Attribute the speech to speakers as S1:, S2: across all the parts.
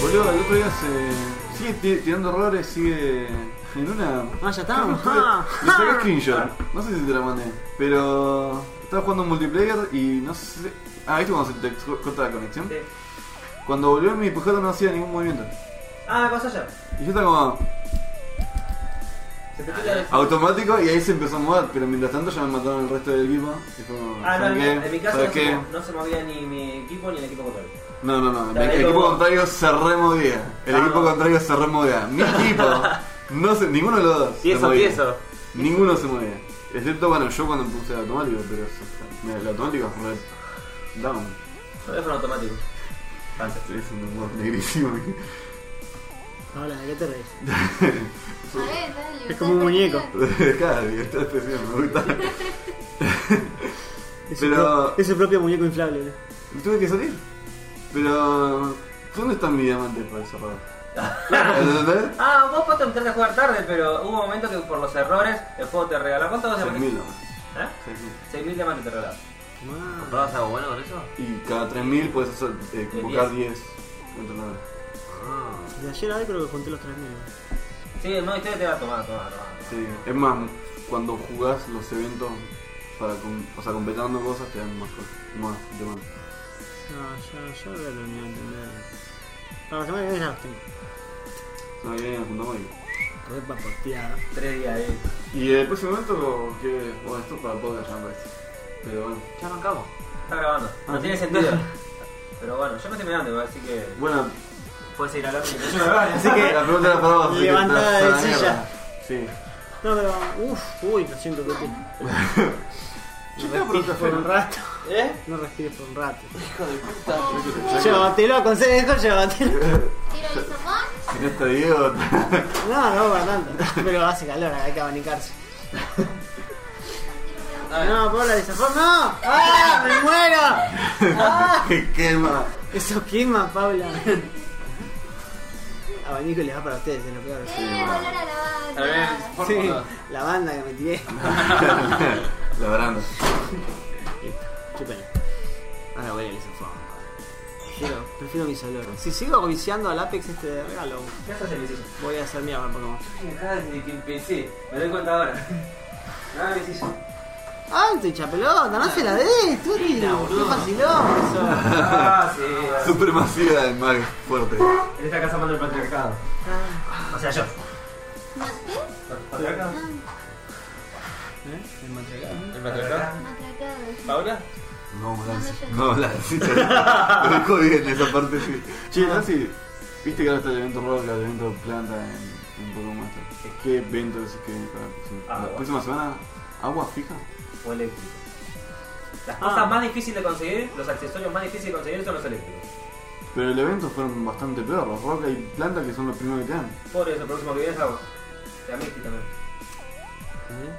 S1: boludo, el otro día se. Sigue ti- tirando errores, sigue. En una.
S2: Ah, ya está.
S1: Creo que fue-
S2: Ah,
S1: Le saqué
S2: ah.
S1: screenshot. No sé si te la mandé. Pero. Estaba jugando un multiplayer y no sé. Ah, ¿viste cuando se te co- corta la conexión?
S3: Sí.
S1: Cuando volvió mi pujero no hacía ningún movimiento.
S3: Ah, me pasó ayer.
S1: Y yo estaba como.
S3: Se te
S4: Ah,
S3: quita el-
S1: automático y ahí se empezó a mover, pero mientras tanto ya me mataron el resto del equipo. Y fue como,
S3: Ah, no, en
S1: ¿saben
S3: mi,
S1: qué?
S3: en mi caso
S1: ¿Saben
S3: no
S1: qué?
S3: se, mo- no se movía ni mi equipo ni el equipo contrario.
S1: No, no, no. El,
S3: Dale,
S1: el equipo
S3: loco.
S1: contrario se removía. El
S2: Ah,
S1: equipo
S2: no.
S1: contrario se removía. Mi equipo, no se, ninguno de los dos. se
S2: Tieso,
S1: movía.
S2: tieso.
S1: Ninguno se movía. Excepto, bueno, yo cuando puse el automático, pero eso- mira, el automático es re down.
S3: No es un automático. Falta.
S1: Es un humor negrísimo.
S2: Hola, ¿de qué te reís?
S5: Es
S2: como un muñeco.
S1: Cada director especial me gusta.
S2: Es, su
S1: Pero-
S2: pro- es su propio muñeco inflable. ¿eh? ¿no?
S1: Y tuve que salir. Pero. ¿Dónde están mis diamantes para cerrar? ¿Entendés?
S3: Ah, vos Pato empezaste a jugar tarde, pero hubo un momento que por los errores el juego te regaló. ¿Cuántos
S1: Seis
S3: diamantes?
S1: mil nomás.
S3: ¿Eh?
S1: Seis mil.
S3: 6.000 diamantes te regaló.
S2: Ah.
S4: ¿Comprabas algo bueno con eso?
S1: Y cada 3000 puedes hacer, eh, convocar 10 entrenadores.
S4: Ah.
S2: De ayer a hoy creo que junté los 3.000.
S3: Sí, el modo historia te va a tomar, tomar, tomar.
S1: Sí. Es más, cuando jugás los eventos, para com- o sea, completando cosas, te dan más cosas. Más diamantes.
S2: No, ya, ya voy a terminar de entender. Para la semana que viene ya los tengo.
S1: Se me viene juntamos ahí.
S2: Todo es para postear.
S3: Tres días ahí.
S1: Y el próximo evento, que. Bueno, esto es para el podcast ya me parece. Pero bueno.
S4: Ya arrancamos.
S3: Está grabando. No
S1: Ah.
S3: tiene sentido. Pero bueno, yo me estoy mirando, así que
S1: Bueno,
S3: puedes seguir hablando. y yo me voy.
S2: Así que.
S1: la pregunta era para vos. así que
S2: Levantada
S1: estás a la
S2: de
S1: mierda.
S2: silla.
S1: Sí.
S2: No, pero. Uff, uy, lo siento, Pepe.
S1: Yo
S2: No
S1: tengo preguntas
S2: respires por un
S1: feas.
S2: rato.
S3: ¿Eh?
S2: No respires por un rato.
S1: Yo.
S2: Llévatelo, aconsejo, llévatelo.
S5: Tiro el sofón.
S1: Si no está Diego.
S2: No, no, para tanto. Pero hace calor, hay que abanicarse. No, Paula, dice, "Por- no. ¡Ah, me muero!
S1: que quema.
S2: Eso quema, Paula. Abanico les va para ustedes, es lo peor.
S5: Eh, olor a
S3: A
S5: lavanda.
S3: ver, por
S2: Sí,
S3: favor.
S2: la banda que me tiré.
S1: La baranda.
S2: Qué pena. Ahora voy a ir Prefiero, prefiero mis olores. Si sigo viciando al Apex este de regalo,
S3: ¿Qué haces en el sillón?
S2: voy a hacer mierda por Pokémon.
S3: Acá desde que empecé, me doy cuenta ahora. Ah, No, en el sillón.
S2: ¡Alto, chapelota! ¡No se la des! ¡Tú tira! ¡Qué facilón Ah. eso!
S3: Ah, sí.
S1: Supremacía del mal fuerte.
S3: Él está acá zamando el patriarcado. O sea, yo.
S5: ¿Maté?
S3: Ah. ¿Patriarcado?
S2: ¿Eh? El matriarcado.
S3: ¿El patriarcado?
S5: Matracado.
S3: ¿Paula?
S1: No, Blas. No, Blas. Sí, te- lo dijo bien esa parte, sí. Che, Nancy, viste que ahora está el evento rock, el evento planta en, en Pokémon Master. ¿Qué evento es que viene para la próxima,
S3: Ah,
S1: la
S3: bueno.
S1: próxima semana? ¿Agua fija?
S3: O eléctrico. Las
S2: Ah.
S3: cosas más difíciles de conseguir, los accesorios más difíciles de conseguir son los eléctricos.
S1: Pero el evento fueron bastante peor. Rock y planta que son los primeros que te dan.
S3: Por eso, el próximo que viene es agua. Y a Misty también.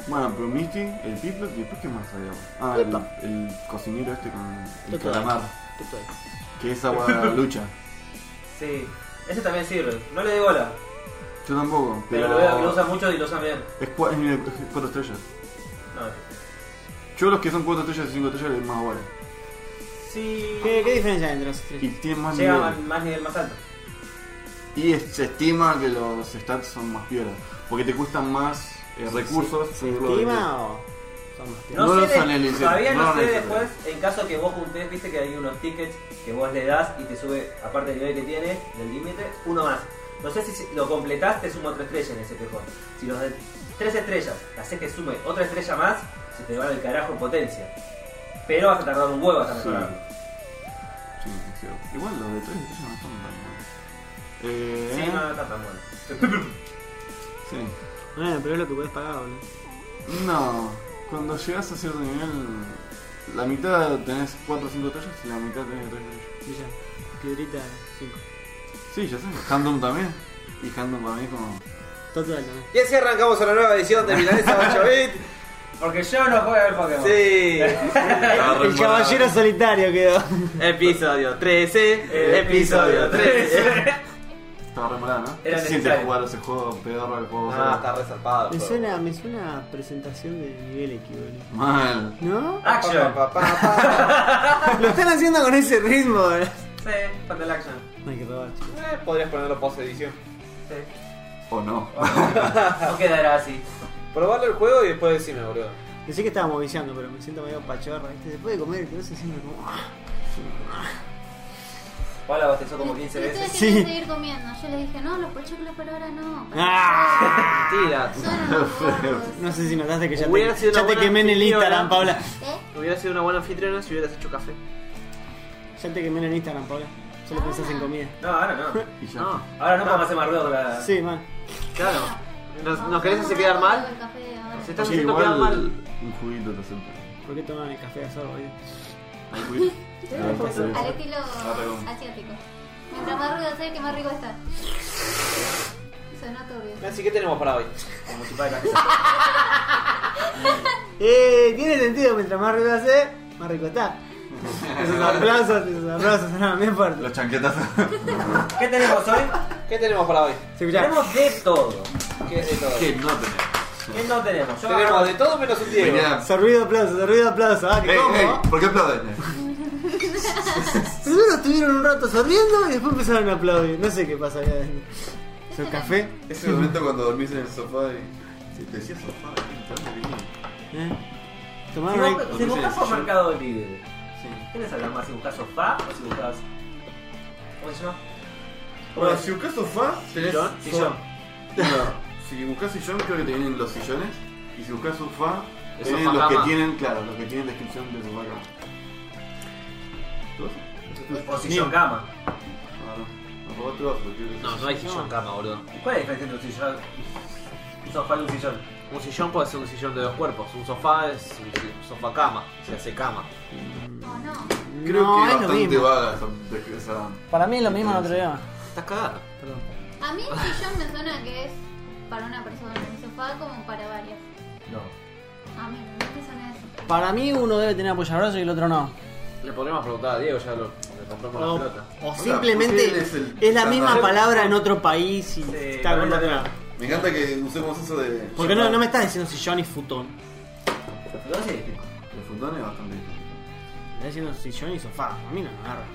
S1: Bueno, pero Misty, el Piplup y después ¿qué más había? Ah,
S2: Epa.
S1: el, el cocinero este con el
S2: Epa.
S1: calamar,
S2: ¿Qué estoy?
S1: que es agua lucha.
S3: Sí. Ese también sirve. No le doy bola.
S1: Yo tampoco,
S3: Pero
S1: pero,
S3: lo veo que lo usan mucho y lo usan bien.
S1: es, cua- es nivel- es cuatro estrellas.
S3: No.
S1: Yo los que son 4 estrellas y 5 estrellas les doy más guay.
S3: Sí.
S2: ¿Qué, ¿Qué diferencia hay entre los
S1: Y
S2: tres?
S1: tienen más
S3: Llega
S1: nivel.
S3: más, más nivel más alto.
S1: Y es- se estima que los stats son más piolas. Porque te cuestan más eh, recursos.
S2: ¿Se
S1: según lo
S2: estima o.? Son más
S1: No lo
S3: de-
S1: analicé,
S3: Todavía
S1: no
S3: no,
S1: lo
S3: sé
S1: analicé.
S3: después, en caso que vos juntés, viste que hay unos tickets que vos le das y te sube, aparte del nivel que tiene, del límite, uno más. No sé si- si lo completás, te suma otra estrella en ese pejón. Si los de tres estrellas haces que sume otra estrella más, se te va del carajo en potencia. Pero vas a tardar un huevo hasta
S1: Sí. ¿Eh?
S3: mejorarlo.
S1: Sí, es cierto. Igual los de 3 estrellas no están tan mal. Eh,
S3: Sí, no, no está tan bueno.
S1: sí.
S2: Bueno, pero es lo que puedes pagar, boludo.
S1: No, cuando llegas a cierto nivel, la mitad tenés 4 o 5 estrellas y la mitad tenés 3 estrellas.
S2: Villa, piedrita 5.
S1: Sí, ya sé. Handom también. Y Handom para mí es como.
S2: Total también.
S4: Y así arrancamos a la nueva edición de Milanesa 8 bit.
S3: Porque yo no juego al Pokémon. Eh,
S4: Sí.
S2: El caballero solitario quedó.
S4: Episodio 13. Episodio 13.
S1: Estaba re molada, ¿no?
S3: Era
S1: ¿Qué se siente
S3: necesario.
S1: jugar ese juego peor al juego?
S4: Ah, está resalpado.
S2: Me suena, me suena a presentación de nivel X, boludo.
S1: Mal.
S2: ¿No?
S3: Action.
S2: Lo están haciendo con ese ritmo, boludo.
S3: Sí, Fatal Action.
S2: No hay que robar, chicos.
S4: Eh, podrías ponerlo post edición.
S3: Sí.
S1: O no.
S3: No quedará así.
S4: Probarlo el juego y después decime, boludo.
S2: Pensé que estábamos viciando, pero me siento medio pachorra. ¿viste? Se puede comer, pero eso siempre como. "Ah".
S3: Paula bostezó como 15
S5: Ustedes
S3: veces.
S2: Sí.
S5: querían seguir comiendo. Yo les dije, no, los pochoclos para ahora no.
S2: ¡Ah!
S4: Mentira.
S5: Son unos gordos.
S2: No sé si notaste que ya
S4: Hubiera
S2: te,
S4: sido una
S2: ya te
S4: buena
S2: quemé en el
S4: anfitriona.
S2: Instagram, Paula.
S5: ¿Eh?
S4: Hubiera sido una buena anfitriona si hubieras hecho café.
S2: Ya te quemé en el Instagram, Paula. Solo pensás en comida.
S3: No, ahora no.
S1: Y ya.
S4: No,
S3: Ahora no podemos hacer más ruido con la.
S2: Sí, man.
S4: claro. ¿Nos,
S5: No,
S4: nos querés
S5: no,
S4: hacer
S5: no,
S4: quedar
S5: no,
S4: mal?
S5: el café ahora.
S4: Nos estás
S1: Oye,
S4: haciendo quedar mal.
S1: un juguito te acepto.
S2: ¿Por qué toman el café eh? asado hoy?
S1: ¿Hay juguito? Ah, está bien.
S5: Al estilo
S1: perdón.
S5: asiático. Mientras más ruido hace, que más rico está. Sonó turbio.
S4: Nancy, ¿qué tenemos para hoy?
S3: Como si fuera café.
S2: Eh, tiene sentido, mientras más ruido hace, más rico está. Esos aplausos, esos aplausos sonaban bien fuerte.
S1: Los chanquetazos.
S3: ¿Qué tenemos hoy?
S4: ¿Qué tenemos para hoy?
S2: ¿Se escucha?
S3: Tenemos de todo.
S4: ¿Qué es de todo?
S1: que no tenés.
S3: ¿Qué no tenemos? Yo
S4: Tenemos
S3: agarro-
S4: de todo menos un Diego.
S1: Venía.
S2: Sorbido aplauso, sorbido aplauso. Ah, que
S1: Ey,
S2: cómo.
S1: ey,
S2: ¿no?
S1: ¿por qué aplauden?
S2: Primero estuvieron un rato sonriendo y después empezaron a aplaudir. No sé qué pasa ahí adentro. ¿Su café?
S1: Ese momento cuando dormís en el sofá y. Si te decía sofá, ¿te dónde viniste?
S2: ¿Eh?
S3: Si
S2: ¿Tomaron ahí?
S3: vos- Si buscas por
S1: Yo-
S3: Mercado Libre,
S1: Sí.
S3: ¿qué les hablas más? ¿Si buscas sofá o si buscas. ¿Cómo se llama?
S1: Bueno, si buscas sofá, tenés.
S3: Sillón. Sillón.
S1: No, si buscas sillón, creo que te vienen los sillones. Y si buscas sofá,
S4: El
S1: tienen
S4: sofá
S1: los
S4: cama.
S1: que tienen, claro, los que tienen descripción de sofá cama. ¿Tú?
S3: O sillón cama.
S1: Ah, no. No, otro, porque-
S4: No, no hay sillón cama, boludo.
S3: ¿Cuál es la diferencia entre un sillón? Un sofá y un sillón.
S4: Un sillón puede ser un sillón de dos cuerpos. Un sofá es un sofá cama. Se hace cama.
S5: ¿O no?
S1: Creo
S2: no,
S1: que
S2: es
S1: es
S2: lo
S1: bastante
S2: mismo.
S1: vaga esa. de- esa-
S2: Para mí es lo mismo en otro idioma.
S4: Estás cagado.
S2: Perdón.
S5: A mí el sillón me suena que es para una persona, el sofá como para varias.
S3: No.
S5: A mí no me suena eso.
S2: Para mí uno debe tener apoyabrazos y el otro no.
S4: Le podríamos preguntar a Diego, ya lo, le compramos
S2: O,
S4: la pelota.
S2: o
S1: sea,
S2: simplemente
S1: Putin es
S2: es,
S1: el-
S2: la misma
S1: Ajá.
S2: palabra en otro país y está
S3: para
S2: con
S3: mí
S2: otro
S3: también.
S2: lado.
S1: Me encanta que usemos eso de.
S2: Porque no, no me estás diciendo sillón y futón.
S3: No sé.
S1: El futón es bastante.
S2: Me estás diciendo sillón y sofá. A mí no me agarra.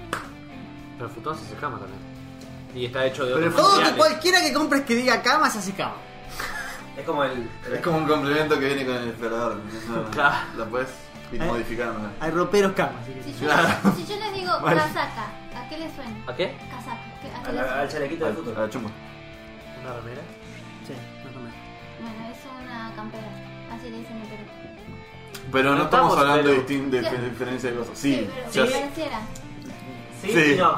S4: Pero el futón se hace cama también. Y está hecho de
S1: Pero
S4: otros
S1: el futón-
S2: Todo que
S4: materiales.
S2: cualquiera que compres que diga cama se hace cama.
S3: Es como el.
S1: Es como un complemento que viene con el explorador. ¿no?
S4: Claro.
S1: La puedes
S2: ¿Eh?
S1: modificar. ¿no?
S2: Hay roperos cama. así que-
S5: Si yo,
S1: Claro.
S5: si yo les digo
S1: Vale.
S5: casaca, ¿a qué le suena?
S4: ¿A qué?
S5: Casaca, ¿qué- ¿a qué
S3: al-
S5: le
S3: Al
S5: suena?
S3: chalequito de
S1: A, a
S3: fútbol.
S1: la chumba.
S4: ¿Una remera?
S2: Sí, más o menos.
S5: Bueno, es una campera, así le dicen en Perú.
S1: Pero no,
S4: No
S1: estamos,
S4: estamos,
S1: hablando
S4: pero-
S1: de, distin- de
S5: Sí.
S1: de diferencia de cosas. Sí,
S5: pero
S1: ya-
S5: pareciera.
S3: Sí,
S1: Sí.
S3: y no.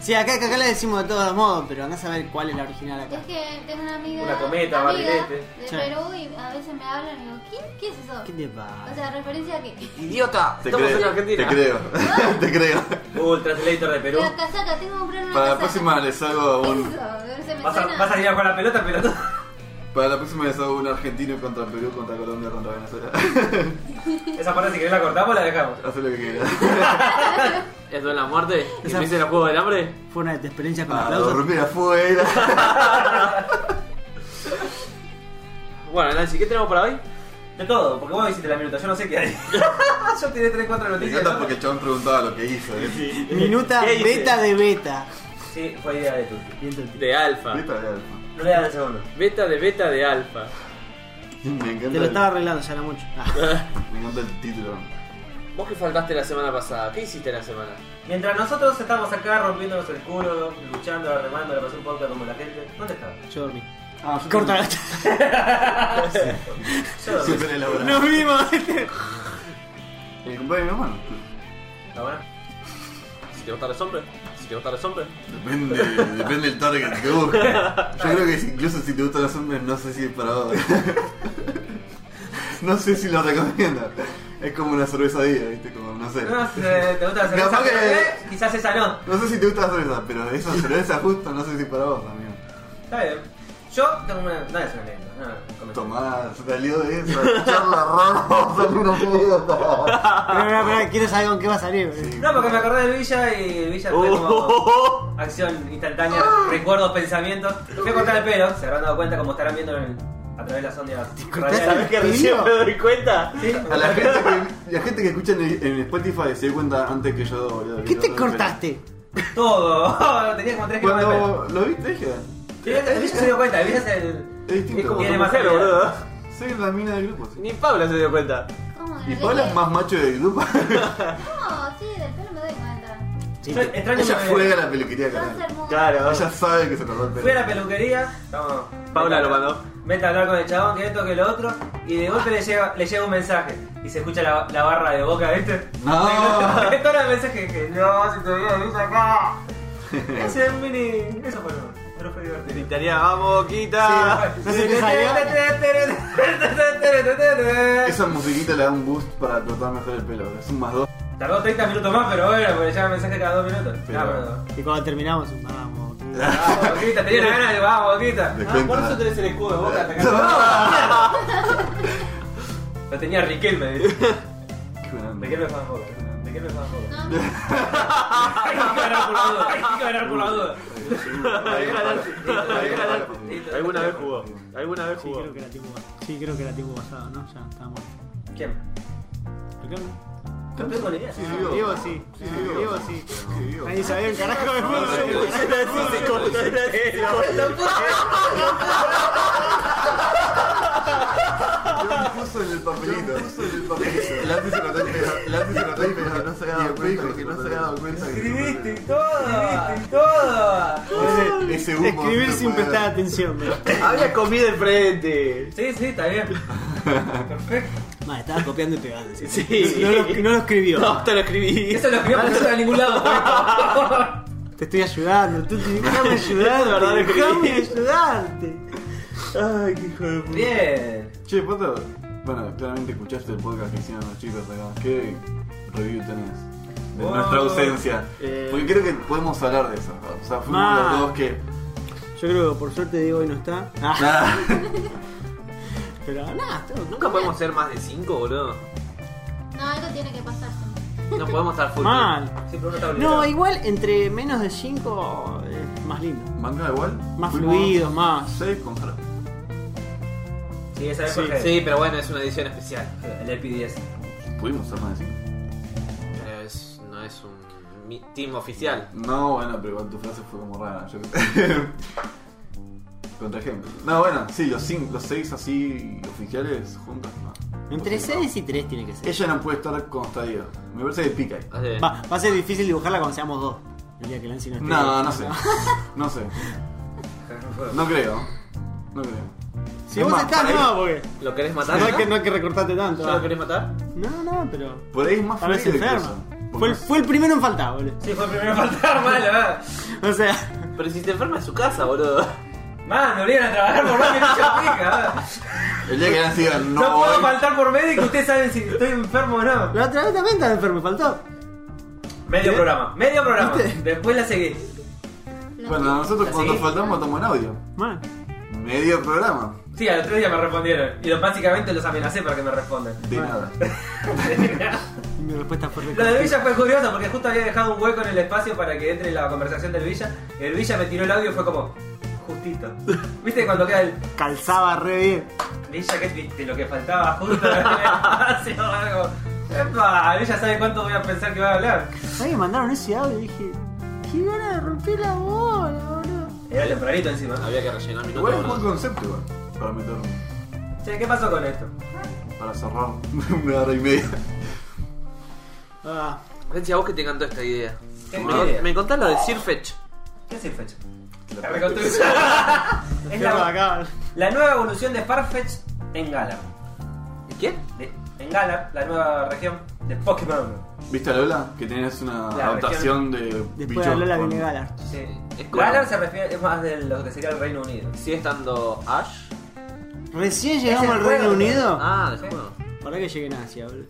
S2: Sí, acá, acá le decimos de todos modos, pero andás a ver cuál es la original acá.
S5: Es que tengo una amiga,
S3: Una cometa,
S5: amiga de
S3: barrilete.
S2: Sí.
S5: Perú y a veces me hablan y digo, ¿quién, ¿qué es eso?
S2: ¿Qué te pasa?
S5: O sea, referencia a qué.
S4: ¡Idiota!
S1: te,
S4: Estamos
S1: creo,
S4: en Argentina.
S1: te creo. te creo.
S3: Google Translator de Perú.
S5: La casaca, tengo que comprar una
S1: Para la
S5: casaca.
S1: próxima les hago un.
S5: Eso, se me
S3: Vas a,
S5: suena.
S3: vas a ir a jugar a la pelota, pero no.
S1: Para la próxima les hago un argentino contra Perú, contra Colombia, contra Venezuela.
S3: Esa parte, si querés, la cortamos o la dejamos.
S1: Haz lo que quieras.
S4: ¿Es de la muerte? ¿Y
S2: Esa-
S4: empieza el juego del hambre?
S2: Fue una de tus experiencias con
S1: A
S2: aplausos.
S1: dormir afuera.
S4: Bueno, Nancy, ¿qué tenemos para hoy?
S3: De todo, porque vos hiciste la minuta, yo no sé qué hay. yo tiré 3-4
S1: Me
S3: noticias.
S1: encanta porque el chabón preguntaba lo que hizo. ¿eh?
S2: Minuta
S4: ¿Qué hice?
S2: beta de beta.
S3: Sí, fue idea de Turki.
S2: Bien tontito.
S4: De alfa.
S1: Vete a ver.
S3: No le dan el segundo.
S4: Beta de beta de alfa.
S1: Me encanta,
S2: Te lo
S1: el,
S2: estaba arreglando ya era mucho. Ah.
S1: me encanta el título.
S4: Vos que faltaste la semana pasada, ¿qué hiciste la semana?
S3: Mientras nosotros estamos acá rompiéndonos el culo, luchando, remando, la pasión podcast como la gente, ¿dónde está?
S2: Yo dormí.
S1: Ah,
S2: Corta la
S3: Yo dormí.
S1: Siempre elaborado.
S2: Nos vimos.
S1: El cumpleaños de mi hermano.
S3: ¿Está buena?
S4: Si te gustan los hombres, si te gustan los hombres.
S1: Depende, depende del target que busques. Yo creo que si- incluso si te gustan los hombres, no sé si es para vos. No sé si lo recomiendo. Es como una cerveza día, ¿viste? Como, no sé.
S3: No, eh, ¿Te gusta la cerveza?
S1: Capaz que-
S3: Eh, Quizás esa no.
S1: No sé si te gusta la cerveza, pero esa cerveza justo no sé si es para vos, amigo.
S3: Está bien. Yo tengo una. No es una anécdota, no, un comentario.
S1: Tomás, salió de esa charla rara, salió una mierda.
S2: Pero, pero, pero, quiero saber con qué va a salir.
S3: No, porque me acordé del Villa y el
S4: Oh.
S3: Villa fue
S1: Oh.
S3: como acción instantánea, recuerdos, pensamientos. Me Fui a cortar el pelo, se habrán dado cuenta como estarán viendo en el a través de las ondas
S2: cortaste la
S3: radiales.
S2: vez que recién
S1: ¿Tío?
S2: me doy cuenta?
S1: A la gente que, la gente que escucha en, en Spotify se dio cuenta antes que yo, boludo.
S2: ¿Qué
S1: que
S2: te
S1: yo-
S2: cortaste?
S3: Todo. Tenía como tres que más de pelo.
S1: Cuando lo viste, dije.
S3: Tenía que- Villa se dio cuenta, Villa es el.
S1: Es distinto.
S3: Es como
S1: Tiene
S3: tu
S1: más
S3: mujer,
S4: Claro,
S3: boludo.
S4: boludo.
S1: Soy la mina del grupo. sí.
S4: Ni Paula se dio cuenta.
S5: ¿Cómo?
S1: Y
S5: ¿De
S1: Paula
S5: qué?
S1: es más macho del grupo.
S5: No, sí, del pelo me doy cuenta.
S2: Sí,
S3: Yo
S2: te-
S3: extraño
S1: Ella
S3: que me-
S1: fue a la peluquería,
S5: Va a
S1: canal.
S5: ser muy-
S4: Claro.
S1: Ella sabe que se cortó el pelo.
S3: Fui a la peluquería, estamos-
S4: Paula lo mandó.
S3: Vete a hablar con el chabón, que esto, que lo otro, y de golpe le llega, le llega un mensaje. Y se escucha la, la barra de boca, ¿viste?
S1: No.
S3: Esto era el mensaje que no, si te voy a decir acá. Ese es un mini. Eso fue lo pero fue divertido.
S4: Gritaría, vamos, quita.
S1: No sé qué Esa musiquita le da un boost para cortar mejor el pelo. Es un más dos.
S3: Tardó 30 minutos más, pero bueno, porque llega el mensaje cada dos minutos.
S1: Pero-
S3: Ah, perdón.
S2: Y cuando terminamos, vamos.
S3: Vamos, Boquita, tenía una gana de vamos, Boquita.
S1: De
S4: Ah, por eso
S1: cuenta.
S4: tenés el escudo de boca atacando.
S3: Lo tenía Riquelme, ¿viste?
S1: Qué buena onda.
S3: Riquelme fue un poco. Riquelme fue un poco.
S5: No, no,
S3: Hay que ganar por la duda, hay que ganar por la duda.
S4: Alguna vez jugó. Alguna vez
S2: Sí,
S4: jugó.
S2: creo que era tiempo pasado. Sí, creo que era tiempo pasado, ¿no? Ya estábamos.
S3: ¿Quién?
S2: ¿Por qué no?
S3: No tengo ni idea.
S1: Sí, Diego.
S2: Diego sí.
S1: Sí, Diego.
S2: Diego sí.
S1: Sí, Diego.
S2: Nadie sabía un carajo de fútbol. Se cortó el pelo.
S1: Yo me puso en el papelito. El antes se cortó el pelo. El antes se cortó el pelo. No se había dado cuenta. Que no se había dado cuenta. que se cortó el pelo.
S3: Escribiste y todo, escribiste y todo.
S1: Ese- Ese humo.
S2: Escribir
S1: no
S2: sin
S1: puede
S2: prestar
S1: dar.
S2: atención, pero.
S4: Había comida enfrente.
S3: Sí, sí, está bien. Perfecto.
S2: Más, estaba copiando y pegando. sí.
S4: Sí.
S2: No lo, no lo escribió.
S4: No, te lo escribí.
S3: Eso lo escribió porque no está en ningún lado.
S2: Te estoy ayudando, tú te déjame
S4: De verdad
S2: ayudarte,
S4: lo escribí.
S2: déjame ayudarte. Ay, qué hijo de puta.
S3: Bien.
S1: Che, Pato. Bueno, claramente escuchaste el podcast que hicieron los chicos acá. ¿Qué review tenés? De
S3: Oh.
S1: nuestra ausencia.
S2: Eh.
S1: Porque creo que podemos hablar de eso. O sea, fuimos
S2: Ma.
S1: los dos que.
S2: Yo creo que por suerte Diego hoy no está. Ah,
S1: Nada.
S2: pero nada, todo-
S4: Nunca podemos ser más de 5, boludo.
S5: no, algo tiene que pasar.
S4: No podemos estar full.
S2: mal.
S3: Siempre uno está obligado.
S2: No, igual entre menos de 5 es más lindo.
S1: Manga igual.
S2: Más
S1: Fuimos
S2: fluido, más.
S1: Seis con Jara.
S3: Sí, esa vez
S2: Sí,
S3: fue
S4: Sí, pero bueno, es una edición especial.
S3: El EP10.
S1: Pudimos ser más de cinco.
S4: Pero es- no es un mi- team oficial.
S1: No, bueno, pero igual tu frase fue como rara. Yo... Contra ejemplo. No, bueno, sí, los, cinco, los seis así oficiales juntos. No.
S2: Entre
S1: No sé,
S2: 6 y 3 tiene que
S1: no.
S2: ser.
S1: Ella no puede estar con Stadio. Me parece que pica ahí.
S4: Hace-
S2: Va, va a ser difícil dibujarla cuando seamos dos. El día que Lancy no esté.
S1: No, no sé. No sé. No creo. No creo.
S2: Si
S1: Es
S2: vos
S1: más,
S2: estás,
S1: para
S2: no, porque.
S4: ¿Lo querés matar?
S2: No hay que, no hay que recortarte tanto.
S4: ¿Ya
S2: ah.
S4: lo querés matar?
S2: No, no, pero.
S1: Por ahí es más
S2: Tal vez se
S1: fluido que
S2: enferma.
S1: eso.
S2: Fue el,
S1: Porque-
S2: fue el primero en faltar, boludo.
S3: Sí, fue el primero en faltar, malo, ¿verdad?
S2: O sea,
S4: Pero si te enferma en su casa, boludo.
S3: Man, me obligan a trabajar por más que no yo pica. ¿verdad?
S1: El día que Nancy diga
S3: No,
S1: no,
S3: puedo
S1: voy,
S3: faltar por médico, ustedes saben si estoy enfermo o no.
S2: la otra vez también estaba enfermo, faltó.
S3: Medio
S2: ¿Eh?
S3: programa, medio programa.
S2: ¿Viste?
S3: Después la seguí.
S1: Bueno, nosotros
S3: ¿Así?
S1: cuando faltamos tomamos un audio.
S2: Mal.
S1: Medio programa.
S3: Sí, a los tres días me respondieron. Y los- básicamente los amenacé para que me respondan.
S1: De nada.
S2: Y Mi respuesta fue
S3: Lo de
S2: recortar.
S3: Villa fue curioso porque justo había dejado un hueco en el espacio para que entre la conversación del Villa. Y el Villa me tiró el audio y fue como, justito. ¿Viste cuando queda el
S2: Calzaba re bien.
S3: Villa que es viste, lo que faltaba justo en el espacio o algo? Epa, Villa sabe cuánto voy a pensar que va a hablar.
S2: Ahí me mandaron ese audio y dije, qué gana de romper la bola, boludo.
S3: Era tempranito encima.
S4: Había que rellenar mi
S1: Igual es un buen concepto igual. Para meter.
S3: Che, ¿qué pasó con esto?
S1: Para cerrar una hora y media.
S2: Ah,
S4: Fecha, a vos que te encantó esta idea.
S3: ¿Qué
S4: me,
S3: idea?
S4: me contás lo de Sir Fetch.
S3: ¿Qué es el fecha? La
S1: La
S3: reconstrucción. es
S2: cierro
S3: la,
S2: acá.
S3: la nueva evolución de Farfetch en Galar.
S4: ¿Quién?
S3: De- en Galar, la nueva región de Pokémon.
S1: ¿Viste a Lola? Que tenías una
S3: La
S1: adaptación de
S2: Después
S1: bichos
S2: de Lola
S1: con-
S2: viene Galar.
S3: Sí.
S4: Es como-
S3: Galar se refiere es más de lo que sería el Reino Unido.
S4: ¿Sigue estando Ash?
S2: Recién
S3: Es
S2: llegamos
S3: el
S2: al Reino
S3: juego,
S2: Unido.
S4: Ah, de
S3: Sí.
S4: juego.
S2: Para que lleguen a Asia, boludo.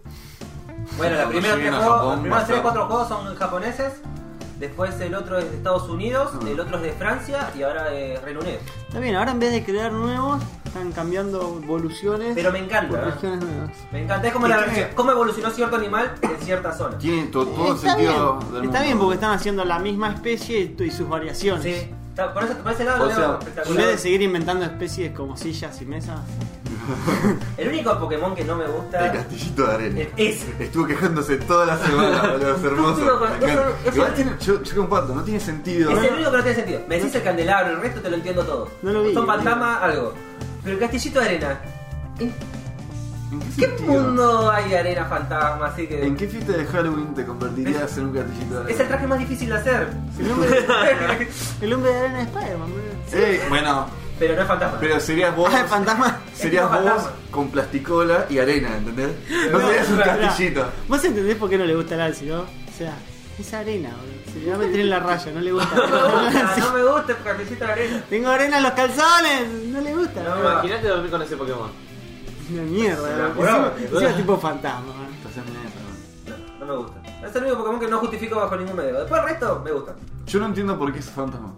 S3: Bueno, la
S1: Cuando
S3: primera
S1: lleguen
S3: tres
S1: a
S3: juegos,
S1: Japón,
S3: los primeros
S1: va a
S3: tres
S1: estar-
S3: cuatro juegos son japoneses. Después el otro es de Estados Unidos,
S1: Ah.
S3: el otro es de Francia y ahora de Reino Unido.
S2: Está bien, ahora en vez de crear nuevos, están cambiando evoluciones
S3: Pero me
S2: por
S3: encanta. ¿eh?
S2: regiones nuevas.
S3: Me encanta. Es como
S1: ¿Y
S3: la
S1: qué?
S3: versión- cómo evolucionó cierto animal en cierta zona.
S1: Tiene to- todo el
S2: Está bien,
S1: sentido del
S2: está
S1: mundo.
S2: bien porque están haciendo la misma especie y, y sus variaciones.
S3: Sí. Está- por, eso, por ese lado
S1: O
S3: lo veo
S1: sea,
S2: En
S3: espectacular.
S2: vez de seguir inventando especies como sillas y mesas,
S3: El único Pokémon que no me gusta
S1: El castillito de arena.
S3: es ese.
S1: Estuvo quejándose toda la semana, boludo, es hermoso.
S3: Estúpido,
S1: Me encanta.
S3: es- es-
S1: Igual tiene, yo, yo comparto, no tiene sentido.
S3: Es el único que no tiene sentido. Me decís el candelabro, el resto te lo entiendo todo.
S2: No lo vi,
S3: Son
S2: no lo vi.
S3: fantasma, algo. Pero el castillito de arena. ¿En
S1: ¿En qué,
S3: qué
S1: sentido?
S3: mundo hay de arena fantasma? Así que.
S1: ¿En qué fiesta de Halloween te convertirías en un castillito de arena?
S3: Es el traje más difícil de hacer.
S2: el hombre de, el hombre de arena de Spider-Man, boludo.
S1: Ey, Eh, bueno,
S3: Pero no es fantasma.
S1: pero serías vos.
S2: Ah, el fantasma.
S1: Serías
S3: Es como
S1: vos
S3: fantasma.
S1: con plasticola y arena, ¿entendés? No,
S3: No,
S1: serías un
S3: no, no.
S1: castillito.
S2: Vos entendés por qué no le gusta el Alci, ¿no? O sea, es arena, boludo. Se le va a meter en la raya, no le gusta.
S3: No me gusta, no me gusta el castillito de arena.
S2: Tengo arena en los calzones, no le gusta.
S3: No,
S2: boludo.
S4: Imagínate dormir con ese Pokémon.
S2: Es Una
S3: Se la
S2: mierda, boludo. Encima-
S3: curaba,
S2: Encima es tipo fantasma, boludo.
S1: Estás en mierda, boludo.
S3: No, no me gusta. Es el único Pokémon que no justifico bajo ningún medio. Después el resto me gusta.
S1: Yo no entiendo por qué es fantasma.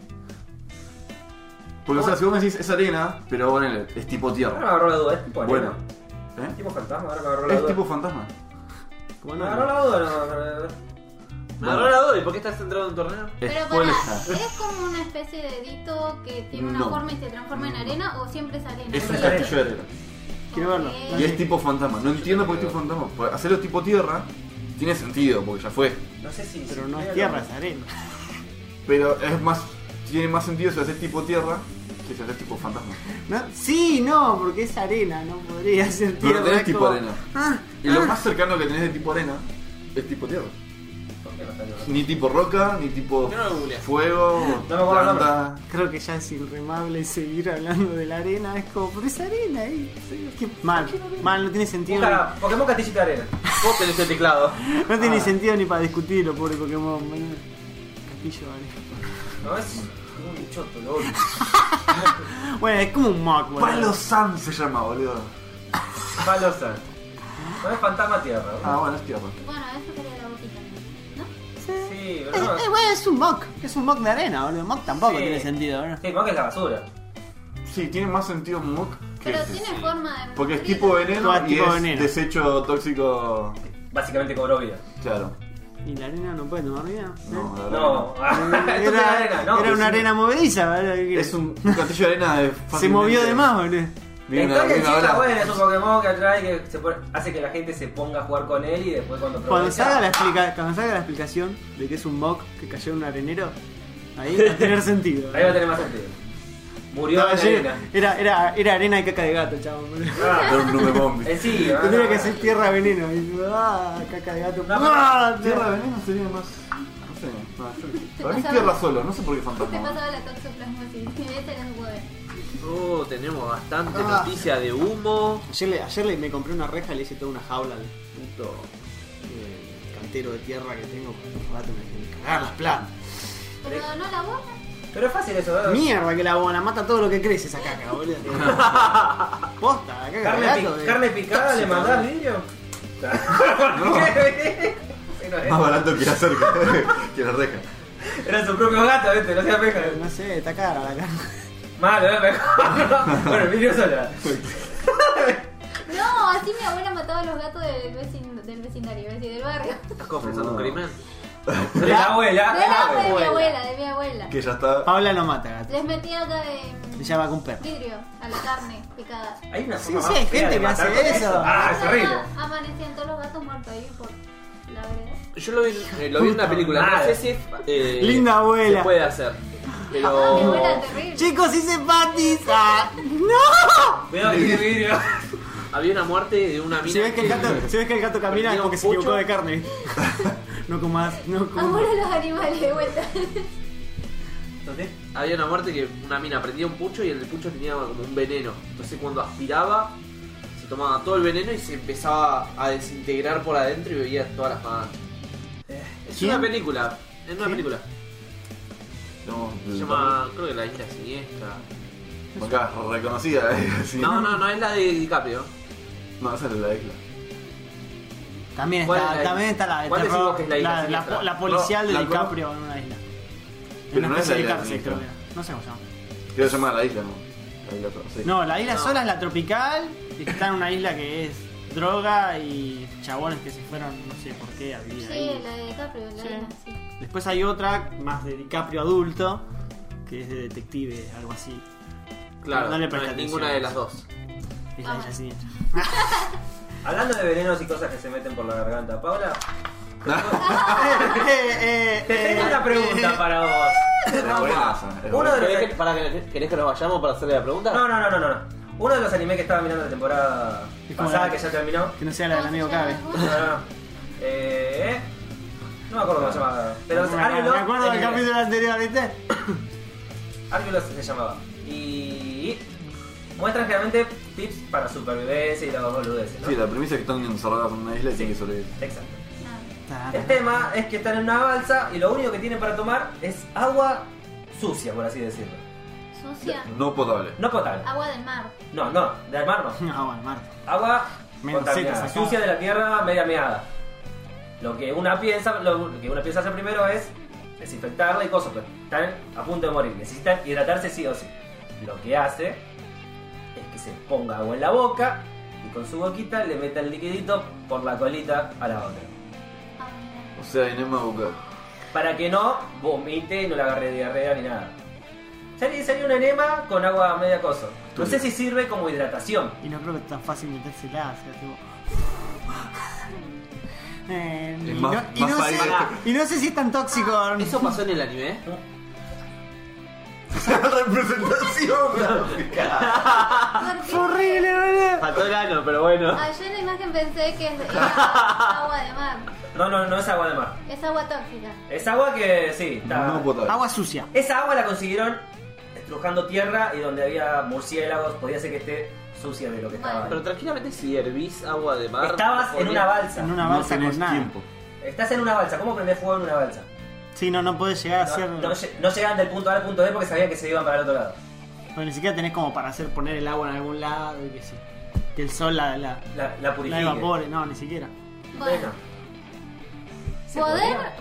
S1: Porque, o sea, si vos me decís es arena, pero bueno, es tipo
S3: Ahora me
S1: tierra.
S3: agarró la duda, es tipo Ah, arena.
S1: Bueno,
S3: Es
S1: ¿eh?
S3: tipo fantasma, ahora me agarró la
S1: Es
S3: duda.
S1: tipo fantasma.
S2: Como
S3: Me
S2: no,
S3: agarró
S2: no.
S3: la duda, no, eh, no, no.
S4: Me agarró la duda, ¿y por qué estás entrando en un torneo?
S5: Pero
S1: Spoiler.
S5: pará, ¿es como una especie de dito que tiene una
S1: No.
S5: forma y se transforma en arena o siempre es arena?
S1: Es
S5: Sí,
S1: un
S3: arena.
S1: castillo de arena.
S2: Quiero verlo.
S5: Ok.
S1: Y es tipo fantasma. No entiendo por qué es tipo fantasma. Porque Hacerlo tipo tierra tiene sentido, porque ya fue.
S3: No sé si.
S2: Pero no es tierra, es arena.
S1: Pero es más. Tiene más sentido si haces tipo tierra que si haces tipo fantasma.
S2: No, sí, no, porque es arena, no podría ser
S1: Pero
S2: tierra.
S1: no tenés
S2: es
S1: tipo
S2: como-
S1: arena.
S2: Ah,
S1: Y lo más cercano que tenés de tipo arena es tipo tierra.
S3: ¿Por qué no salió?
S1: Ni tipo roca, ni tipo
S4: Yo no lo googleé.
S1: fuego,
S3: No me acuerdo el
S1: planta.
S2: creo que ya es irremable seguir hablando de la arena. Es como, pero es arena, eh. Sí, qué- Mal, mal, no tiene sentido.
S3: Busca Pokémon Castillito de Arena.
S4: Vos tenés el teclado.
S2: ni- No tiene
S3: Ah.
S2: sentido ni para discutirlo, pobre Pokémon. boludo. Castillo, vale.
S3: No es un choto, lo odio.
S2: Bueno, es como un mock, boludo.
S1: Palo Sam se llama, boludo.
S3: Palosa. No es fantasma tierra.
S1: Ah, bueno, es tierra.
S5: Bueno, eso sería la boquita, ¿no?
S3: Sí,
S2: Es,
S3: pero no.
S2: es- bueno, es un mock, es un mock de arena, boludo. Mock tampoco
S3: Sí.
S2: tiene sentido, boludo.
S3: Sí, como que es la basura.
S1: Sí, tiene más sentido mock que
S5: Pero
S1: ese.
S5: tiene forma de...
S1: Porque es tipo veneno
S2: Ah,
S1: y
S2: tipo
S1: es
S2: veneno.
S1: desecho tóxico.
S3: Básicamente cobró vida.
S1: Claro.
S2: Y la arena no puede tomar vida. ¿eh?
S1: No, la verdad
S3: No,
S1: que
S2: Ah, Era,
S3: esto es una arena, no.
S2: era
S3: Es
S2: una arena movediza, boludo. ¿qué
S1: no.
S2: querés?
S1: Es un un castillo de arena de
S2: Se movió de más, boludo.
S1: Viene una-
S3: Entonces,
S1: viene una
S3: sí, está
S1: ola.
S3: bueno, es un Pokémon que atrae que se pone- hace que la gente se ponga a jugar con él y después cuando
S2: Cuando
S3: progresa-
S2: salga, la explica- cuando salga la explicación de que es un mock que cayó en un arenero, ahí va a tener sentido.
S3: Ahí va a tener más sentido. Murió
S2: Estaba
S3: en la
S2: lleno-
S3: arena.
S2: era, era, era arena y caca de gato, chabón. boludo.
S3: Ah,
S1: Era un nube bombi.
S3: eh, sí, ah,
S2: Tendría que ser tierra de veneno. y, ah, caca de gato.
S3: No,
S2: ah,
S1: Tierra
S2: tierra
S1: de veneno sería más. No sé. no, yo- Para mí es
S5: pasaba-
S1: tierra solo, no sé por qué
S5: Te
S1: fantasma.
S5: pasaba la toxoplasmosis. Y ese era el huevo.
S4: Oh, tenemos bastante
S2: Ah.
S4: noticia de humo.
S2: Ayer, le- ayer le- me compré una reja y le hice toda una jaula al puto eh, cantero de tierra que tengo. Porque los gatos me me cagaron las plantas.
S5: Pero no la bola.
S3: Pero es fácil eso, ¿verdad?
S2: Mierda que la bona, mata todo lo que crece esa caca, boludo. Posta, la caca de
S3: Carne,
S2: gato.
S3: pi-
S2: eh.
S3: carne picada le mandás al niño.
S1: Más
S2: Ah.
S1: barato que la cerca, que la reja.
S3: Era su propio gato, ¿viste? No se apeja.
S2: No sé, está cara la caca.
S3: Malo, ¿eh? Mejor. Bueno, el vídeo sola.
S5: No, así mi abuela mataba a los gatos del, vecin- del vecindario, iba a decir, del barrio.
S4: ¿Estás confesando un crimen?
S3: De la abuela,
S5: de,
S3: de la Ah, abuela.
S5: de mi abuela, de mi abuela.
S1: Que ya está.
S2: Paula no mata gato.
S5: Les metía acá de
S2: Ella va con perro.
S5: vidrio a la carne picada.
S3: Hay una
S2: Sí,
S3: forma
S2: sí,
S3: más
S2: hay
S3: fea
S2: gente
S3: de
S2: que
S3: matar
S2: hace
S3: con
S2: eso.
S3: Ah, es horrible.
S5: Ah, Amanecían todos los gatos muertos ahí por la vereda.
S4: Yo lo vi, eh, lo vi en una película. No sé si eh,
S2: Linda abuela.
S4: se puede hacer. Oh,
S5: Ah, mi abuela
S4: Pero
S5: era terrible.
S2: Chicos, hice patis. Ah, ¡No!
S3: Cuidado que tiene vidrio.
S4: había una muerte de una mina.
S2: Si ves que el gato, si ves que el gato camina es
S4: Tiene un
S2: porque se equivocó
S4: pucho.
S2: de carne. ¿viste? No comas, no
S5: Amor
S2: comas.
S5: a los animales de vuelta.
S3: Entonces,
S4: Había una muerte que una mina prendía un pucho y en el pucho tenía como un veneno. Entonces cuando aspiraba, se tomaba todo el veneno y se empezaba a desintegrar por adentro y bebía todas las paganas. Es
S2: ¿Quién?
S4: una película. Es una
S2: ¿Quién?
S4: película.
S1: No,
S4: Se llama, creo que La Isla Siniestra.
S1: Acá, reconocida. eh, sí.
S4: No, no, no es la de DiCaprio.
S1: No, esa es la isla.
S2: También
S4: ¿Cuál
S2: está,
S4: es la
S2: también
S4: isla?
S2: está la de
S4: ¿Cuál decimos
S2: terror,
S4: que es la isla
S2: la, la
S4: siniestra?
S2: po- la policial
S1: No,
S2: de
S1: la cual-
S2: DiCaprio en una isla. En
S1: Pero
S2: una
S1: no es la
S2: especie de
S1: isla
S2: cárcel,
S1: siniestra.
S2: creo que era. No sé cómo se llama.
S1: Creo que se llama la isla, ¿no? La isla pero sí.
S2: No, la isla
S4: No.
S2: sola es la tropical y que está en una isla que es droga y chabones que se fueron, no sé por qué, a vivir
S5: Sí,
S2: ahí.
S5: la de DiCaprio, la
S2: Sí.
S5: de la- sí.
S2: Después hay otra, más de DiCaprio adulto, que es de detective, algo así.
S4: Claro,
S2: No le
S4: no
S2: presta
S4: es ninguna
S2: atención.
S4: de las dos.
S2: Es la
S5: Ah.
S2: isla siniestra.
S3: Hablando de venenos y cosas que se meten por la garganta, Paula,
S2: eh, eh,
S3: te tengo una pregunta para vos.
S1: Era buena esa, era
S3: Uno
S1: buena.
S3: de los.
S4: ¿Querés que, para, ¿Querés que nos vayamos para hacerle la pregunta?
S3: No, no, no, no, no, no. Uno de los animes que estaba mirando la temporada
S2: Es como
S3: pasada
S2: la-
S3: que ya terminó.
S2: Que no sea la del amigo Cabe.
S3: No, no, no. Eh, no me acuerdo cómo se llamaba. Pero
S2: me acuerdo,
S3: Argelos.
S2: me acuerdo del
S3: tenía-
S2: capítulo anterior, ¿viste?
S3: Argelos se llamaba. Y. Muestran generalmente tips para supervivencia y las boludeces, ¿no?
S1: Sí, la premisa es que están encerrados en una isla y tienen que sobrevivir.
S3: Exacto.
S2: Ta,
S3: El
S2: ta.
S3: tema es que están en una balsa y lo único que tienen para tomar es agua sucia, por así decirlo.
S5: Sucia.
S1: No potable.
S3: No potable.
S5: Agua del mar.
S3: No, no, del mar no.
S2: Ah, bueno, Marta.
S3: Agua
S2: Menos
S3: contaminada,
S2: setas acá.
S3: sucia de la tierra, media meada. Lo que una piensa, lo que una piensa hacer primero es desinfectarla y cosas, pero están a punto de morir, necesitan hidratarse sí o sí. Lo que hace es que se ponga agua en la boca y con su boquita le meta el liquidito por la colita a la otra.
S5: Ah, mira.
S1: O sea, Enema Bucal.
S3: Para que no vomite y no le agarre diarrea ni nada. Sería, sería un enema con agua media cosa. No sé si sirve como hidratación.
S2: Y no creo que es tan fácil metérsela, o sea, tipo. Eh, y,
S1: más-
S2: no, y
S1: más
S2: no
S1: para
S2: sé,
S1: ir a-
S2: y no sé si es tan tóxico.
S3: Ah,
S4: ¿Eso pasó en el anime? ¿eh?
S1: Representación.
S2: Fue horrible, boludo.
S4: Faltó el ano, pero bueno.
S5: Ah, yo en la imagen pensé que es- era agua de mar.
S3: No, no, no es agua de mar.
S5: Es agua tóxica.
S3: Es agua que sí, está.
S1: No potable.
S2: Agua sucia.
S3: Esa agua la consiguieron estrujando tierra y donde había murciélagos, podía ser que esté sucia de lo que estaba. ahí.
S4: Pero tranquilamente si hervís agua de mar...
S3: Estabas en
S4: podría-
S3: una balsa.
S2: En una
S1: No
S2: balsa
S1: tenés
S2: con nada.
S1: tiempo.
S3: Estás en una balsa. ¿Cómo prendés fuego en una balsa?
S2: Ah, Sí, no, no podés llegar a
S3: No,
S2: hacer.
S3: no lle- no llegaban del punto A al punto B porque sabían que se iban para el otro lado.
S2: Porque ni siquiera tenés como para hacer poner el agua en algún lado y que sí. Que el sol la, la,
S3: La, la
S2: la
S3: purifique.
S2: evapore, no, ni siquiera.
S3: Entonces,
S5: Bueno,
S3: no. ¿Se
S5: poder,
S3: podía?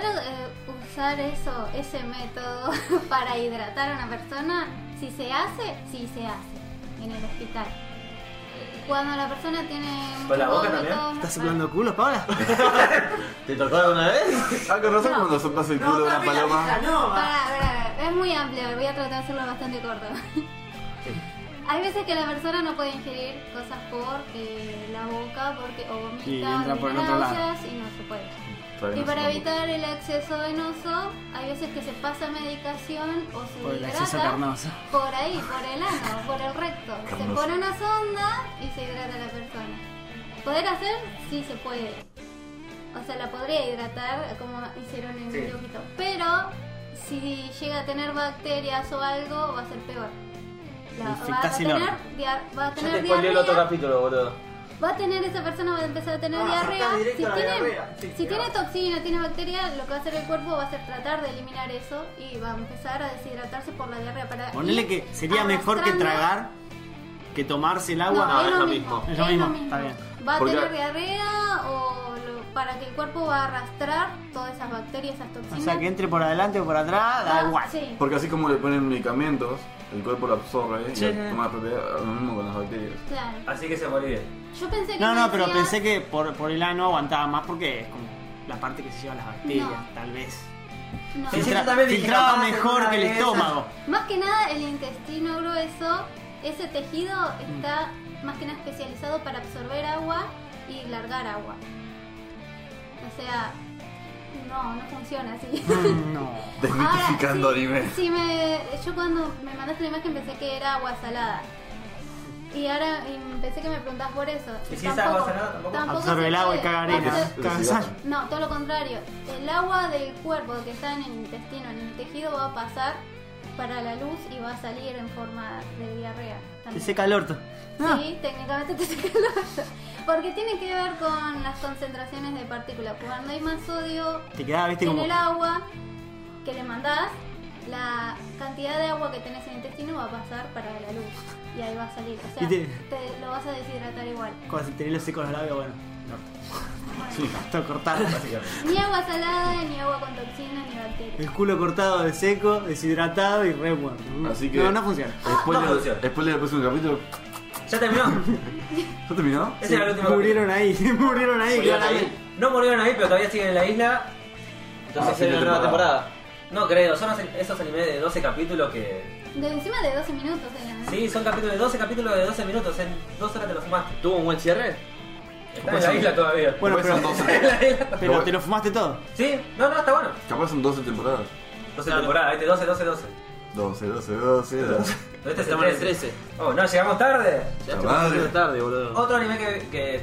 S5: poder eh, usar eso, ese método para hidratar a una persona, si se hace, si se hace en el hospital. Cuando la persona tiene un
S3: ¿Con la boca
S5: vómito,
S3: también?
S2: ¿Estás soplando culos, Paula?
S4: ¿Te tocó alguna vez?
S1: Ah, con razón cuando sopas el culo de una paloma.
S5: Pará, pará, pará. es muy amplio, voy a tratar de hacerlo bastante corto. Hay veces que la persona no puede ingerir cosas por eh, la boca porque o
S2: Y
S5: vomita
S2: entra
S5: o
S2: por el
S5: tiene
S2: otro lado.
S5: náuseas y no se puede.
S1: Todavía
S5: Y
S1: no
S5: para
S1: se me
S5: evitar el acceso venoso, hay veces que se pasa medicación o se
S2: Por el
S5: hidrata
S2: acceso carnoso.
S5: por ahí, por el ano, por el recto. Se
S1: Carnoso.
S5: pone una sonda y se hidrata la persona. ¿Poder hacer? Sí se puede. O sea, la podría hidratar como hicieron en
S3: Sí.
S5: el dibujito. Pero si llega a tener bacterias o algo, va a ser peor. La- va, a
S2: Infectás el
S5: tener,
S2: órgano.
S5: dia- va a
S4: Ya
S5: tener
S4: te spoileé el otro
S5: diarrea.
S4: capítulo, boludo.
S5: Va a tener esa persona, va a empezar a tener
S2: Ah,
S5: diarrea.
S2: está
S5: Si
S2: directo
S5: tiene,
S2: a la diarrea. Sí,
S5: si
S2: claro.
S5: tiene toxina, tiene bacteria, lo que va a hacer el cuerpo va a ser tratar de eliminar eso y va a empezar a deshidratarse por la diarrea. Para
S2: Ponele
S5: ir
S2: que sería mejor que
S5: arrastrando-
S2: tragar que tomarse el agua.
S4: No,
S5: es lo mismo.
S2: Es lo mismo, está bien.
S5: Va a
S1: Porque-
S5: tener diarrea o lo- para que el cuerpo va a arrastrar todas esas bacterias, esas
S2: o
S5: toxinas.
S2: sea, que entre por adelante o por atrás, da
S5: Ah,
S2: igual.
S5: Sí.
S1: Porque así como le ponen medicamentos, el cuerpo lo absorbe
S2: Sí,
S1: y
S2: sí.
S1: toma la propiedad, lo mismo con las bacterias.
S5: Claro.
S3: Así que se morían.
S5: Yo pensé que
S2: No, no,
S5: me
S2: pero
S5: decía-
S2: pensé que por, por el ano aguantaba más porque es como la parte que se lleva las bacterias,
S5: No.
S2: tal vez.
S5: No.
S3: Sí, sí,
S2: Filtra-
S3: yo también dije,
S2: filtraba
S3: capaz,
S2: mejor
S3: alguna
S2: que el
S3: vez.
S2: estómago.
S5: Más que nada el intestino grueso, ese tejido está más que nada especializado para absorber agua y largar agua. O sea, no, no funciona así.
S2: Mm, no.
S1: Desmitificando
S5: Ahora, sí,
S1: anime.
S5: sí me, yo cuando me mandaste la imagen pensé que era agua salada. Y ahora y pensé que me preguntás por eso.
S3: ¿Y si es agua salada, tampoco?
S2: Absorbe
S5: se
S2: el agua y
S5: puede.
S2: caga arena.
S5: Absor-
S1: Eso
S2: Caga
S1: sí,
S2: sal.
S5: no, todo lo contrario. El agua del cuerpo que está en el intestino, en el tejido, va a pasar para la luz y va a salir en forma de diarrea.
S2: Te
S5: también.
S2: seca el orto. Ah.
S5: Sí, técnicamente te seca el orto. Porque tiene que ver con las concentraciones de partículas. Cuando hay más sodio
S2: Te quedaba, viste,
S5: en
S2: como.
S5: el agua que le mandás, la cantidad de agua que tenés en el intestino va a pasar para la luz. Y ahí va a salir. O sea,
S2: Y te-
S5: te lo vas a deshidratar igual.
S2: Cuando se tenés los secos los labios, bueno. el orto. Todo cortado.
S5: Ni agua salada, ni agua con toxinas, ni bacterias.
S2: El culo cortado de seco, deshidratado y re muerto. Mm.
S1: Así que-
S2: No, no funciona.
S5: Ah,
S1: Spoiler,
S3: No funciona.
S1: spoiler del próximo capítulo.
S3: ¿Ya terminó?
S1: ¿Ya terminó?
S3: Ese era el último
S2: murieron ahí, murieron ahí,
S4: Murieron
S2: claramente.
S4: ahí.
S3: capítulo. No murieron ahí, pero todavía siguen en la isla.
S4: Entonces
S1: Ah, fin
S4: en
S1: de
S4: la nueva
S1: temporada.
S4: temporada.
S3: No creo, son esos- esos animes de 12 capítulos que.
S5: De encima de 12 minutos eran.
S3: Sí, son capítulos de 12 capítulos de 12 minutos, en 2 horas te lo fumaste.
S4: ¿Tuvo un buen cierre?
S3: Estás Pues en la isla todavía.
S2: Bueno,
S1: Después
S2: pero-
S1: son 12
S3: En la isla.
S2: Pero te lo fumaste todo.
S3: Sí, no, no, está bueno.
S1: Capaz son 12 temporadas.
S3: 12 temporadas, este ¿viste? 12, 12, 12.
S1: 12, 12, 12, 12.
S3: Pero este es el
S4: Estamos en el
S3: 13.
S4: 13.
S3: Oh, no, llegamos tarde.
S4: Ya
S1: La
S4: te
S1: madre.
S4: pasó tarde, boludo.
S3: Otro anime que, que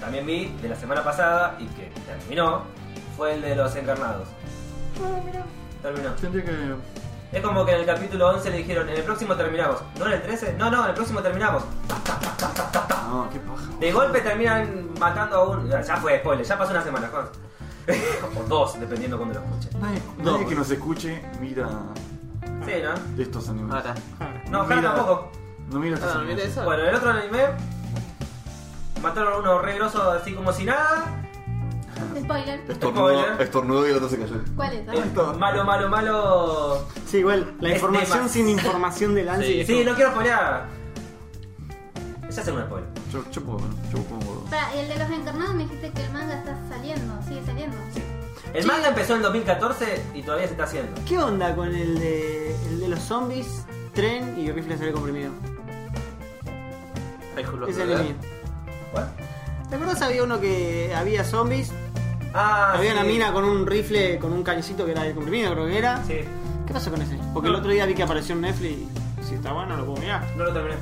S3: también vi de la semana pasada y que terminó fue el de los encarnados. Terminó.
S1: Tendría que.
S3: Es como que en el capítulo 11 le dijeron, en el próximo terminamos. ¿No en el 13? No, no, en el próximo terminamos.
S1: No, qué paja.
S3: De golpe terminan matando a un... Ya fue spoiler, ya pasó una semana, Juan. o dos, dependiendo cuando lo escuchen.
S1: Nadie,
S4: No,
S1: nadie
S4: pues-
S1: que nos escuche mira
S3: Sí, ¿no?
S1: estos animes.
S4: Ahora.
S3: No, Jara
S1: Mira.
S3: tampoco.
S1: No mira estos
S4: Ah,
S1: animes.
S4: mira esa.
S3: Bueno, el otro anime... Mataron a uno re grosso así como si nada.
S5: Ah. Spoiler.
S2: este.
S1: Estornudo,
S3: Spoiler.
S1: estornudo y el otro se cayó.
S5: ¿Cuál es?
S1: Eh. Esto.
S3: Malo, malo, malo...
S2: Sí, igual, la
S3: Es
S2: información
S3: tema.
S2: sin información de Lancy.
S4: Sí.
S2: es
S3: Sí,
S2: como-
S3: no quiero spoilear. Ya hacen un spoiler.
S1: Yo, yo puedo, ¿no? yo puedo.
S5: Para, el de los encarnados me dijiste que el manga está saliendo, sigue saliendo.
S3: El
S2: Sí.
S3: manga empezó en 2014 y todavía se está haciendo.
S2: ¿Qué onda con el de, el de los zombies, tren y rifle de aire comprimido?
S4: Ahí juro,
S2: Ese es el
S4: ¿verdad?
S2: mío.
S3: ¿Cuál?
S2: ¿Te acuerdas? Había uno que había zombies,
S3: Ah,
S2: había
S3: sí.
S2: una mina con un rifle, con un cañecito que era de comprimido, creo que era.
S3: Sí,
S2: ¿Qué pasó con ese? Porque el otro día vi que apareció en Netflix y si está bueno lo puedo mirar.
S3: no lo terminé.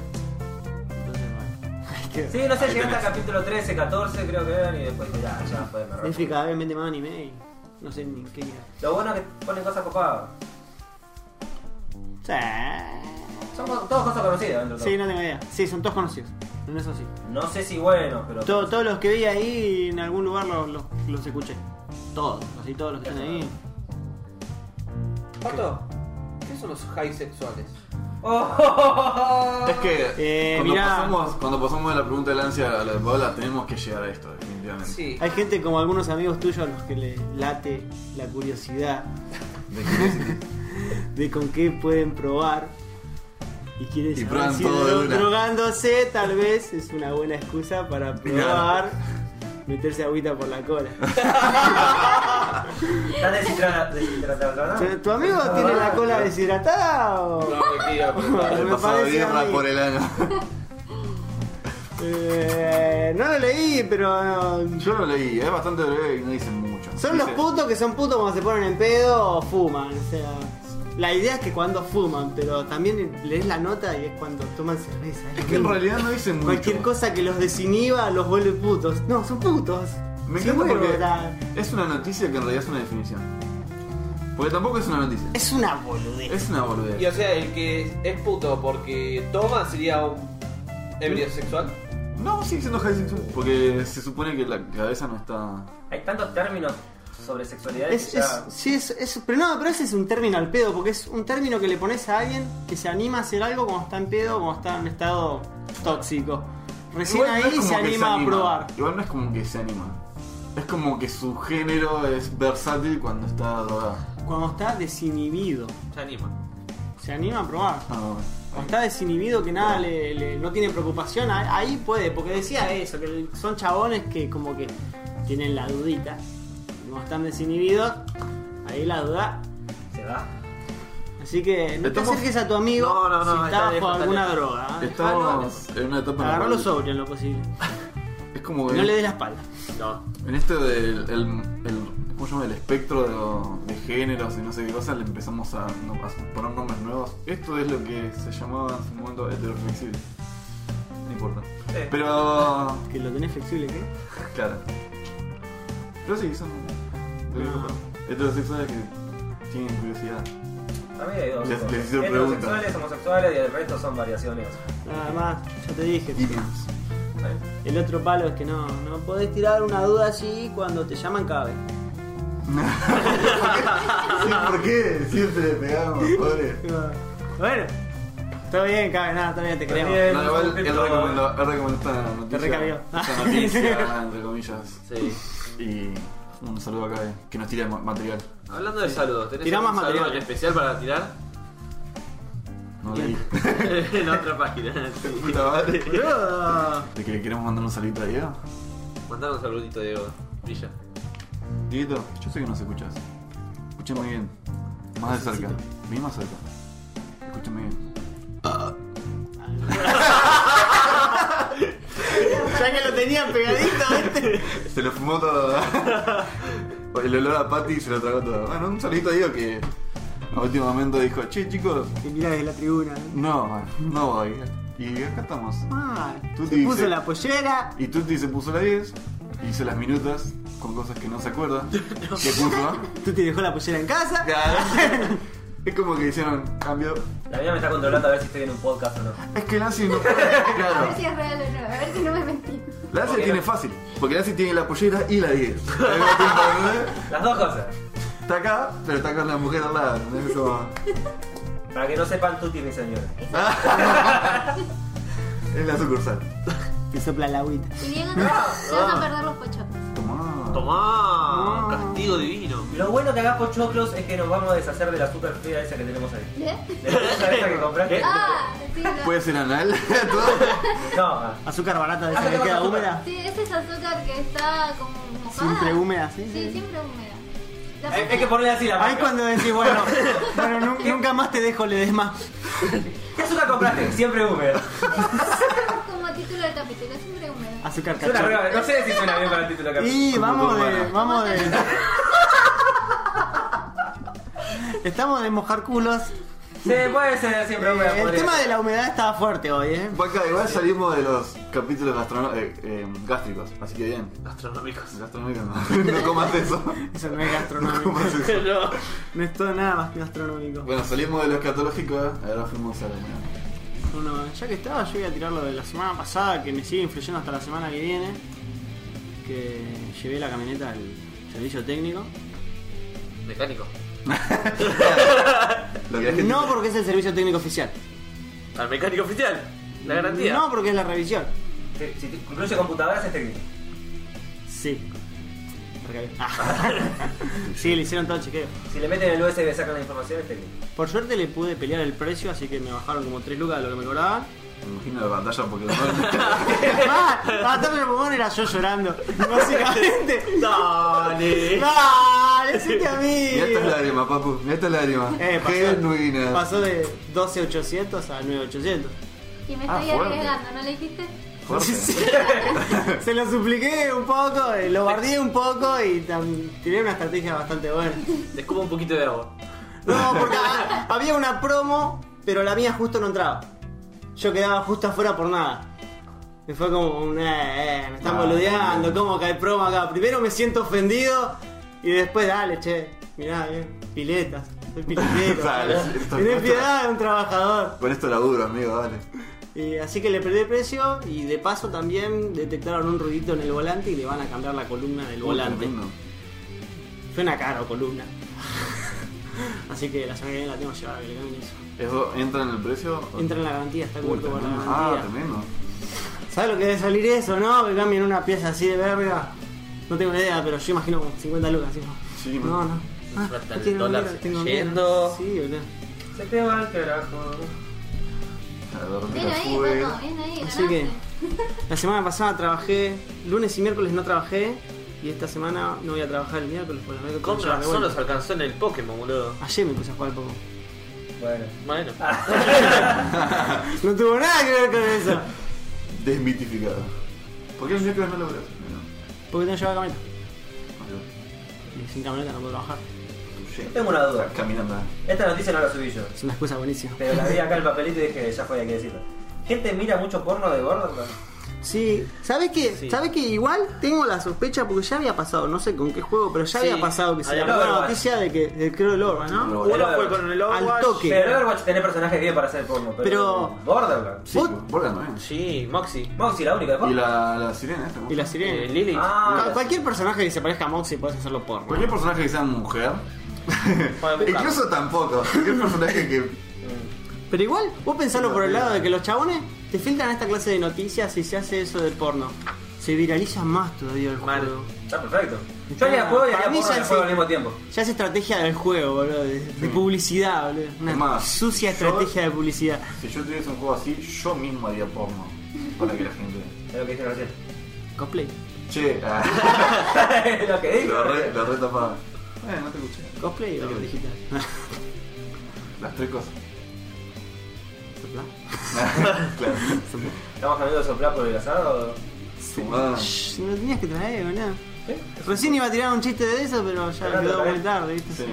S2: Entonces, bueno. Ahí quedó.
S3: Sí, no sé,
S1: Ahí
S3: llegué hasta
S1: tenés.
S3: capítulo 13, 14 creo que eran y después ya, ya fue, me
S2: Netflix
S3: rompí.
S2: cada vez vende más anime y no sé ni qué mirar.
S3: Lo bueno es que ponen cosas copadas.
S2: Sí.
S3: Son co- todas cosas conocidas dentro de todo.
S2: Sí, no tengo idea. Sí, son todos conocidos. En eso sí.
S3: No sé si bueno, pero...
S2: Todo- todos los que vi ahí en algún lugar los, los, los escuché. Todos, así todos los que están ahí.
S4: Pato, ¿qué son los high sexuales?
S3: Oh, oh, oh, oh.
S1: Es que
S2: Eh,
S1: cuando,
S2: mirá.
S1: pasamos, cuando pasamos de la pregunta de Lancia a la de Paola, tenemos que llegar a esto, definitivamente.
S4: Sí.
S2: Hay gente como algunos amigos tuyos a los que le late la curiosidad
S1: De que-
S2: de con qué pueden probar. Y quieren
S1: Y
S2: saber
S1: prueban
S2: si
S1: todo de
S2: dro-
S1: una.
S2: drogándose tal vez es una buena excusa para probar meterse agüita por la cola.
S3: ¿Estás deshidra- deshidratado?
S2: Pero, ¿Tu amigo tiene la cola deshidratada o...?
S4: No, mentira, pero-
S1: Le
S2: Me
S1: pasaba
S2: parece a
S1: birra
S2: mí.
S1: por el ano.
S2: Eh, no lo leí, pero... eh,
S1: Yo lo leí, es bastante breve y no dicen mucho.
S2: Son los
S1: Dice-
S2: putos que son putos cuando se ponen en pedo o fuman. O sea, la idea es que cuando fuman, pero también lees la nota y es cuando toman cerveza.
S1: Es
S2: es lo
S1: que en
S2: mismo.
S1: realidad no dicen mucho.
S2: Cualquier cosa que los desinhiba los vuelve putos. No, son putos.
S1: Me
S2: Sí,
S1: encanta
S2: bueno,
S1: porque
S2: la-
S1: es una noticia que en realidad es una definición. Porque tampoco es una noticia.
S2: Es una boludez.
S1: Es una boludez.
S4: Y o sea, el que es puto porque toma sería un ebrio sexual.
S1: No, sigue siendo high sexual. Porque se supone que la cabeza no está.
S3: Hay tantos términos sobre sexualidad que
S2: Es-
S3: ya...
S2: es- sí, es, es- pero no, pero ese es un término al pedo, porque es un término que le pones a alguien que se anima a hacer algo cuando está en pedo, cuando está en un estado tóxico. Recién
S1: Igual no es
S2: ahí
S1: como
S2: se
S1: que
S2: anima a probar.
S1: Igual no es como que se anima. Es como que su género es versátil cuando está drogada.
S2: Cuando está desinhibido,
S4: Se anima.
S2: se anima a probar.
S1: Ah, bueno.
S2: Cuando está desinhibido, que nada, le, le- no tiene preocupación, a- ahí puede, porque decía eso, que el- son chabones que como que tienen la dudita. Y Cuando están desinhibidos, ahí la duda.
S3: Se da.
S2: Así que no te
S1: Estamos-
S2: acerques a tu amigo
S4: No, no, no,
S2: si
S4: está
S2: está
S4: lejos,
S2: bajo
S4: está
S2: alguna
S4: lejos.
S2: droga. ¿eh?
S1: Estamos en una etapa. en la
S2: Agarró
S1: cual-
S2: los sobres en lo posible.
S1: Es como que.
S2: No le des la espalda.
S4: No.
S1: En este del. El, el- ¿Cómo se llama? El espectro de, lo- de géneros y no sé qué cosa, le empezamos a, no- a poner nombres nuevos. Esto es lo que se llamaba en su momento heteroflexible. No importa.
S3: Sí.
S1: Pero.
S2: Que lo tenés flexible, ¿qué?
S1: Claro. Pero sí, son. de
S2: No.
S1: grupo. Heterosexuales que tienen curiosidad.
S3: También hay dos.
S1: Les-
S3: tipos.
S1: les hice pregunta.
S3: Heterosexuales, homosexuales y el resto son variaciones.
S2: Nada más, ya te dije.
S1: Idioms.
S3: Sí.
S2: El otro palo es que no, no podés tirar una duda así cuando te llaman cabe.
S1: Sí, ¿por qué? Siempre le pegamos, pobre.
S2: Bueno, todo bien, cabe, nada, está bien, te
S3: Está
S2: queremos.
S3: bien.
S1: No, igual él recomendó, él recomendó esta noticia.
S2: recargó.
S1: Esta noticia, entre comillas.
S4: Sí.
S1: Y un saludo acá, eh, que nos tire ma- material.
S4: Hablando de saludos, ¿tenés
S2: Tirá
S4: algún
S2: más
S4: saludo
S2: material.
S4: en especial para tirar?
S1: No leí.
S4: en otra página. Sí.
S1: Puta madre.
S2: Boludo.
S1: ¿De que le queremos mandar un saludito a Diego?
S4: Mandar un saludito, Diego. Brilla.
S1: Dieguito, yo sé que nos escuchas. Escucha muy bien. Más de cerca.
S2: Necesito.
S1: Vi más cerca. Escúchame bien.
S2: Ya que lo tenían pegadito, eh. ¿viste?
S1: Se lo fumó todo. El olor a Patty se lo tragó todo. Bueno, un solito digo que a último momento dijo, che chicos,
S2: Te mirá desde la tribuna. ¿eh?
S1: no, no voy. Y acá estamos.
S2: Ah,
S1: Tú
S2: se
S1: dices-
S2: puso la pollera.
S1: Y Tuti se puso la 10, hizo las minutas con cosas que no se acuerda. que puso?
S2: Tú te dejó la pollera en casa.
S1: Claro. es como que hicieron cambio.
S3: La vida me está controlando a ver si estoy en un podcast o no.
S1: Es que Lassie no.
S5: A
S1: Claro.
S5: ver si es real o no, a ver si no me mentí.
S1: Lassie
S3: Ok.
S1: tiene fácil, porque Lassie tiene la pollera y la 10. Al mismo tiempo, ¿no?
S3: Las dos cosas.
S1: Está acá, pero está con la mujer al lado. ¿no? Es como-
S3: Para que no sepan, Tuti es mi señora.
S1: Es la sucursal.
S2: Te sopla la agüita.
S5: Y Diego, te vas a perder los pochoclos.
S1: Tomá.
S2: Ah.
S4: Tomá, castigo divino.
S3: Lo bueno que hagas pochoclos es que nos vamos a deshacer de la azúcar fría esa que tenemos ahí.
S5: ¿Eh?
S3: ¿De la azúcar esa que compraste?
S5: Ah, sí, no.
S1: Puede ser anal. todo.
S3: No, ah,
S2: Azúcar barata de esa
S3: Ah,
S2: que
S3: tenemos
S2: queda
S3: azúcar.
S2: húmeda.
S5: Sí, ese es azúcar que está como mojada.
S2: Siempre húmeda, sí.
S5: Sí,
S2: sí.
S5: siempre húmeda. La
S3: hay,
S5: pochera-
S3: hay que ponerle así la
S2: Ahí
S3: marca.
S2: es cuando decís, bueno, bueno nu- nunca más te dejo, le des más.
S3: ¿Qué azúcar compraste? Siempre húmedo.
S5: como título del capítulo, siempre húmeda.
S2: Azúcar
S3: Suena
S2: cachorro.
S3: re- No sé si suena bien para el título capítulo.
S2: Y
S1: Como
S2: vamos
S1: tu
S2: de.
S1: hermana.
S2: Vamos de. Estamos de mojar culos.
S3: Se puede ser siempre húmedo.
S2: Eh, el
S3: podría
S2: tema
S3: ser.
S2: de la humedad estaba fuerte hoy, ¿eh?
S1: Vaca, igual salimos de los capítulos gastrono- eh, eh, gástricos, así que bien.
S4: Gastronómicos.
S1: Gastronómico no. no comas eso.
S2: Eso no es
S1: No
S2: gastronómico.
S1: comas eso.
S4: No.
S2: No es todo nada más que gastronómico.
S1: Bueno, salimos de lo escatológico, ahora fuimos a la humedad.
S2: Bueno, ya que estaba, yo voy a tirar lo de la semana pasada, que me sigue influyendo hasta la semana que viene. Que llevé la camioneta al servicio técnico.
S4: Mecánico.
S1: Lo que la gente-
S2: No porque es el servicio técnico oficial.
S4: Al mecánico oficial. La garantía.
S2: No porque es la revisión.
S3: Si- Si te incluye computadoras, es técnico.
S2: Sí. Ah. sí, le hicieron todo el chequeo.
S3: Si le meten el USB y sacan la información, es técnico.
S2: Por suerte le pude pelear el precio, así que me bajaron como 3 lucas de lo que me cobraban.
S1: Me imagino la pantalla porque no.
S2: Ah, Matarme el pulmón era yo llorando. Básicamente.
S4: Dale.
S2: ¡Dale, siete a mí!
S1: Mirá estas lágrimas, papu. Mirá estas lágrimas.
S2: Eh,
S1: Genuinas.
S2: pasó, pasó de 12.800 a 9.800.
S5: Y me
S1: Ah,
S5: estoy
S1: fuerte.
S5: arriesgando, ¿no le dijiste?
S1: Fuerte.
S2: Se lo supliqué un poco, eh, lo guardé un poco y tam- tiré una estrategia bastante buena.
S4: Les como un poquito de agua.
S2: No, porque ha- había una promo, pero la mía justo no entraba. Yo quedaba justo afuera por nada. Me fue como un, eh, eh, me están
S1: Ah,
S2: boludeando,
S1: bien.
S2: ¿cómo cae promo acá? Primero me siento ofendido y después, dale, che, mirá, eh, piletas, soy piletero.
S1: Dale,
S2: ¿verdad?
S1: esto-
S2: Tenés
S1: esto-
S2: piedad de un trabajador.
S1: Con esto laburo, amigo, dale.
S2: Y así que le perdí el precio y de paso también detectaron un ruidito en el volante y le van a cambiar la columna del volante.
S1: Lindo.
S2: Suena caro, columna. así que la semana que viene la tengo llevada, que le cambien eso.
S1: ¿Eso entra en el precio?
S2: Entra en la garantía, está
S1: Uy,
S2: cubierto por la
S1: tremendo. Ah,
S2: garantía.
S1: tremendo.
S2: ¿Sabes lo que debe salir eso, no? Que cambien una pieza así de verga. No tengo idea, pero yo imagino como 50 lucas, ¿sí?
S1: Sí,
S2: no, no. Ah,
S4: Suelta el
S2: tengo
S4: dólar,
S2: miedo,
S4: se
S2: tengo
S4: está
S2: miedo.
S4: yendo.
S2: Sí, boludo.
S3: Se te va al carajo.
S1: A dormir
S5: Bien
S1: a
S5: ahí,
S1: full.
S5: Paco, bien ahí,
S2: Así que
S5: ganaste.
S2: la semana pasada trabajé, lunes y miércoles no trabajé y esta semana no voy a trabajar el miércoles por la verdad que
S4: Con
S2: tengo que
S4: razón
S2: llevar de
S4: los
S2: vuelta.
S4: alcanzó en el Pokémon, boludo.
S2: Ayer me puse a jugar al poco.
S3: Bueno.
S4: Bueno.
S2: No tuvo nada que ver con eso.
S1: Desmitificado. ¿Por qué el miércoles no lo logras? Mira,
S2: Porque tengo que llevar camioneta.
S1: algo.
S2: Y sin camioneta no puedo trabajar.
S3: Tengo una duda.
S1: Caminando. ¿eh?
S3: Esta noticia no la subí yo.
S2: Es una excusa buenísima.
S3: Pero la vi acá en el papelito y dije, ya fue, hay que decirlo. ¿Gente mira mucho porno de gordos? no?
S2: Sí, ¿sabes qué?
S4: Sí.
S2: ¿Sabes qué? Igual tengo la sospecha porque ya había pasado, no sé con qué juego, pero ya
S4: Sí,
S2: había pasado que se
S4: había
S2: la buena
S3: pasado.
S2: noticia de que del Creo del Orba, ¿no?
S1: Pero-
S4: Uno fue con el Overwatch.
S2: Al toque.
S3: Pero en Overwatch tenés personajes bien para hacer porno. Pero.
S2: Pero-
S3: Borderlands.
S1: Sí,
S2: ¿Vos-
S1: Borda no es.
S4: Sí, Moxie.
S3: Moxie, la única de
S1: Y
S3: porno.
S1: la, la sirena esta. ¿cómo
S2: Y la
S1: se
S4: Eh,
S2: sirena.
S4: Lily.
S3: Ah,
S2: Cual- Cualquier personaje que se parezca a Moxie puedes hacerlo
S1: llama?
S2: porno.
S1: Cualquier personaje que sea mujer.
S4: Pueden buscar.
S1: Incluso tampoco. Cualquier personaje que.
S2: Pero igual, vos pensalo por el lado de que los chabones te filtran esta clase de noticias y se hace eso del porno. Se viraliza más todavía el
S4: Mal.
S2: juego.
S3: Está perfecto. Yo haría juego y
S2: Para
S3: haría
S2: mí
S3: porno
S2: ya
S3: en el
S2: sí.
S3: juego al mismo tiempo.
S2: Ya es estrategia del juego, boludo. De, de publicidad, boludo. Una
S1: Es más,
S2: sucia
S1: yo-
S2: estrategia de publicidad.
S1: Si yo tuviese un juego así, yo mismo haría porno. Para que la gente.
S3: Es lo que dije recién.
S2: Cosplay.
S1: Che, ah,
S3: Es lo que dije.
S1: lo re, lo re tapaba. Eh, no te escuché.
S2: Ah, Cosplay o digital.
S1: Las tres cosas.
S2: Soplá.
S1: claro.
S2: Soplá.
S3: ¿Estamos cambiando de soplar por el azar o.?
S1: Ah,
S2: Shh, no lo tenías que traer, boludo.
S3: ¿Eh?
S2: Recién iba a tirar un chiste de eso, pero ya
S3: Ahora lo
S2: quedó
S3: traes.
S2: muy tarde, ¿viste?
S1: sí.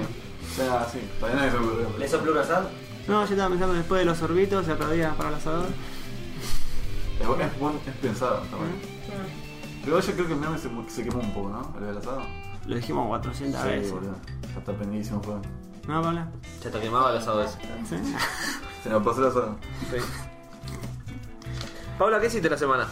S1: Ya, sí. Todavía nadie se me ocurrió.
S3: ¿Le sopló un azar?
S2: No, yo estaba pensando después de los sorbitos, se aplaudía para el asador.
S1: Es, bu- es, buen- es pensado también.
S4: Mm.
S1: Pero yo creo que el meme se, mu- se quemó un poco, ¿no? El del asado.
S2: Lo dijimos 400 veces.
S1: boludo. Ya está pendidísimo, fue.
S2: ¿No, Paula?
S4: Ya está quemado el asado ese.
S2: Sí.
S1: Se nos pasó el asado.
S4: Paula, ¿qué hiciste la semana?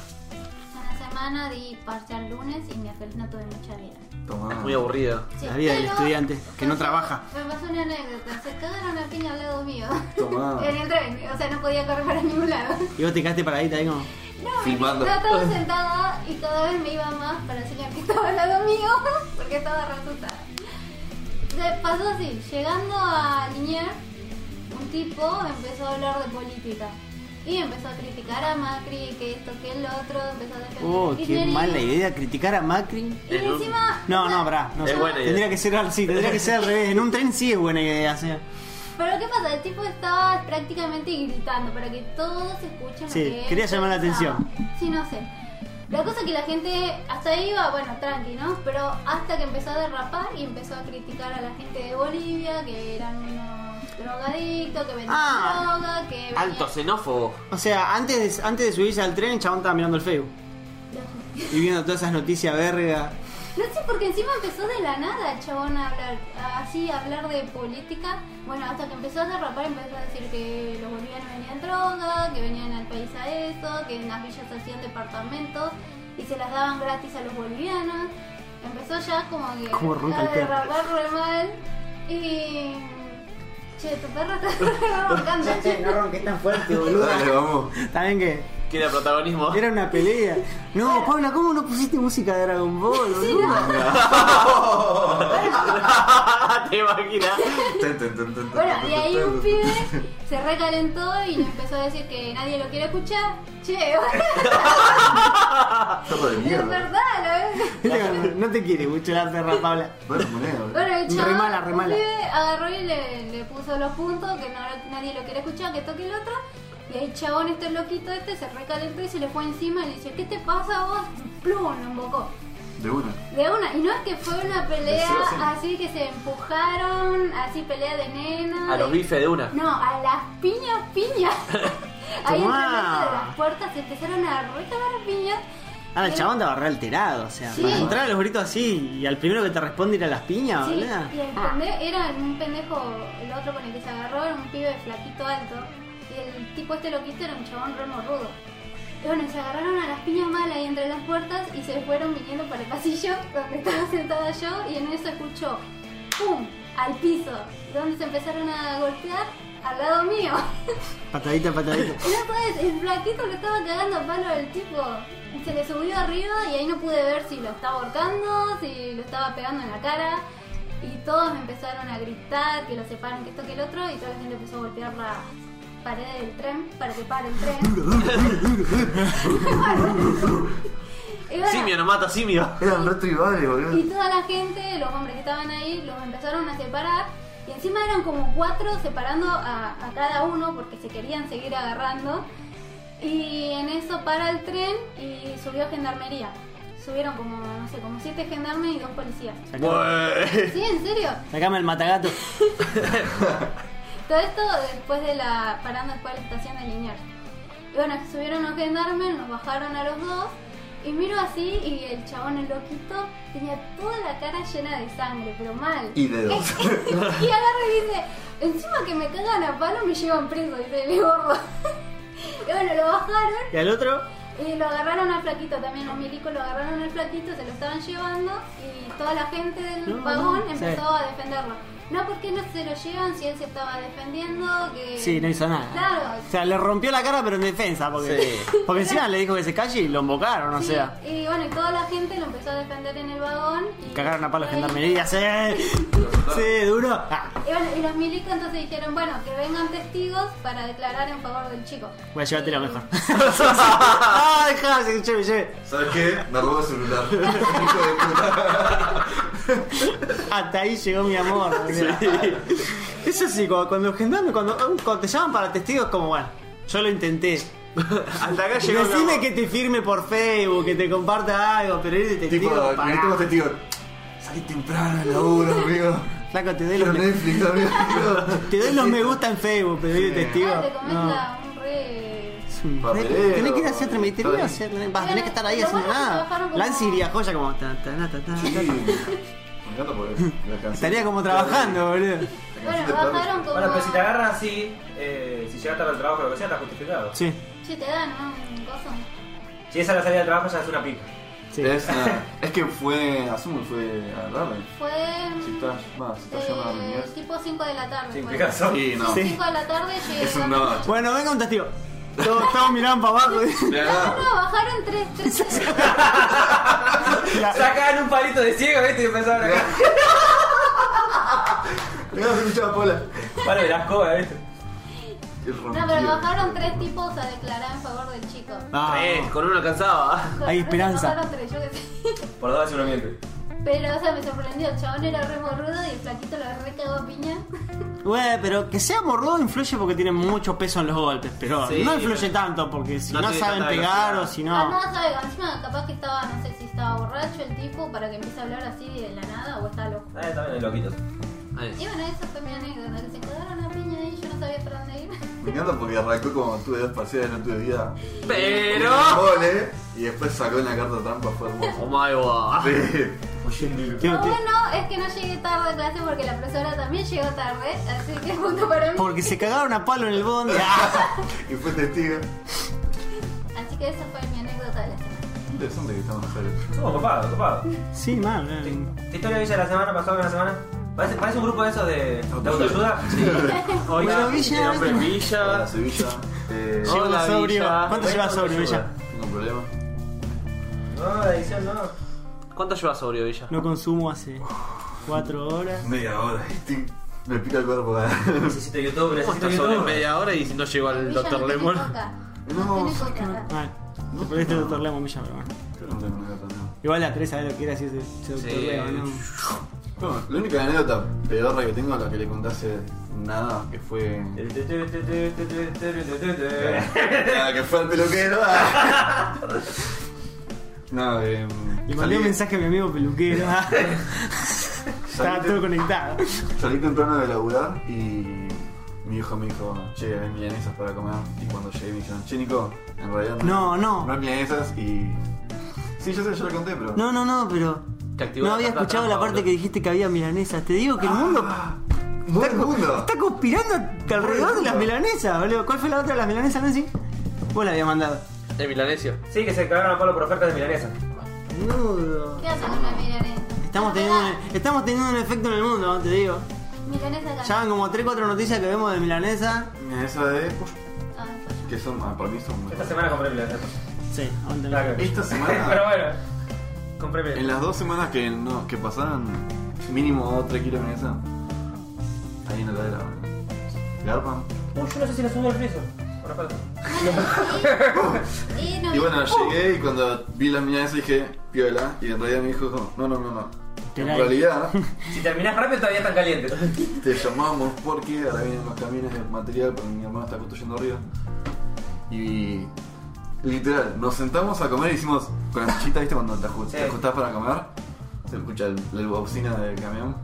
S5: Una semana di parcial lunes y me aferré, no tuve mucha vida.
S1: Tomá.
S4: Es Ah. muy aburrida.
S5: Sí,
S2: La vida del
S5: pero-
S2: estudiante, que no trabaja.
S5: Me pasó una anécdota, se cagaron a piña al lado mío.
S1: Tomá.
S5: en el tren, o sea, no podía correr para ningún lado.
S2: Y vos te quedaste paradita ahí como.
S5: No,
S4: Filmando.
S5: yo estaba sentada y cada vez me iba más para el señor que estaba al lado mío, porque estaba resustada. Se pasó así, llegando a Liniers, un tipo empezó a hablar de política. Y empezó a criticar a Macri, que esto, que el otro, empezó a defender
S2: Oh,
S5: el
S2: qué
S5: kirchnerismo.
S2: mala idea criticar a Macri.
S5: Y
S4: En un-
S5: encima...
S2: No, no, pará. No,
S4: Es buena idea.
S2: tendría que ser al sí, tendría que ser al revés. En un tren sí es buena idea, o sea.
S5: Pero ¿qué pasa? El tipo estaba prácticamente gritando para que todos escuchen.
S2: Sí,
S5: lo que él
S2: quería llamar la
S5: pensaba.
S2: atención.
S5: Sí, no sé. La cosa es que la gente hasta ahí iba, bueno, tranqui, ¿no? Pero hasta que empezó a derrapar y empezó a criticar a la gente de Bolivia, que eran unos drogadictos, que vendían
S2: Ah,
S5: droga, que... venían-
S4: Alto xenófobo.
S2: O sea, antes de, antes de subirse al tren, el chabón estaba mirando el Facebook y viendo todas esas noticias verga.
S5: No sé, porque encima empezó de la nada el chabón a hablar, a- así, a hablar de política. Bueno, hasta que empezó a derrapar, empezó a decir que los bolivianos venían droga, que venían al país a eso, que en las villas hacían departamentos y se las daban gratis a los bolivianos. Empezó ya como que
S2: Como ronca el
S5: a
S2: perro.
S5: derrapar re mal. Y. Che, tu perro está roncando.
S2: ronques tan fuerte,
S1: Dale, vamos.
S2: También que
S4: Quiere protagonismo.
S2: era una pelea. No, Paula, ¿cómo no pusiste música de Dragon Ball, boludo?
S4: Te imaginas.
S1: Ten, ten, ten, ten,
S5: Bueno,
S1: ten,
S5: y
S1: ten,
S5: ahí
S1: ten,
S5: un
S1: ten.
S5: pibe se recalentó y le empezó a decir que nadie lo quiere escuchar. Che,
S1: Perro de
S5: Es
S1: mierda.
S5: verdad, ¿no?
S2: No te quiere mucho la perra, Paula.
S1: Perro de moneda, boludo.
S5: Bueno, el chabón
S2: Re mala, re mala.
S5: un pibe agarró y le, le puso los puntos, que no- nadie lo quiere escuchar, que toque el otro. Y el chabón, este loquito este, se recalentó y se le fue encima y le dice, ¿qué te pasa a vos? Plum, lo embocó.
S1: De una.
S5: De una, y no es que fue una pelea
S1: Sí, sí.
S5: así que se empujaron, así pelea de nena.
S4: A los
S5: de-
S4: bifes de una.
S5: No, a las piñas, piñas. Ahí entre
S2: Tomá.
S5: medio de las puertas se empezaron a recagar a piñas.
S2: Ahora Ah, el
S5: Y-
S2: chabón estaba re alterado, o sea,
S5: Sí.
S2: para entrar a los gritos así y al primero que te responde ir a las piñas,
S5: Sí,
S2: boludo.
S5: y el pende- era un pendejo, el otro con el que se agarró era un pibe flaquito alto. Y el tipo este loquito era un chabón re morrudo. Y bueno, se agarraron a las piñas malas ahí entre las puertas y se fueron viniendo para el pasillo donde estaba sentada yo y en eso escuchó ¡pum! al piso, donde se empezaron a golpear al lado mío.
S2: Patadita, patadita.
S5: Y no podés, el flaquito lo estaba cagando a palo del tipo. Se le subió arriba y ahí no pude ver si lo estaba ahorcando, si lo estaba pegando en la cara. Y todos me empezaron a gritar que lo separen, que esto, que el otro. Y toda la gente empezó a golpear la pared del tren para que pare el tren. Y bueno,
S4: Simio no mata simio.
S1: Eran re tribales,
S5: y
S1: boludo.
S5: toda la gente, los hombres que estaban ahí, los empezaron a separar. Y encima eran como cuatro separando a, a cada uno porque se querían seguir agarrando. Y en eso para el tren y subió gendarmería. Subieron como, no sé, como siete gendarmes y dos policías.
S4: Bueh.
S5: Sí, en serio.
S2: Sacame el matagato.
S5: Todo esto después de la. parando después de la estación de Liniers. Y bueno, subieron los gendarmes, nos bajaron a los dos. Y miro así y el chabón, el loquito, tenía toda la cara llena de sangre, pero mal.
S1: Y dedos.
S5: y agarra y dice, encima que me cagan a palo me llevan preso, dice el gordo. y bueno, lo bajaron
S2: Y al otro,
S5: y lo agarraron al flaquito también, los milicos lo agarraron al flaquito, se lo estaban llevando y toda la gente del
S2: No,
S5: vagón
S2: no,
S5: empezó
S2: sí.
S5: a defenderlo. No, porque no se lo llevan si él se estaba defendiendo? Que...
S2: sí, no hizo nada.
S5: Claro.
S2: O sea, le rompió la cara pero en defensa, porque,
S4: Sí.
S2: porque encima le dijo que se calle y lo embocaron, o
S5: Sí,
S2: sea.
S5: Y bueno, y toda la gente lo empezó a defender en el vagón. Y
S2: Cagaron a palo
S5: y-
S2: gendarmería, sí. Sí, duro. Ah,
S5: Y bueno, y los milicos entonces dijeron, bueno, que vengan testigos para declarar en favor del chico.
S2: voy a llevarte lo mejor.
S5: Y-
S2: ah, dejá, se lleve, lleve.
S1: ¿Sabes qué? Me robó el celular. Hijo de puta.
S2: Hasta ahí llegó mi amor. o sea. Eso sí, cuando, cuando los gendarmes, cuando, cuando te llaman para testigos, como bueno, yo lo intenté.
S1: Hasta acá llegó. la-
S2: Decime que te firme por Facebook, que te comparta algo, pero ir de testigo.
S1: Tipo,
S2: pará.
S1: necesitamos testigo. Salí temprano al laburo, amigo.
S2: Flaco, te doy
S1: Quiero
S2: los, me,
S1: Netflix, amigo.
S2: te doy los me gusta en Facebook, pero ir de
S1: Sí.
S2: testigo.
S5: Ah, te comes
S2: no.
S5: la- un re.
S2: Es un-
S1: Papeleo,
S2: Tenés que ir a hacer
S1: todo
S2: tramitería,
S1: ahí.
S2: hacer- vas, tenés que estar ahí
S5: Lo
S2: haciendo
S5: bueno es que
S2: nada.
S5: trabajaron como-
S2: Lancy viajó ya como. ta, ta, na, ta, ta,
S1: Sí.
S2: ta.
S1: Me encanta porque la canción.
S2: Estaría como trabajando, boludo.
S1: La canción
S5: Bueno,
S1: de Pablo.
S5: bajaron como.
S3: Bueno, pero si te agarran así, eh, si llegas tarde al trabajo o lo que sea, estás justificado.
S2: Sí,
S5: Che, te dan un coso.
S3: Si es a la salida del trabajo, ya es una pica.
S2: sí.
S1: Es, una- es que fue. Asumo que fue a darle.
S5: Fue.
S1: Si estás. Va, si estás llamando a la
S5: eh,
S1: niñez.
S5: tipo 5 de la tarde.
S3: Sin
S5: fue.
S3: picazo.
S1: Sí, no.
S2: Sí.
S5: 5 de la tarde llegué.
S1: Es un
S5: no.
S1: no.
S2: Bueno, venga un testigo. Todos, todos miraban para abajo.
S5: No, bajaron 3, 3.
S3: Sacaban un palito de ciego, ¿viste? Y empezaron a cagar.
S1: Me has escuchado, Paula.
S3: Vale, de la escoba, ¿viste? Eh,
S1: El
S5: No, pero bajaron 3 tipos a declarar en favor del chico.
S4: Tres, con uno alcanzaba.
S5: Con-
S2: Hay esperanza.
S5: Bajaron 3, yo qué sé.
S3: Por dos veces uno miente.
S5: Pero, o sea, me sorprendió. El chabón era re morrudo y el flaquito lo re cagó a piña.
S2: Güey, pero que sea morrudo influye porque tiene mucho peso en los golpes, pero
S4: Sí,
S2: no influye
S4: pero-
S2: tanto porque si no,
S4: No tiene
S2: saben
S4: tanta
S2: pegar
S4: velocidad.
S2: o si
S5: Ah,
S2: no.
S5: no, sabe, encima capaz que estaba, no sé si estaba borracho el tipo para que empiece a hablar así de la nada o estaba loco.
S3: Ah, también hay loquitos.
S4: Ahí.
S5: Y bueno, esa fue mi anécdota, que se cagaron a piña y yo no sabía para dónde ir.
S1: Me encanta porque arrancó como tuve dos parciales, no tuve vida.
S4: Pero.
S1: Vole, ¿eh? y después sacó una carta trampa, fue hermoso.
S4: Oh my god.
S1: Sí.
S2: Tío,
S5: Lo
S2: tío,
S5: bueno es que no llegué tarde a clase porque la profesora también llegó tarde, así que punto para mí.
S2: Porque se cagaron a palo en el bondi. Ah.
S1: Y fue testigo.
S5: Así que esa fue mi anécdota de la semana.
S1: Interesante que estamos haciendo.
S3: Somos copados, copados.
S2: Sí, mal. eh.
S3: ¿Qué historia villa de la semana pasada de la semana? Parece, parece un grupo de esos de, de autoayuda. Sí.
S2: Bueno, Villa,
S4: Mi nombre es Villa.
S1: Hola, Sevilla. Eh,
S4: Sí.
S2: Llevo
S4: Hola,
S2: sobrio.
S4: Villa.
S2: ¿Cuánto llevas sobrio, Villa?
S1: tengo un problema.
S3: No, la edición no.
S4: ¿Cuánto llevas sobrio, Villa?
S2: No consumo hace cuatro horas.
S1: Media hora. y ting, Me pica el cuerpo.
S3: Necesito YouTube,
S4: ¿Cómo
S3: necesito
S4: estás sobre
S3: YouTube.
S4: media hora y si no llegó al
S5: Ella
S4: Dr.
S5: no tiene
S4: Lemon?
S5: coca.
S1: No,
S5: tiene
S1: ¿sabes
S5: coca.
S2: Mal. Te perdiste el doctor Lemo, Villa, pero bueno.
S1: Yo no tengo una carta no.
S2: Igual la Teresa sabe lo que era si ese ese doctor
S4: Sí.
S2: Lemo, ¿no?
S1: Bueno, la única anécdota pedorra que tengo, la que le conté hace nada, que fue.
S2: Eh.
S1: Ah, que fue al peluquero. ah. no, eh.
S2: Le mandé un mensaje a mi amigo peluquero. Estaba
S1: Salí-
S2: todo conectado.
S1: Salí temprano de laburar y mi hijo me dijo, che, hay milanesas para comer. Y cuando llegué me dijeron, che, Nico, en realidad
S2: No, no.
S1: No hay milanesas y... Sí, yo sé, yo lo conté, pero...
S2: No, no, no, pero.
S4: Te activó
S2: No
S4: la
S2: había
S4: carta
S2: escuchado
S4: trampa,
S2: la parte
S4: boludo.
S2: que dijiste que había milanesas. Te digo que el mundo
S1: ¡No Ah, el mundo!
S2: está conspirando alrededor de las milanesas, boludo. ¿Cuál fue la otra de las milanesas, Nancy? Vos la habías mandado.
S4: El milanesio.
S3: Sí, que se cagaron a palo por ofertas de milanesa.
S2: Boludo.
S5: ¿Qué hacen con la milanesa?
S2: Estamos teniendo, un- estamos teniendo un efecto en el mundo, te digo.
S5: Milanesa acá.
S2: Ya van como 3-4 noticias que vemos de milanesa.
S1: Milanesa de... Uf,
S5: Ah,
S1: que son... ah, para mí son...
S3: Esta semana compré milanesa.
S2: Sí, aguanta.
S3: Nada que ver.
S1: Esta
S3: Pero
S1: semana...
S3: bueno, compré
S1: en
S3: milanesa.
S1: las dos semanas que, no, que pasaron, mínimo 3 kilos de milanesa. Ahí en la heladera. boludo. Garpan.
S3: Uy, yo no sé si la subo al piso. Ahora falta.
S5: pues. Y no
S1: Y
S5: vi-
S1: bueno,
S2: Oh.
S1: llegué y cuando vi las milanesas dije, piola. Y en realidad me dijo, no, no, no, no.
S2: Te
S1: En
S2: la-
S1: realidad...
S3: Si terminás rápido, todavía están calientes.
S1: Te llamamos porque ahora vienen los camiones de material porque mi hermano está construyendo arriba. Y literal, nos sentamos a comer y hicimos con la cuchita, ¿viste? Cuando te, ajust-
S3: Sí.
S1: te ajustás para comer, se escucha el- la bocina del camión.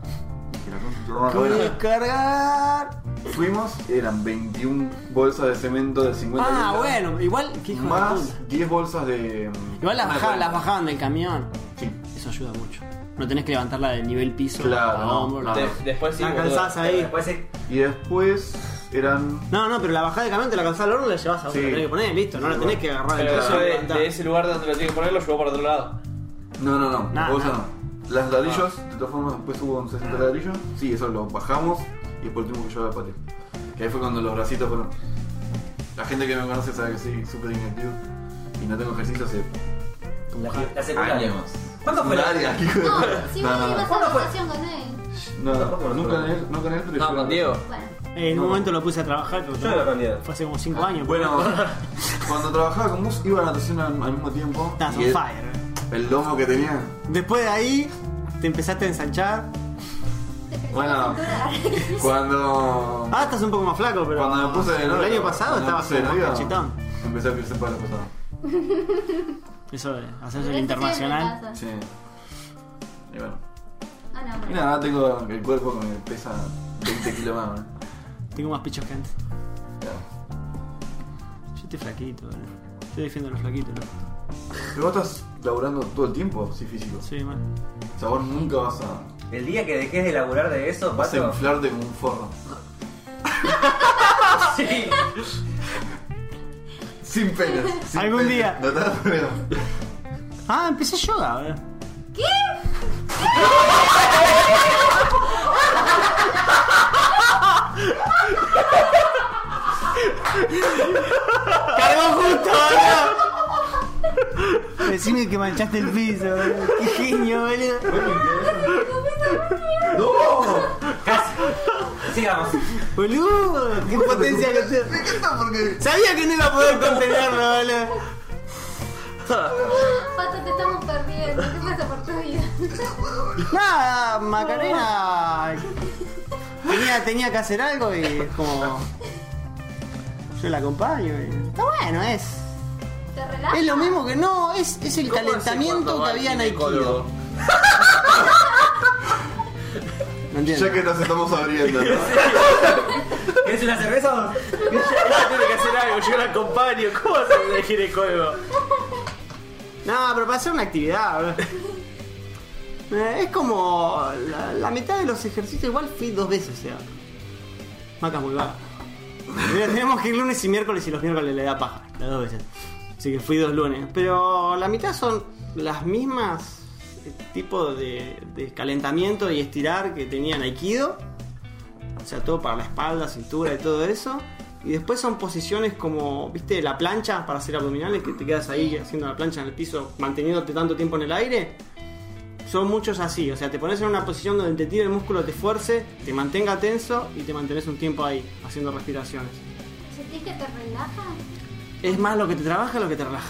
S1: Y la concha de tu madre.
S2: Voy a descargar.
S1: Fuimos, eran 21 bolsas de cemento de 50
S2: Ah,
S1: litros,
S2: bueno, igual. ¿Qué hijo de puta.
S1: Más 10 bolsas de.
S2: Igual las
S1: una
S2: bajaban,
S1: cuenta.
S2: las bajaban del camión.
S1: Sí.
S2: Eso ayuda mucho. No tenés que levantarla del nivel piso.
S1: Claro,
S2: a
S1: no,
S2: hombro,
S1: no.
S4: De- después sí.
S2: La
S4: boludo.
S2: calzás ahí.
S3: Después sí.
S1: Y después eran.
S2: No, no, pero la bajada de camión te la calzás al horno y la llevas a donde
S1: Sí.
S2: la tenés que poner, listo. No la tenés que agarrar del
S4: Pero
S2: piso
S4: eso
S2: y
S4: de,
S2: levantar.
S4: de ese lugar donde lo tiene que poner lo llevó para otro lado.
S1: No, no, no,
S2: Nah,
S1: bolsa
S2: nah.
S1: no. Las ladrillos,
S3: Ah.
S1: de todas formas, después hubo un 60 ladrillos. Sí, eso lo bajamos y después lo tuvimos que llevar al patio. Que ahí fue cuando los bracitos fueron. La gente que me conoce sabe que soy súper inactivo y no tengo ejercicio hace
S3: La, la secundaria.
S1: años.
S3: ¿Cuándo fue la-
S1: Secundaria, hijo de-
S5: No, sí,
S1: No,
S5: vos
S1: no, no.
S5: ibas
S3: ¿Cuándo
S5: a
S3: fue?
S5: natación con él.
S1: No,
S3: Tampoco
S1: no,
S3: lo
S1: nunca
S3: recuerdo.
S1: con él, no con él, pero
S4: No,
S1: yo-
S4: Ah, con Diego.
S5: Bueno,
S2: Eh, en un momento lo puse a trabajar, pero
S3: Yo lo he cambiado.
S2: fue hace como 5 años.
S1: Ah, Bueno, cuando trabajaba con Mus iba a natación al, al mismo tiempo.
S2: estás
S1: y
S2: on
S1: el-
S2: fire.
S1: El lomo que tenía.
S2: Después de ahí, te empezaste a ensanchar.
S5: te
S1: Bueno,
S5: cintura.
S1: cuando.
S2: Ahora Ah, estás un poco más flaco, pero.
S1: Cuando me puse de
S2: El
S1: novio,
S2: año pasado
S1: cuando me
S2: estabas
S1: puse de
S2: como
S1: novio,
S2: más cachetón.
S1: Empecé a crecer para lo pasado.
S2: Eso de hacerse
S5: Pero
S2: el
S5: eso
S2: internacional.
S5: siempre pasa.
S1: Sí. Y bueno.
S5: Ah, no,
S1: Y
S5: bueno.
S1: nada, tengo el cuerpo que me pesa 20 kilos más. ¿no?
S2: Tengo más pechos que antes.
S1: Ya.
S2: Yo estoy flaquito, boludo. Yo defiendo a los flaquitos, ¿no?
S1: Pero vos estás laburando todo el tiempo, sí, físico.
S2: Sí, mal.
S1: O sea, vos nunca vas a.
S3: El día que dejes de laburar de eso,
S1: Vas a
S3: pato.
S1: inflarte como un forro.
S3: Sí.
S1: Sin penas. sin
S2: Algún
S1: penas.
S2: día.
S1: No te das problema.
S2: Ah, empecé yoga, boludo. ¿Qué? ¡Cargó justo, boludo! Decime que manchaste el piso, boludo. ¡Qué genio, boludo!
S1: ¡No!
S3: Casi. Sigamos.
S2: ¡Boludo! ¡Qué potencia que
S1: Me
S2: tenés!
S1: encanta porque.
S2: Sabía que no iba a poder contenerlo, boludo.
S5: Pato, te estamos perdiendo. ¿Qué pasa por tu vida?
S2: Nada, Macarena tenía, tenía que hacer algo y es como. Yo la acompaño y. Está bueno, es.
S5: ¿Te relajas?
S2: Es lo mismo que no, es, es el
S4: ¿Cómo hace cuando
S2: calentamiento que
S4: va
S2: había en
S4: al
S2: Aikido.
S4: ginecólogo?
S2: No entiendo.
S1: Ya que nos estamos abriendo, ¿no?
S3: ¿Quieres una cerveza o no?
S4: Tiene que hacer algo, yo la acompaño. ¿Cómo haces el ginecólogo?
S2: No, pero para hacer una actividad, bro. Eh, Es como. La, la mitad de los ejercicios igual fui dos veces, o sea. Maca muy vaga. Mira, tenemos que ir lunes y miércoles y los miércoles le da paja, las dos veces. Así que fui dos lunes. Pero la mitad son las mismas eh, tipo de, de calentamiento y estirar que tenían Aikido. O sea, todo para la espalda, cintura y todo eso. Y después son posiciones como, viste, la plancha para hacer abdominales, que te quedas ahí haciendo la plancha en el piso, manteniéndote tanto tiempo en el aire. Son muchos así, o sea, te pones en una posición donde te tire el músculo, te fuerce, te mantenga tenso y te mantenés un tiempo ahí, haciendo respiraciones.
S5: ¿Sentís que te relajas?
S2: Es más lo que te trabaja lo que te relaja.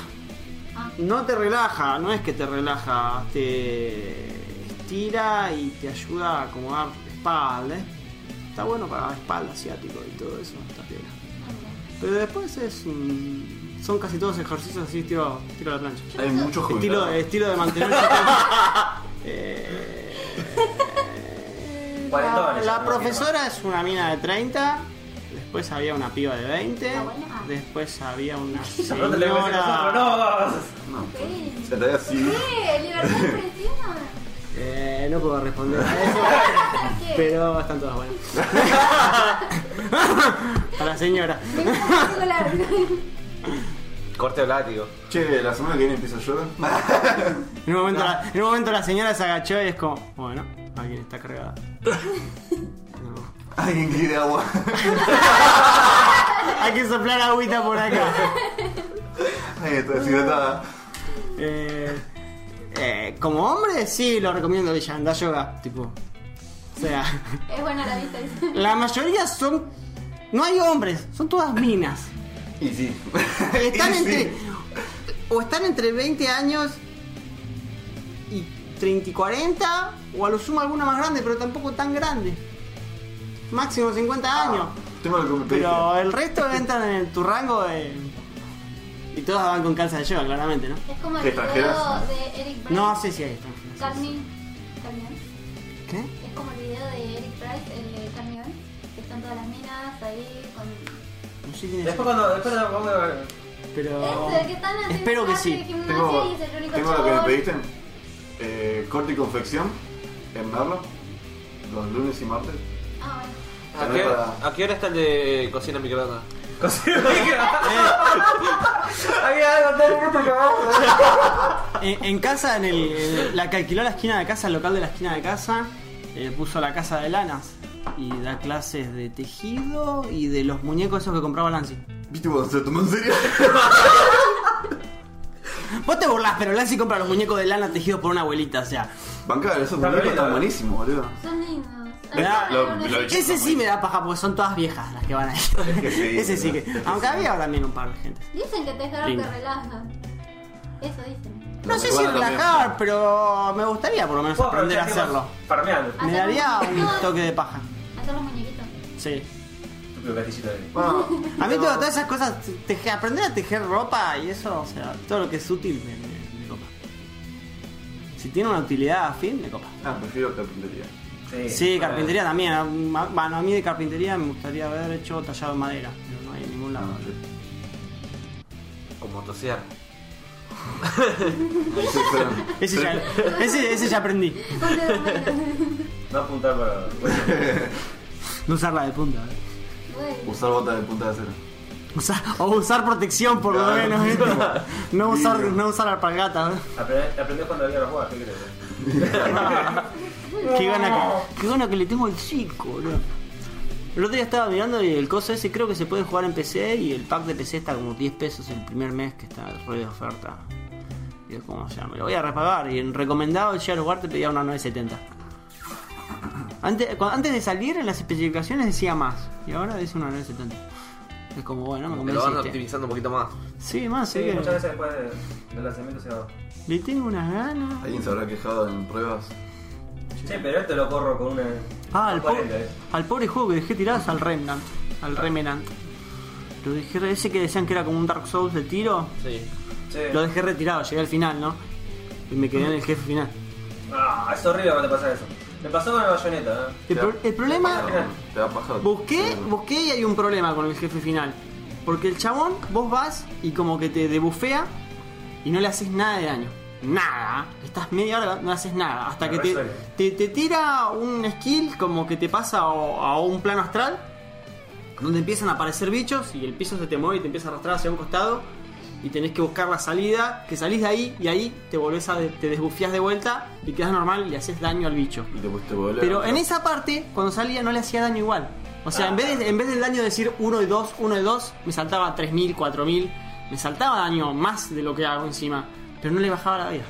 S5: Ah.
S2: No te relaja, no es que te relaja, te estira y te ayuda a acomodar espalda. ¿eh? Está bueno para la espalda asiático y todo eso, está piola. Pero después es un- son casi todos ejercicios así estilo, estilo de la plancha.
S1: Hay muchos juegos.
S2: Estilo, estilo de mantener Eh, la,
S3: Cuarentones,
S2: la
S3: ¿no?
S2: profesora es una mina de 30, después había una piba de 20,
S5: La buena.
S2: después había una
S3: No te lo voy a decir nosotros, no.
S2: señora...
S1: No.
S5: Sí.
S1: Se te ve así.
S5: ¿Qué? ¿Libertad de expresión?
S2: Eh, no puedo responder a eso,
S5: ¿Qué?
S2: pero están todas buenas. Para señora.
S5: Me gusta el pelo largo.
S4: Corte o látigo.
S1: Che, la semana que viene empiezo yo.
S2: Ah. En un, momento la, en un momento la señora se agachó y es como, bueno, alguien está cargada. No.
S1: Alguien quiere agua.
S2: Hay que soplar agüita por acá.
S1: Alguien está deshidratada.
S2: Eh, eh, como hombre, sí, lo recomiendo, Villa. Anda yoga, tipo. O sea,
S5: Es buena la vista. dice.
S2: la mayoría son. No hay hombres, son todas minas.
S1: Y sí.
S2: Están
S1: Y sí.
S2: entre. O están entre 20 años y 30 y 40, o a lo sumo alguna más grande, pero tampoco tan grande. Máximo 50
S1: Ah,
S2: años.
S1: Tengo lo que me pediste.
S2: Pero el resto entran en tu rango de. Y todas van con calza de yoga, claramente, ¿no?
S5: Es como el
S1: ¿Te
S5: video
S1: extranjeras?
S5: de Eric Price.
S2: No sé si hay extranjeros.
S5: Carmen. Carmen.
S2: ¿Qué?
S5: Es como el video de Eric Price, el de Carmen. Que están todas las minas ahí con.
S2: No sé quién es.
S3: Después cuando. Después cuando.
S2: Pero.
S5: Este, que están haciendo
S2: Espero que
S5: clase de
S2: sí.
S5: gimnasia
S1: Tengo,
S5: y es el único
S1: tengo lo que me
S5: chabón.
S1: pediste. Eh, corte y confección en Merlo. Los lunes y martes.
S5: Ah, bueno.
S4: ¿A qué, a qué hora está el de cocina en microondas?
S3: Había algo tan puto que vamos.
S2: En, en casa, en el, en la que alquiló la esquina de casa, el local de la esquina de casa, eh, puso la casa de lanas y da clases de tejido y de los muñecos esos que compraba Lancy.
S1: ¿Viste cuando se tomó en serio?
S2: Vos te burlás, pero Lancy compra los muñecos de lana tejidos por una abuelita, o sea.
S1: Bancar, esos
S3: Está
S1: muñecos
S3: bien,
S2: ¿eh?
S1: están
S3: ¿no?
S1: buenísimos, boludo.
S5: Son lindos.
S2: Mirá,
S5: Hay
S1: lo-
S5: algunos
S1: lo-
S5: que-
S2: Ese sí me da paja porque son todas viejas las que van ahí.
S1: que sí,
S2: Ese sí
S1: ¿no?
S2: que.
S1: Es que
S2: Aunque
S1: sí.
S2: había también un par de gente.
S5: Dicen que te dejaron que
S2: Lindo.
S5: relaja. Eso dicen.
S2: No
S1: Lo
S2: sé si
S1: recuerdo
S2: relajar, pero me gustaría por lo menos
S3: Puedo
S2: aprender a
S3: aprovechar que
S2: hacerlo.
S3: vamos Farmeando.
S5: Ah.
S2: Me daría un toque de paja.
S5: Hacer los muñequitos.
S2: Sí.
S3: Estúpido gatillito de.
S1: Bueno,
S2: A mí
S1: pero-
S2: todo- todas esas cosas, tejer- aprender a tejer ropa y eso, o sea, todo lo que es útil me, me- me copa. Si tiene una utilidad afín, me copa.
S1: Ah, prefiero carpintería.
S2: Sí,
S3: para-
S2: carpintería también. a- ma- Bueno, a mí de carpintería me gustaría haber hecho tallado en madera, pero no hay en ningún lado.
S1: No, yo-
S4: Como tosear.
S1: sí, fueron-
S2: Ese ya, ese, ese ya aprendí.
S5: Un dedo bueno.
S3: No apuntar para.
S2: No usarla de punta. ¿eh?
S5: Bueno.
S1: Usar botas de punta de acero.
S2: Usa- o usar protección por lo
S1: Claro.
S2: menos. ¿eh? No usar,
S1: Mínimo.
S2: no usar alpargatas. ¿eh?
S3: Aprende- Aprendés cuando había los juegos, ¿qué crees?
S2: Qué gana que, qué gana que le tengo al chico, boludo. El otro día estaba mirando y el coso ese creo que se puede jugar en PC y el pack de PC está como 10 pesos el primer mes que está re de oferta. Y es como, o sea, me lo voy a repagar. Y en recomendado el Share War te pedía una 970. Antes, cu- antes de salir en las especificaciones decía más. Y ahora dice una 970. Es como, bueno, me
S4: Te lo van
S2: convenciste.
S4: optimizando un poquito más.
S2: Sí, más, sí.
S3: Sí, muchas veces después de- del lanzamiento se va.
S2: Le tengo unas ganas.
S1: ¿Alguien se habrá quejado en pruebas?
S3: Che, pero esto lo corro con una.
S2: Ah, al, po-
S3: 40, eh.
S2: al pobre juego que dejé tirado al Remnant. Al Remnant. Lo dejé re- ese que decían que era como un Dark Souls de tiro.
S4: Sí.
S3: Che.
S2: Lo dejé retirado, llegué al final, ¿no? Y me quedé en el jefe final.
S3: Ah, es horrible cuando te pasa eso. Me pasó con la bayoneta, ¿eh?
S2: El, pro- el problema.
S1: Te da paja.
S2: Busqué, busqué y hay un problema con el jefe final. Porque el chabón, vos vas y como que te debufea y no le haces nada de daño. Nada. Estás media hora, no haces nada. Hasta
S3: Me
S2: que te,
S3: resuena.
S2: te, te tira un skill como que te pasa a, a un plano astral. Donde empiezan a aparecer bichos y el piso se te mueve y te empieza a arrastrar hacia un costado. Y tenés que buscar la salida, que salís de ahí y ahí te volvés a, de- te desbufías de vuelta y quedas normal y le haces daño al bicho.
S1: Y te pusiste volver.
S2: Pero en esa parte, cuando salía, no le hacía daño igual. O sea,
S3: Ah.
S2: en, vez de- en vez del daño de decir 1 y 2, 1 y 2, me saltaba 3000, 4000. Me saltaba daño más de lo que hago encima. Pero no le bajaba la vida.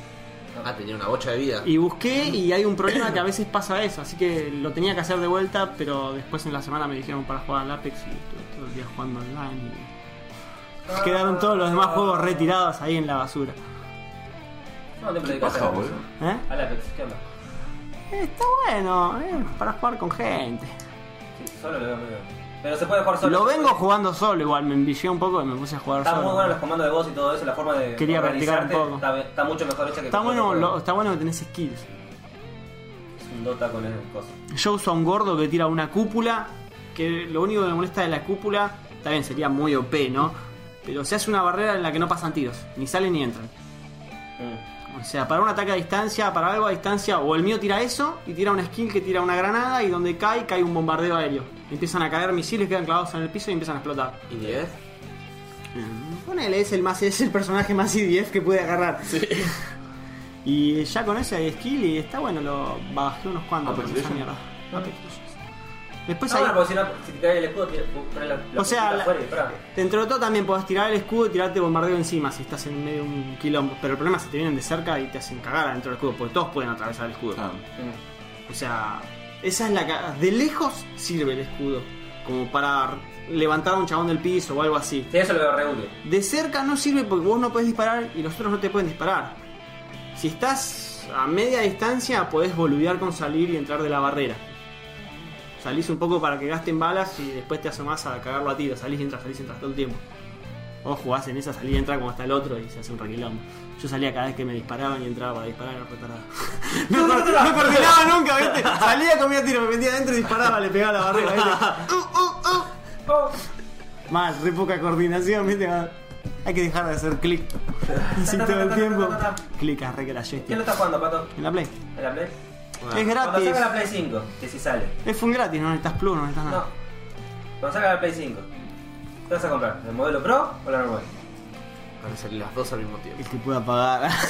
S4: Ah, tenía una bocha de vida.
S2: Y busqué y hay un problema que a veces pasa eso. Así que lo tenía que hacer de vuelta, pero después en la semana me dijeron para jugar al Apex y estuve todo el día jugando online. y- Quedaron todos los demás juegos retirados ahí en la basura.
S3: No, te
S1: Qué
S3: predicas
S1: paja, boludo.
S2: ¿Eh?
S3: A la Apex, ¿qué onda?
S2: Está bueno, eh, para jugar con gente.
S3: Sí, solo lo veo medio. Pero se puede jugar solo.
S2: Lo vengo jugando solo igual, me envicié un poco y me puse a jugar
S3: Está
S2: solo.
S3: muy bueno los comandos de voz y todo eso, la forma de.
S2: Quería practicar un
S3: organizarte
S2: poco.
S3: Está, está mucho mejor hecha que.
S2: Está
S3: cualquier
S2: bueno,
S3: juego.
S2: lo- está bueno que tenés skills.
S3: Es un Dota con esas cosas.
S2: Yo uso a un gordo que tira una cúpula, que lo único que me molesta de la cúpula, está bien, sería muy OP, ¿no? Pero se hace una barrera en la que no pasan tiros, ni salen ni entran.
S3: Mm.
S2: O sea, para un ataque a distancia, para algo a distancia, o el mío tira eso y tira una skill que tira una granada y donde cae, cae un bombardeo aéreo. Empiezan a caer misiles, quedan clavados en el piso y empiezan a explotar.
S4: ¿Y ni ves?
S2: Ponele, es el, más, es el personaje más IDF que pude agarrar. Y ya con ese hay skill y está bueno, lo bajé unos cuantos
S1: Apex
S2: con esa
S1: Legends.
S2: mierda. Apex Legends. Después
S3: No,
S2: hay.
S3: bueno, pues- porque si, no, si te cae el escudo, tira- pones la, la
S2: Pues o sea,
S3: puntita
S2: la-
S3: fuera y disparás.
S2: dentro de todo también podés tirar el escudo y tirarte bombardeo encima si estás en medio de un quilombo. Pero el problema es que te vienen de cerca y te hacen cagar adentro del escudo, porque todos pueden atravesar el escudo.
S1: Claro.
S3: Mm.
S2: O sea, esa es la ca- De lejos sirve el escudo, como para levantar a un chabón del piso o algo así.
S3: Sí, eso lo veo re útil.
S2: De cerca no sirve porque vos no podés disparar y los otros no te pueden disparar. Si estás a media distancia podés boludear con salir y entrar de la barrera. Salís un poco para que gasten balas y después te asomás a cagarlo a tiro. Salís y entras, salís y entras todo el tiempo. O jugás en esa salida y entra como hasta el otro y se hace un requilombo. Yo salía cada vez que me disparaban y entraba para disparar, era retardado. No, cor- no coordinaba nunca, ¿viste? Salía, comía tiro, me metía adentro y disparaba, le pegaba a la barrera, ¿viste? Uh, uh, uh.
S3: Oh,
S2: Más, re poca coordinación, ¿viste? Ah, Hay que dejar de hacer clic. Así todo el tiempo. Clicas, re que la
S3: ¿Quién lo
S2: yestia.
S3: está jugando, pato?
S2: En la Play.
S3: ¿En la Play?
S4: Bueno,
S2: Es
S3: Cuando
S2: gratis.
S3: saca la Play 5, que si sale.
S2: Es full gratis, no necesitas plus, no necesitas
S3: No.
S2: nada.
S3: Cuando salga la Play 5, ¿qué vas a comprar? ¿El modelo Pro o la normal?
S4: Van a salir las dos al mismo tiempo.
S2: El que pueda pagar.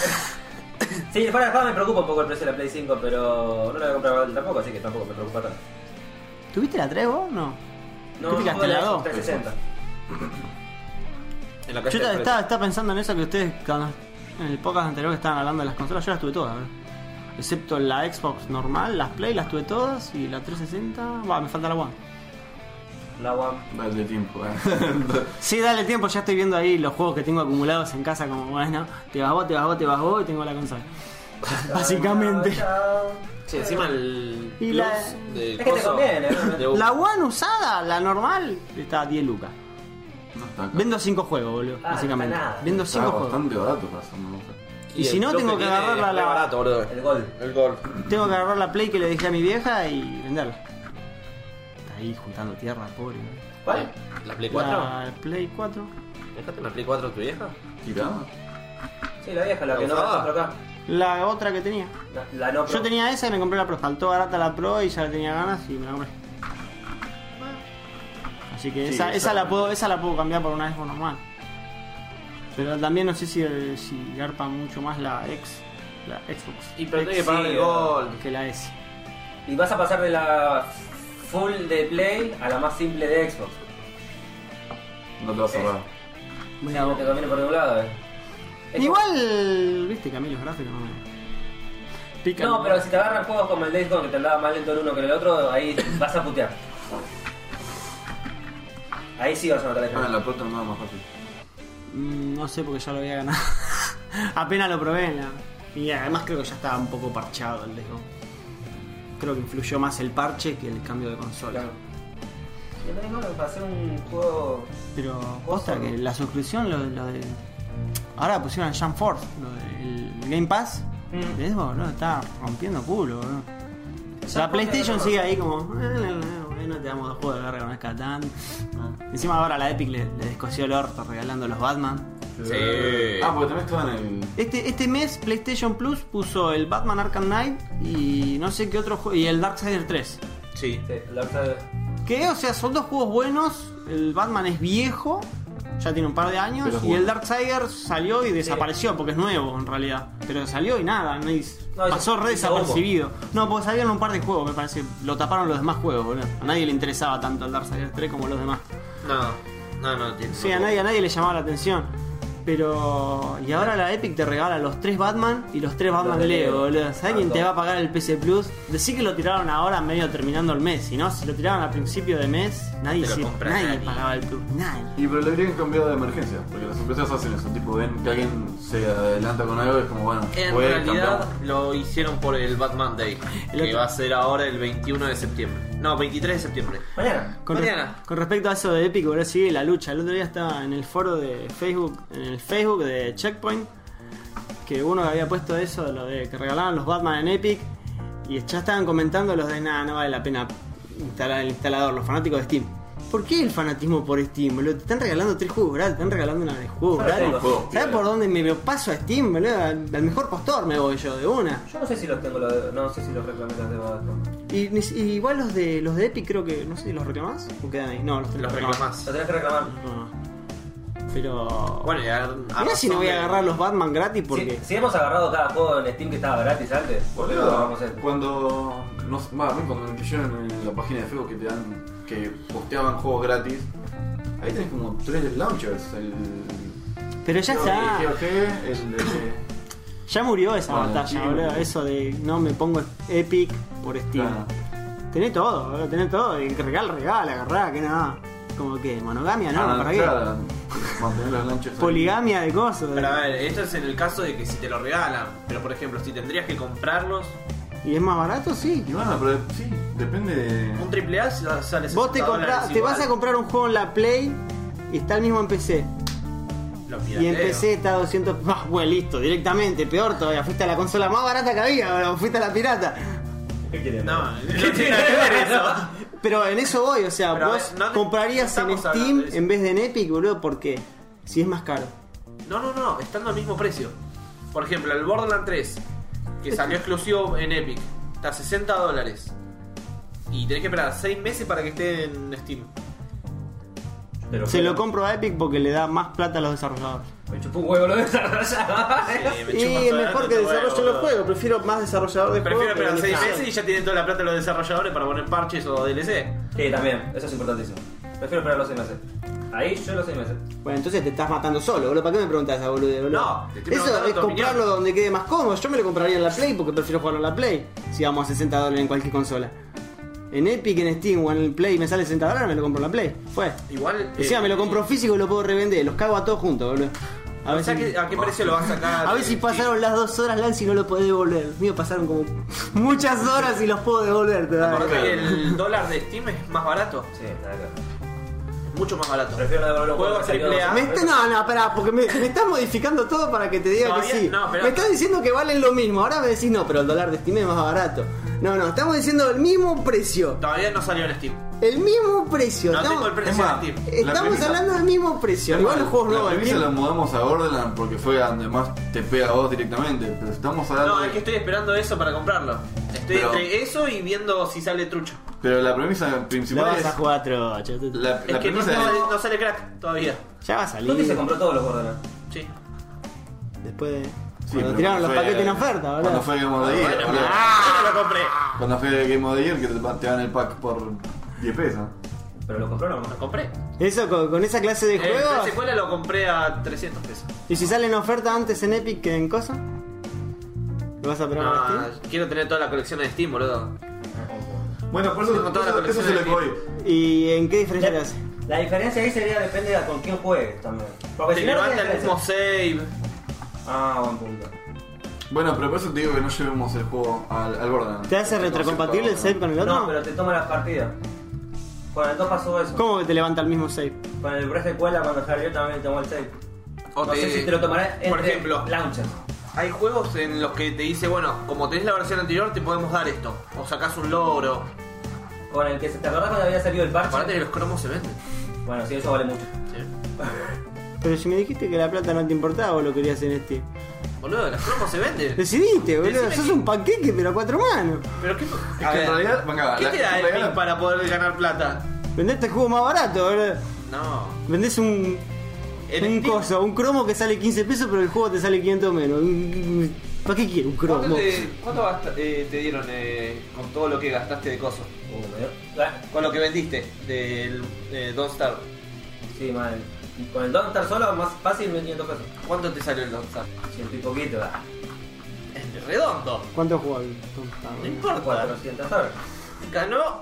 S3: Sí, fuera de juego me preocupa un poco el precio de la Play 5, pero no la voy a comprar tampoco, así que tampoco me preocupa tanto.
S2: ¿Tuviste la 3 vos? No.
S3: No,
S2: ¿Qué picaste,
S3: jugué
S2: la dos?
S3: 360.
S4: En la
S2: Yo
S4: calle.
S2: ta-
S4: del
S2: estaba, estaba pensando en eso que ustedes cuando- en el podcast anterior que estaban hablando de las consolas, yo las tuve todas, bro. Excepto la Xbox normal, las Play las tuve todas y la 360. Va, me falta la One.
S3: la UAM.
S1: Dale tiempo, eh.
S2: Sí, dale tiempo, ya estoy viendo ahí los juegos que tengo acumulados en casa como, bueno, te vas vos, te vas vos, te vas vos y tengo la consola. Básicamente.
S3: Chao, chao.
S4: Sí, encima el.
S2: Y
S4: plus
S2: la-
S4: del
S3: Es que te
S4: coso
S3: conviene, ¿no?
S4: de-
S2: La One usada, la normal, está a 10 lucas.
S1: No está acá.
S2: Vendo 5 juegos, boludo,
S3: Ah,
S2: básicamente.
S3: no está nada.
S2: Vendo 5
S1: Está
S2: juegos.
S1: bastante barato para hacer una cosa.
S2: Y si
S4: el
S2: no,
S4: plus
S2: tengo que
S4: tiene
S2: agarrar la-
S4: es re barato, boludo.
S3: El gol.
S4: El gol.
S2: Tengo que agarrar la Play que le dejé a mi vieja y venderla. Está ahí juntando tierra, pobre. ¿no?
S3: ¿Cuál?
S4: ¿La Play 4?
S2: La Play 4.
S4: ¿Dejaste la Play 4 tu vieja?
S1: ¿Tirada?
S3: Sí, la vieja, la
S4: ¿La
S3: que no
S4: usaba?
S3: va por acá.
S2: La otra que tenía.
S3: La, la no
S2: Yo
S3: pro.
S2: tenía esa y me compré la Pro. Faltó barata la Pro y ya la tenía ganas y me la compré. Así que
S1: Sí,
S2: esa, esa,
S1: esa-
S2: la puedo, esa la puedo cambiar por una Xbox normal. Pero también no sé si, si garpa mucho más la X, la Xbox
S4: Y pero tenés que
S3: Sí,
S4: pagar el
S3: eh.
S4: gol.
S2: que la S.
S3: Y vas a pasar de la full de Play a la más simple de Xbox.
S1: No te vas a cerrar.
S2: Voy a-
S3: No te conviene por ningún lado, eh. Xbox-
S2: Igual, viste que a mí los gráficos no me... Pican.
S3: No, pero si te agarran juegos como el Days Gone que te andaba más lento el uno que el otro, ahí vas a putear. Ahí sí vas a notar la
S1: Ah, en
S3: diferencia.
S1: la puerta no es más fácil.
S2: Mm, No sé porque ya lo había ganado. Apenas lo probé. ¿no? Y además creo que ya estaba un poco parchado el disco. Creo que influyó más el parche que el cambio de consola.
S3: Claro. este. Y el Days Gone va a ser un juego.
S2: Pero posta que la suscripción, lo, lo de. Ahora pusieron el Jam Force, lo del Game Pass.
S3: Mm.
S2: De Xbox, boludo, está rompiendo culo, boludo. La
S3: Force
S2: PlayStation
S3: era-
S2: sigue ahí como. "Eh, Bueno, te damos dos juegos de verga con escatán.
S1: Ah.
S2: Encima ahora la Epic le, le descosió el orto regalando los Batman.
S4: Sí.
S1: Ah, porque también estaba en el.
S2: Este, este mes PlayStation Plus puso el Batman Arkham Knight y no sé qué otro juego. Y el Darksiders 3.
S4: Sí.
S3: Sí, la verdad.
S2: Que, o sea, son dos juegos buenos. El Batman es viejo, ya tiene un par de años.
S1: Pero es
S2: y
S1: bueno.
S2: el Darksiders salió y desapareció porque es nuevo en realidad. Pero salió y nada, no hiz-
S3: No,
S2: pasó
S3: hizo-
S2: re
S3: hizo bombo.
S2: desapercibido. No, porque salieron un par de juegos, me parece. Lo taparon los demás juegos, boludo. A nadie le interesaba tanto el Darksiders 3 como los demás.
S4: No, no, no tiene.
S2: Sí, a nadie, a nadie le llamaba la atención. Pero. Y ahora la Epic te regala los tres Batman y los tres Batman
S3: de
S2: Lego,
S3: Lego.
S2: boludo. ¿Sabes
S3: Ah,
S2: quién te
S3: todo.
S2: va a pagar el PC Plus? Decí que lo tiraron ahora medio terminando el mes. Si no, si lo tiraron a principio de mes, nadie,
S4: Te lo
S2: se-
S4: compra
S2: nadie
S4: nadie.
S2: pagaba el Plus. Nadie.
S1: Y pero lo habrían cambiado de emergencia, porque las empresas hacen eso, tipo, ven que alguien se adelanta con algo y es como, bueno,
S4: En
S1: puede
S4: realidad
S1: cambiar.
S4: lo hicieron por el Batman Day,
S2: El
S4: que
S2: otro-
S4: va a ser ahora el 21 de septiembre. No, 23 de septiembre.
S3: Mañana.
S2: Con,
S4: Mariana.
S2: con respecto a eso de Epic, boludo, sigue la lucha. El otro día estaba en el foro de Facebook, en el Facebook de Checkpoint, que uno había puesto eso, lo de que regalaban los Batman en Epic, y ya estaban comentando los de nada, no vale la pena instalar el instalador, los fanáticos de Steam. ¿Por qué el fanatismo por Steam, boludo? Te están regalando tres juegos gratis, te están regalando una de juegos
S3: Claro,
S2: gratis.
S3: tengo
S1: juegos,
S2: ¿Sabes
S1: claro.
S2: por dónde me me paso a Steam, boludo? Al al mejor postor me voy yo, de una.
S3: Yo no sé si los tengo, los de- no sé si los reclamé los de Batman.
S2: Y, ni si- y igual los de los de Epic creo que, no sé si los reclamás o quedan ahí. No, los, tenés
S4: Los
S2: que reclamar.
S4: reclamás.
S3: Lo tenés que reclamar.
S2: No. Pero.
S4: Bueno, y a, a
S2: Mirá si
S4: razón
S2: no voy
S4: de-
S2: a agarrar los Batman gratis porque.
S3: Si, si hemos agarrado cada juego en Steam que estaba gratis antes, ¿por qué no lo
S1: Boludo,
S3: vamos a hacer?
S1: cuando nos, va, a mí cuando me incluyeron en la página de Facebook que te dan, que posteaban juegos gratis, ahí tenés como tres launchers, el
S2: Pero ya
S1: el
S2: está.
S1: GOG, el de
S2: Ya murió esa
S1: Bueno,
S2: batalla,
S1: sí,
S2: boludo.
S1: boludo.
S2: Eso de no me pongo Epic por Steam.
S1: Claro.
S2: Tenés todo, boludo. Tenés todo. Y regal, regal, agarrá, que nada. Como que monogamia, ¿no?
S1: Ah,
S2: ¿Para qué?
S1: claro, mantener los launchers ahí.
S2: Poligamia de cosas.
S4: Pero a ver, esto es en el caso de que si te lo regalan. Pero por ejemplo, si tendrías que comprarlos,
S2: ¿Y es más barato? Sí.
S1: Y bueno, pero sí, depende de.
S4: un triple A sale 60
S2: Vos te,
S4: dólares
S2: comprás- te
S4: igual.
S2: vas a comprar un juego en la Play y está el mismo en PC.
S4: Lo
S2: Y
S4: pirateo.
S2: empecé, está 200. Ah, bueno, listo, directamente, peor todavía. Fuiste a la consola más barata que había, boludo, fuiste a la pirata.
S3: ¿Qué quieren?
S4: No, no tiene nada que ver eso.
S2: Pero en eso voy, o sea,
S4: Pero, a
S2: vos
S4: ver, no te-
S2: comprarías
S4: no
S2: en
S4: estamos
S2: Steam
S4: hablando de eso.
S2: en vez de en Epic, boludo, porque si es más caro.
S4: No, no, no, estando al mismo precio. Por ejemplo, el Borderlands 3, que salió exclusivo en Epic, está a 60 dólares. Y tenés que esperar 6 meses para que esté en Steam.
S3: Pero
S2: Se lo compro a Epic porque le da más plata a los desarrolladores.
S3: Me chupó un huevo lo de desarrollar.
S4: Eh, me
S2: Ah, Y
S4: chupa
S2: es
S4: todo
S2: mejor
S4: el
S2: que
S4: huevo,
S2: desarrollen los
S4: boludo.
S2: juegos, prefiero más desarrollador de
S4: Prefiero
S2: juegos.
S4: esperar
S2: que
S4: 6
S2: organizador.
S4: meses y ya tienen toda la plata los desarrolladores para poner parches o DLC.
S3: Sí, también, eso es importantísimo. Prefiero esperar los 6 meses. Ahí yo los 6 meses.
S2: Bueno, entonces te estás matando solo, boludo. ¿Para qué me preguntas a boludo, boludo?
S4: No, te estoy
S2: Eso
S4: preguntando
S2: es
S4: tu
S2: comprarlo
S4: opinión.
S2: donde quede más cómodo. Yo me lo compraría en la Play porque prefiero jugarlo en la Play. Si vamos a 60 dólares en cualquier consola. en Epic, en Steam o en el Play me sale 60 dólares, me lo compro en la Play. Fue.
S4: Igual. eh,
S2: Encima me lo compro físico y lo puedo revender. Los cago a todos juntos, boludo. A
S4: o
S2: ver,
S4: sea,
S2: si,
S4: que- ¿A qué precio lo vas a sacar?
S2: a ver si
S4: Eh,
S2: pasaron las dos horas, Lance, y no lo podés devolver. Mío, pasaron como muchas horas y los puedo devolver. te da-
S4: Porque el dólar de Steam es más barato.
S3: Sí, nada que ver.
S4: Mucho más barato.
S3: Prefiero no devolver los
S4: Juegos
S3: juegos que
S4: triple
S3: salió-
S4: A.
S2: Me está- no, no, pará, porque me, me estás modificando todo para que te diga
S4: Todavía-
S2: que sí.
S4: no, pero-
S2: me estás diciendo que valen lo mismo. Ahora me decís, no, pero el dólar de Steam es más barato. No, no, estamos diciendo el mismo precio.
S4: Todavía no salió en Steam.
S2: El mismo precio.
S4: No
S2: estamos
S4: tengo el precio
S1: Es más,
S4: en Steam.
S1: La
S2: estamos
S1: premisa-
S2: hablando del mismo precio. Igual los juegos
S1: la
S2: nuevos.
S1: premisa la mudamos a Borderlands porque fue a donde más te pega a vos directamente. Pero estamos hablando.
S4: No, es
S1: de-
S4: que estoy esperando eso para comprarlo. Estoy
S1: Pero-
S4: entre eso y viendo si sale trucho.
S1: Pero la premisa
S2: Lo
S1: principal
S2: vas
S1: es.
S2: a jugar trocho. tú-
S1: La,
S4: Es
S1: la
S4: que no,
S1: premisa
S4: sale-
S1: es.
S4: no sale crack todavía.
S2: Ya va a salir.
S3: Tuti se compró todos los Borderlands.
S4: Sí.
S2: Después de.
S1: Sí,
S2: cuando
S1: pero
S2: tiraron los
S1: fue-
S2: paquetes en oferta, ¿verdad?
S1: Cuando fue Game of the Year,
S4: Bueno, ah.
S1: boludo.
S4: yo no lo compré.
S1: Cuando fue Game of the Year, que te, te dan el pack por 10 pesos.
S3: Pero lo compró o no.
S4: Lo compré. Eh,
S2: Eso con, con esa clase de
S4: El la
S2: juegos.
S4: secuela lo compré a 300 pesos.
S2: ¿Y si sale en oferta antes en Epic que en Cosa? ¿Lo vas a probar en
S4: No,
S2: Steam?
S4: Ah, quiero tener toda la colección de Steam, boludo.
S1: Bueno, por
S4: Tengo
S1: eso,
S4: toda la
S1: eso, eso
S4: colección
S1: se
S4: de
S1: le voy.
S2: ¿Y en qué diferencia te hace?
S3: La diferencia ahí sería depende de con quién juegues también. Porque
S4: Te
S3: Pues si no, no
S4: levanta
S3: tiene
S4: el mismo
S3: diferencia.
S4: save.
S3: Ah, buen punto.
S1: Bueno, pero por eso te digo que no llevemos el juego al, al Borderlands.
S2: ¿Te hace
S1: El concepto
S2: retrocompatible el
S1: Borderlands.
S2: save con el otro?
S3: No, pero te toma las partidas. Con el 2 pasó eso.
S2: ¿Cómo que te levanta el mismo save?
S3: Con el Breath de Cuela cuando salió también tomó el save.
S4: O
S3: no
S4: te-
S3: sé si te lo tomarás entre
S4: por ejemplo.
S3: launchers.
S4: Hay juegos en los que te dice, bueno, como tenés la versión anterior, te podemos dar esto. O sacás un logro.
S3: Con el que se te acordás cuando había salido el
S4: Aparte
S3: parche.
S4: que los cromos se venden.
S3: Bueno, sí, eso vale mucho.
S4: Sí.
S2: Pero si me dijiste que la plata no te importaba, vos lo querías en Steam.
S4: Boludo, los cromos se venden.
S2: Decidiste, boludo.
S4: Decime
S2: Sos
S4: que-
S2: un panqueque, pero a cuatro manos.
S4: Pero qué.
S1: Es
S4: A
S1: que en
S4: ver,
S1: realidad, venga,
S4: ¿Qué
S1: la-
S4: te da
S1: en
S4: el
S1: realidad-
S4: PIN para poder ganar plata?
S2: Vendés el juego más barato, boludo.
S4: No.
S2: Vendés un.
S4: En
S2: un
S4: Steam-
S2: coso, un cromo que sale 15 pesos, pero el juego te sale 500 menos. ¿Para qué quiero un
S4: ¿Cuánto,
S2: cromo?
S4: te, cuánto gasta- eh, te dieron eh, con todo lo que gastaste de coso?
S3: Uh, me dio- Ah,
S4: Con lo que vendiste del eh, Don't Star.
S3: Sí, mal. Con el Don't Star solo, más fácil 1500 pesos.
S4: ¿Cuánto te salió el Don't Star?
S3: Ciento y poquito, ah,
S4: Es redondo.
S2: ¿Cuánto jugaste?
S4: No importa.
S3: 400 horas.
S4: Ganó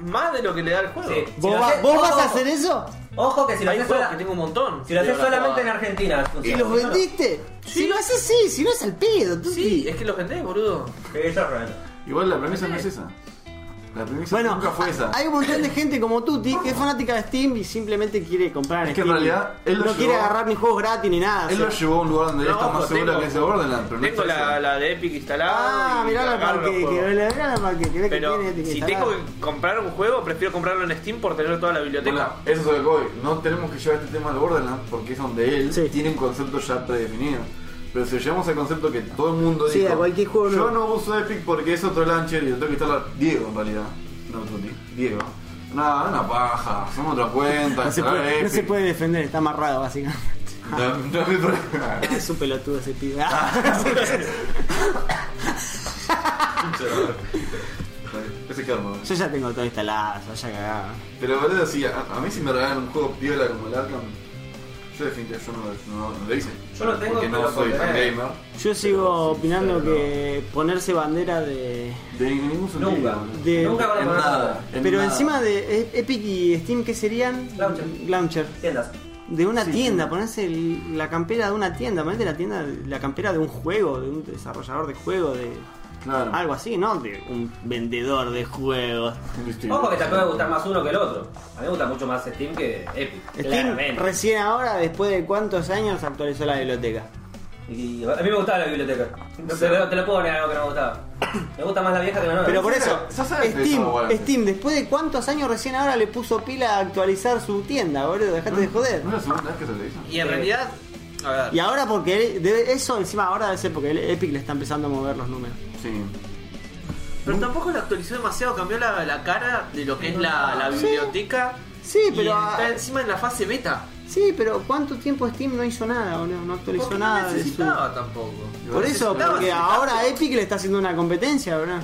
S4: más de lo que le da el juego.
S3: Sí.
S2: ¿Vos,
S3: Si lo
S2: va-
S3: haces-
S2: vos vas
S3: ojo,
S2: a hacer eso?
S3: Ojo que si lo
S4: Hay
S3: haces
S4: juegos
S3: sola-
S4: que tengo un montón.
S3: si lo haces
S4: de verdad.
S3: solamente en Argentina,
S2: ¿Y
S3: funciona.
S2: los vendiste? Si lo haces, sí, si no es al pedo, tú
S4: Sí, es que los vendés, boludo.
S3: Sí, Eso es real.
S1: Igual la premisa no es esa. La premisa
S2: Bueno,
S1: nunca fue esa.
S2: hay un montón de gente como Tuti que es fanática de Steam y simplemente quiere comprar en
S1: Es que en
S2: Steam.
S1: realidad, él lo
S2: no quiere
S1: llevó-
S2: agarrar ni juegos gratis ni nada.
S1: Él
S2: o
S1: lo
S2: sea.
S1: llevó a un lugar donde él
S4: No,
S1: está más
S4: pero
S1: seguro
S4: tengo-
S1: que ese Borderlands. Pero no
S4: Tengo
S1: es
S4: la,
S1: esa.
S4: la de Epic instalada.
S2: Ah,
S4: y
S2: mirá la
S4: agarro los
S2: parque,
S4: juegos.
S2: que mirá la parque, que ves que
S4: Pero
S2: tiene
S4: si
S2: etiquetada.
S4: tengo que comprar un juego, prefiero comprarlo en Steam por tener toda la biblioteca.
S1: Bueno, eso es lo que voy. No tenemos que llevar este tema al Borderlands porque es donde él
S2: Sí.
S1: tiene un concepto ya predefinido. Pero si llegamos al concepto que todo el mundo
S2: Sí,
S1: dijo,
S2: a cualquier juego
S1: yo
S2: nuevo".
S1: no uso Epic porque es otro launcher y lo tengo que instalar Diego en realidad. No tú, Diego. No, no una paja, hacemos otra cuenta,
S2: No se,
S1: instalar
S2: puede, no
S1: Epic.
S2: se puede defender, está amarrado básicamente.
S1: No, no es mi problema.
S2: Es un pelotudo ese pibe.
S1: Ah. Ese karma.
S2: Yo ya tengo todo instalado, yo ya cagaba.
S1: Pero boludo, sí, a, a mí si me regalan un juego piola como el Arkham, yo definitivamente yo no, no- no lo hice.
S3: Yo lo tengo,
S1: Porque no
S3: pero
S1: soy tan
S3: porque-
S1: gamer.
S2: Yo sigo
S1: sí,
S2: opinando
S1: pero
S2: que ponerse bandera de.
S1: De ningún sentido.
S3: Nunca.
S1: boludo.
S2: De-
S3: Nunca van a
S1: En
S3: poner
S1: nada. en
S2: Pero
S1: nada.
S2: encima de E- Epic y Steam, ¿qué serían?
S3: Launcher.
S2: Launcher.
S3: Tiendas.
S2: De una
S1: Sí,
S2: tienda,
S1: sí.
S2: ponerse el- la campera de una tienda, ponerte la tienda, la campera de un juego, de un desarrollador de juego, de
S1: Claro.
S2: algo así, ¿no? De un vendedor de juegos.
S1: Industria.
S3: Ojo que te puede gustar más uno que el otro. A mí me gusta mucho más Steam que Epic.
S2: Steam
S3: claramente.
S2: recién ahora, después de cuántos años, actualizó la biblioteca.
S3: Y- y a mí me gustaba la biblioteca. No te, te lo puedo negar algo que no me gustaba. Me gusta más la vieja que la nueva.
S2: Pero por
S1: sí,
S2: eso,
S1: ya sabes que
S2: Steam,
S1: somos volantes.
S2: Steam, después de cuántos años recién ahora le puso pila a actualizar su tienda, boludo, dejate de joder.
S1: ¿No es la segunda vez que se le hizo?
S4: Y en realidad, a ver.
S2: Y ahora porque él- debe- eso encima ahora debe ser porque el Epic le está empezando a mover los números.
S1: Sí.
S4: Pero tampoco la actualizó demasiado, cambió la, la cara de lo que es la, la
S2: Sí.
S4: biblioteca.
S2: Sí, pero
S4: Y
S2: a-
S4: está encima en la fase beta.
S2: Sí, pero ¿cuánto tiempo Steam no hizo nada, boludo? No actualizó
S4: Porque
S2: nada
S4: no
S2: de su.
S4: necesitaba tampoco.
S2: Por eso,
S4: necesitaba,
S2: porque
S4: necesitaba.
S2: ahora Epic le está haciendo una competencia, ¿verdad?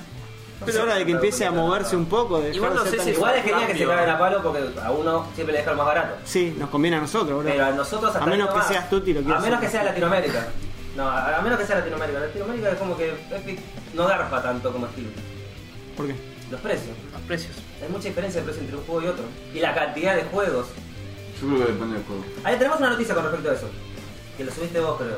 S3: Pero-
S2: Es hora de que empiece a moverse un poco. De dejar
S4: Igual
S2: de
S4: no sé
S2: ser
S4: si-
S3: Igual es genial que se
S4: Cambio.
S3: caguen a palo porque a uno siempre le deja lo más barato.
S2: tan- Sí, nos conviene a
S3: Pero
S2: nosotros, ¿verdad?
S3: a nosotros hasta
S2: A menos
S3: ahí
S2: que
S3: nomás.
S2: seas tú, tiro, quiero
S3: A menos
S2: ser.
S3: que sea Latinoamérica. No, a, a menos que sea Latinoamérica. Latinoamérica es como que Epic no garpa tanto como Steam.
S2: ¿Por qué?
S3: los precios.
S4: Los precios.
S3: Hay mucha diferencia de precio entre un juego y otro. Y la cantidad de juegos.
S1: Yo creo que depende del juego.
S3: Ahí tenemos una noticia con respecto a eso. Que lo subiste vos, creo.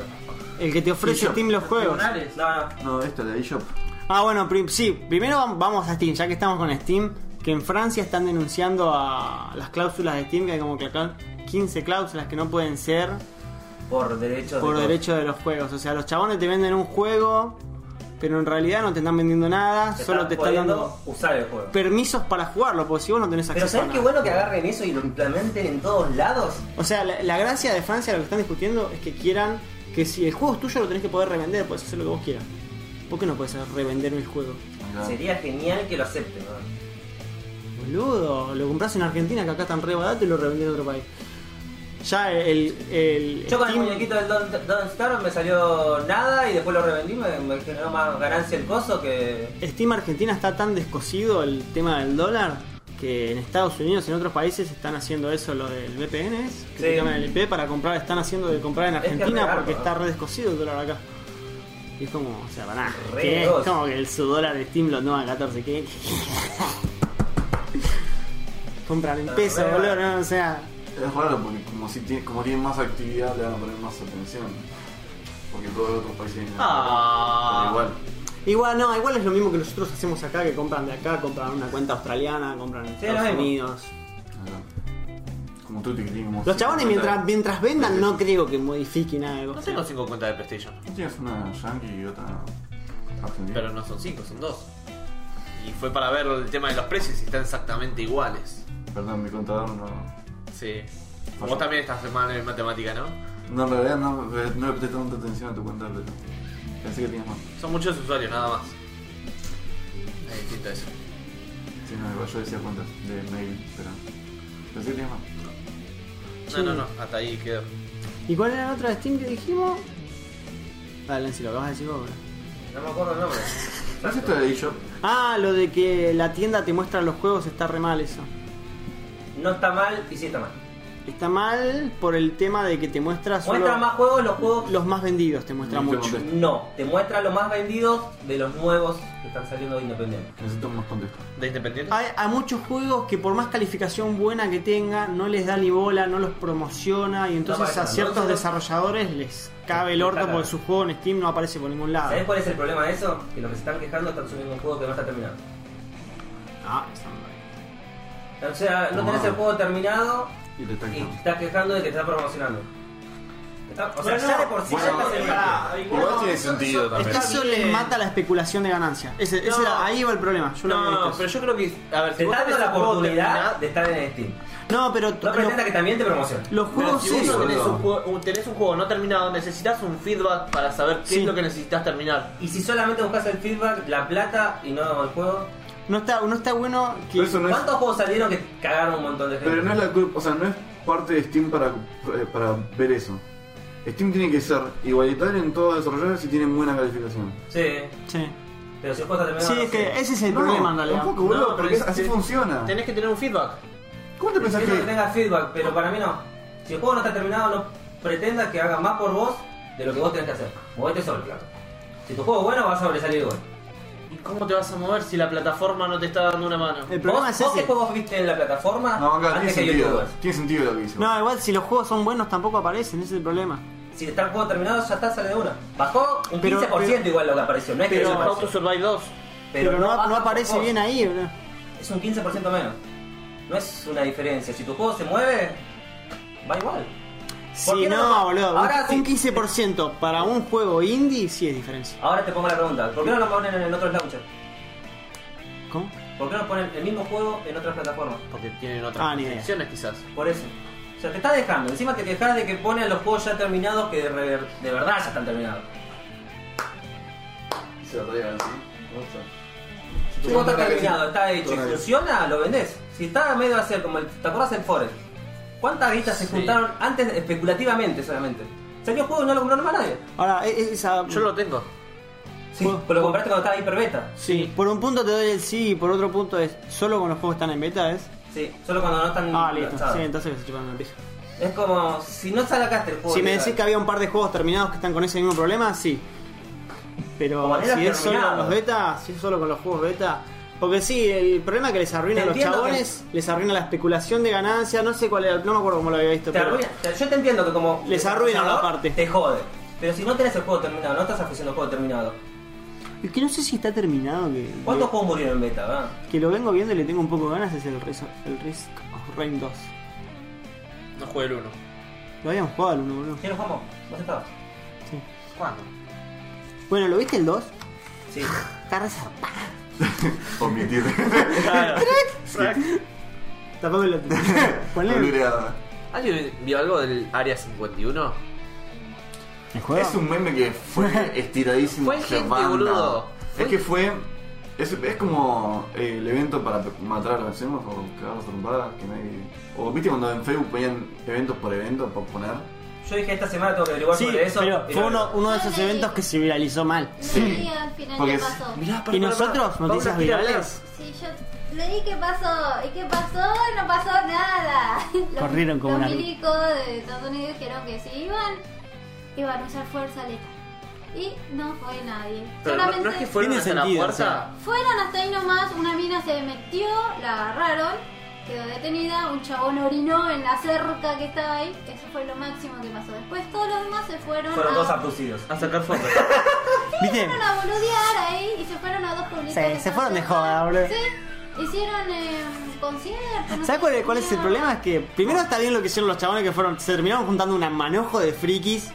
S2: El que te
S1: Y
S2: ofrece
S1: yo.
S2: Steam los juegos.
S4: Tribunales.
S3: No, no.
S1: No, esta la eShop.
S2: Ah, bueno, prim- sí, primero vam- vamos a Steam, ya que estamos con Steam, que en Francia están denunciando a las cláusulas de Steam, que hay como que acá 15 cláusulas que no pueden ser
S3: Por derecho
S2: por
S3: de.
S2: derecho de los juegos. O sea, los chabones te venden un juego, pero en realidad no te están vendiendo nada,
S3: Te
S2: solo te están
S3: pudiendo
S2: dando
S3: usar el juego.
S2: permisos para jugarlo, porque si vos no tenés
S3: Pero
S2: acceso a
S3: ¿sabes qué
S2: nada.
S3: bueno que agarren eso y lo implementen en todos lados?
S2: O sea, la, la gracia de Francia, lo que están discutiendo, es que quieran que si el juego es tuyo lo tenés que poder revender, puedes hacer lo que vos quieras. ¿Por qué no puedes revender el juego?
S1: Acá.
S3: Sería genial que lo acepten, ¿no?
S2: Boludo, lo compras en Argentina, que acá tan re barato, y lo revendés en otro país. Ya el. el
S3: Yo con el
S2: Steam-
S3: muñequito del Don, Don Star me salió nada y después lo revendí, me, me generó más ganancia el coso que.
S2: Steam Argentina está tan descosido el tema del dólar que en Estados Unidos y en otros países están haciendo eso, lo del VPN, es, que te
S3: Sí.
S2: llaman el IP para comprar, están haciendo de comprar en
S3: Es que
S2: Argentina
S3: regarlo,
S2: porque
S3: ¿no?
S2: está re descosido el dólar acá. Y es como, o sea, para nada.
S3: Re
S2: que es
S3: negocio.
S2: como que el su dólar de Steam lo toma a 14, ¿qué? Compran en
S3: Está
S2: peso,
S3: re
S2: boludo,
S3: barato.
S2: ¿no? o sea.
S1: Es raro porque como, si tiene, como tienen más actividad le van a poner más atención. Porque todos los otros países...
S4: Ah.
S1: Pero Igual.
S2: Igual no, igual es lo mismo que nosotros hacemos acá, que compran de acá, compran una cuenta australiana, compran en
S3: Sí, lo
S2: Estados
S3: mismo.
S2: Unidos.
S1: Acá. Como tú te crees como...
S2: Los chabones mientras, mientras vendan no creo que modifiquen algo.
S4: No tengo cinco cuentas de PlayStation.
S1: Tú Tienes una yankee y otra argentina.
S4: Pero no son cinco, son dos. Y fue para ver el tema de los precios y están exactamente iguales.
S1: Perdón, mi contador no...
S4: Sí.
S1: Ojo.
S4: Vos también estás mal en matemática, ¿no?
S1: No, en realidad no, no le presté tanta atención a tu cuenta, pero pensé que tenías más.
S4: Son muchos usuarios, nada más. Es distinto eso.
S1: Sí, no, igual yo decía cuentas de mail, pero pensé que tenías más.
S4: No, no, no, hasta ahí quedó.
S2: ¿Y cuál era la otra de Steam que dijimos? Dale, Nancy, lo acabas de decir vos, bro.
S3: No me acuerdo el nombre.
S1: ¿Sabes esto de eShop?
S2: Ah, lo de que la tienda te muestra los juegos está re mal eso.
S3: No está mal y sí está mal.
S2: Está mal por el tema de que te muestra solo
S3: Muestra más juegos, los juegos.
S2: los más vendidos, te muestra
S1: Listo,
S2: mucho.
S1: contesto.
S3: No, te muestra los más vendidos de los nuevos que están saliendo independientes.
S1: Necesito más contexto.
S4: ¿De independiente?
S2: Hay, hay muchos juegos que por más calificación buena que tenga, no les da ni bola, no los promociona y entonces
S3: aparece,
S2: a ciertos
S3: entonces-
S2: desarrolladores les cabe el
S3: Les
S2: orto
S3: caga.
S2: porque su juego en Steam no aparece por ningún lado.
S3: ¿Sabés cuál es el problema de eso? Que los que se están quejando están subiendo un juego que no está terminado.
S2: Ah, está mal.
S3: O sea, no tenés el juego terminado
S1: Y te están
S3: y te
S1: quedando.
S3: estás quejando de que te está promocionando. Está- o sea,
S4: Bueno,
S3: ya de por sí ya
S1: bueno,
S3: estás en
S1: eh,
S3: la-
S1: igual tiene sentido también.
S2: Esto eso les mata la especulación de ganancia. Ese, ese
S4: No.
S2: era- ahí va el problema. Yo lo
S4: No,
S2: había
S4: no,
S2: visto
S4: no, pero yo creo que. A ver,
S3: Te
S4: vos
S3: está dando
S4: tenés
S3: la
S4: un juego
S3: oportunidad
S4: terminado-
S3: de estar en Steam.
S2: No, pero
S3: No pretendas que también te promocione.
S2: los
S4: Pero
S2: juegos
S4: si vos
S2: sí,
S4: no tenés
S1: boludo.
S4: un, juego, un- tenés un juego no terminado, necesitas un feedback para saber qué
S2: Sí.
S4: es lo que necesitas terminar.
S3: Y si solamente buscas el feedback, la plata y no el juego.
S2: no está, no está bueno que
S1: Pero eso no es,
S3: ¿Cuántos juegos salieron que cagaron un montón de gente?
S1: pero no es la culpa, o sea, no es parte de Steam para, eh, para ver eso. Steam tiene que ser igualitario en todos los desarrolladores y tienen buena calificación.
S3: Sí,
S2: Sí,
S3: pero si el juego está terminado.
S2: Sí,
S3: no
S2: es que
S3: sé.
S2: ese es el
S1: no,
S2: problema en realidad.
S1: tampoco, boludo,
S4: No,
S1: porque
S4: pero es-
S1: así
S4: es-
S1: funciona.
S4: Tenés que tener un feedback.
S1: ¿Cómo te pensás
S3: Entiendo que
S1: que
S3: tengas feedback, pero para mí no. Si el juego no está terminado, no pretendas que haga más por vos de lo que vos tenés que hacer. Movete solo, claro. Si tu juego es bueno, vas a sobresalir igual.
S4: ¿Y cómo te vas a mover si la plataforma no te está dando una mano?
S2: El problema
S3: ¿Vos,
S2: es
S3: vos
S2: ese.
S3: qué juegos viste en la plataforma
S1: No, acá tiene
S3: antes que
S1: sentido.
S3: youtubers?
S1: Tiene sentido lo que hizo.
S2: No, igual si los juegos son buenos tampoco aparecen, ese es el problema.
S3: Si está el juego terminado, ya está, sale de una. Bajó un 15%
S2: Pero- pero-
S3: igual lo que apareció. No es que
S4: Pero
S3: desapareció.
S4: Auto Survive 2.
S2: Pero, no,
S3: baja
S2: no aparece
S3: por
S2: bien
S3: vos.
S2: ahí, bro.
S3: Es un 15% menos. No es una diferencia. Si tu juego se mueve, va igual. ¿Por
S2: Si
S3: qué
S2: no,
S3: no lo-
S2: boludo,
S3: Ahora
S2: un
S3: sí.
S2: 15% para un juego indie sí es diferencia.
S3: Ahora te pongo la pregunta. ¿Por qué no lo ponen en otros launchers?
S2: ¿Cómo?
S3: ¿Por qué no ponen el mismo juego en otras plataformas?
S4: Porque tienen
S2: Ah,
S4: otras
S2: ni idea.
S4: restricciones quizás.
S3: Por eso. O sea, te estás dejando. Encima te quejas de que ponen los juegos ya terminados que de, rever- de verdad ya están terminados.
S1: Se ríe así. ¿Cómo está?
S3: Si tu juego está
S1: Totalmente.
S3: terminado, está hecho y
S1: Totalmente.
S3: funciona, lo vendés. Si está a medio de hacer, como el, ¿te acordás del Forest? ¿Cuántas vistas se
S4: Sí.
S3: juntaron antes especulativamente solamente? Salió el juego y no lo compró más nadie.
S2: Ahora, e- e- esa...
S4: Yo lo tengo.
S3: Sí,
S2: Juego-
S3: pero lo compraste cuando estaba hiperbeta.
S2: Sí, por un punto te doy el sí y por otro punto es solo con los juegos que están en beta, ¿es?
S3: Sí, solo cuando no están
S2: Ah, listo.
S3: lanzados.
S2: Sí, entonces se chuparon el piso.
S3: Es como si no sacaste el juego.
S2: Si me
S3: legal.
S2: decís que había un par de juegos terminados que están con ese mismo problema, sí. Pero
S3: Como
S2: si
S3: eran
S2: es solo con
S3: terminados.
S2: los beta, si es solo con los juegos beta, Porque sí, el problema que les arruina
S3: Te
S2: a los
S3: entiendo
S2: chabones, les arruina la especulación de ganancia, no sé cuál era, no me acuerdo cómo lo había visto,
S3: Te
S2: pero
S3: arruina. te- Yo te entiendo que como.
S2: Les arruina
S3: ¿no?
S2: la parte.
S3: Te jode. Pero si no tenés el juego terminado, no estás aficionado al juego terminado.
S2: es que no sé si está terminado que
S3: ¿Cuántos juegos murieron en beta, verdad?
S2: que lo vengo viendo y le tengo un poco de ganas es el Risk, el Risk of Rain 2.
S4: No jugué el 1.
S2: Lo habíamos jugado al uno, boludo.
S3: ¿Quién lo jugamos? ¿Vos estabas?
S2: Sí.
S4: ¿Cuándo?
S2: Bueno, ¿lo viste el 2?
S3: Sí.
S2: Está re zarpado.
S1: Omitir.
S3: Claro.
S2: Tampoco lo Ponle.
S1: Blureada.
S4: ¿Alguien vio algo del Área 51?
S2: ¿El juego?
S1: Es un meme que fue estiradísimo.
S4: Fue
S1: se
S4: gente,
S1: manda.
S4: boludo. Fue-
S1: Es que fue. Es, es como eh, el evento para matar a los vecinos o cagarlos a trompadas, que nadie. O viste cuando en Facebook ponían eventos por evento por poner.
S3: Yo dije esta semana tengo que averiguar
S2: Sí,
S3: sobre eso.
S2: pero
S3: y
S2: fue
S3: lo-
S2: uno, uno de esos eventos que se viralizó mal.
S5: Sí, al final
S1: Porque
S5: qué
S1: es-
S5: pasó.
S4: Mirá,
S2: ¿Y nosotros? ¿Noticias virales?
S5: Sí, yo leí qué pasó. ¿Y qué pasó? No pasó nada. Los-
S2: Corrieron como
S5: Los
S2: una-
S5: milicos de Estados Unidos dijeron que si iban, iban a usar fuerza letal. Y no fue nadie.
S4: Pero no,
S5: Solamente
S4: no es que fueron
S2: Tiene
S4: hasta
S2: sentido,
S4: la puerta.
S5: fueron hasta ahí nomás. Una mina se metió, la agarraron, quedó detenida. Un chabón orinó en la cerca que estaba ahí. Eso fue lo máximo que pasó. Después todos los demás se fueron,
S3: Fueron
S5: a,
S3: dos abducidos.
S2: Ah.
S4: A sacar fotos.
S2: ¿Viste?
S5: fueron a boludear ahí y se fueron a dos pueblitos.
S2: Sí,
S5: de
S2: se fueron de
S5: Santa.
S2: joda, boludo.
S5: Sí, hicieron eh, conciertos. no sé
S2: ¿Sabes cuál,
S5: qué
S2: cuál es el
S5: hicieron.
S2: problema? Es que primero está bien lo que hicieron los chabones que fueron. Se terminaron juntando un manojo de frikis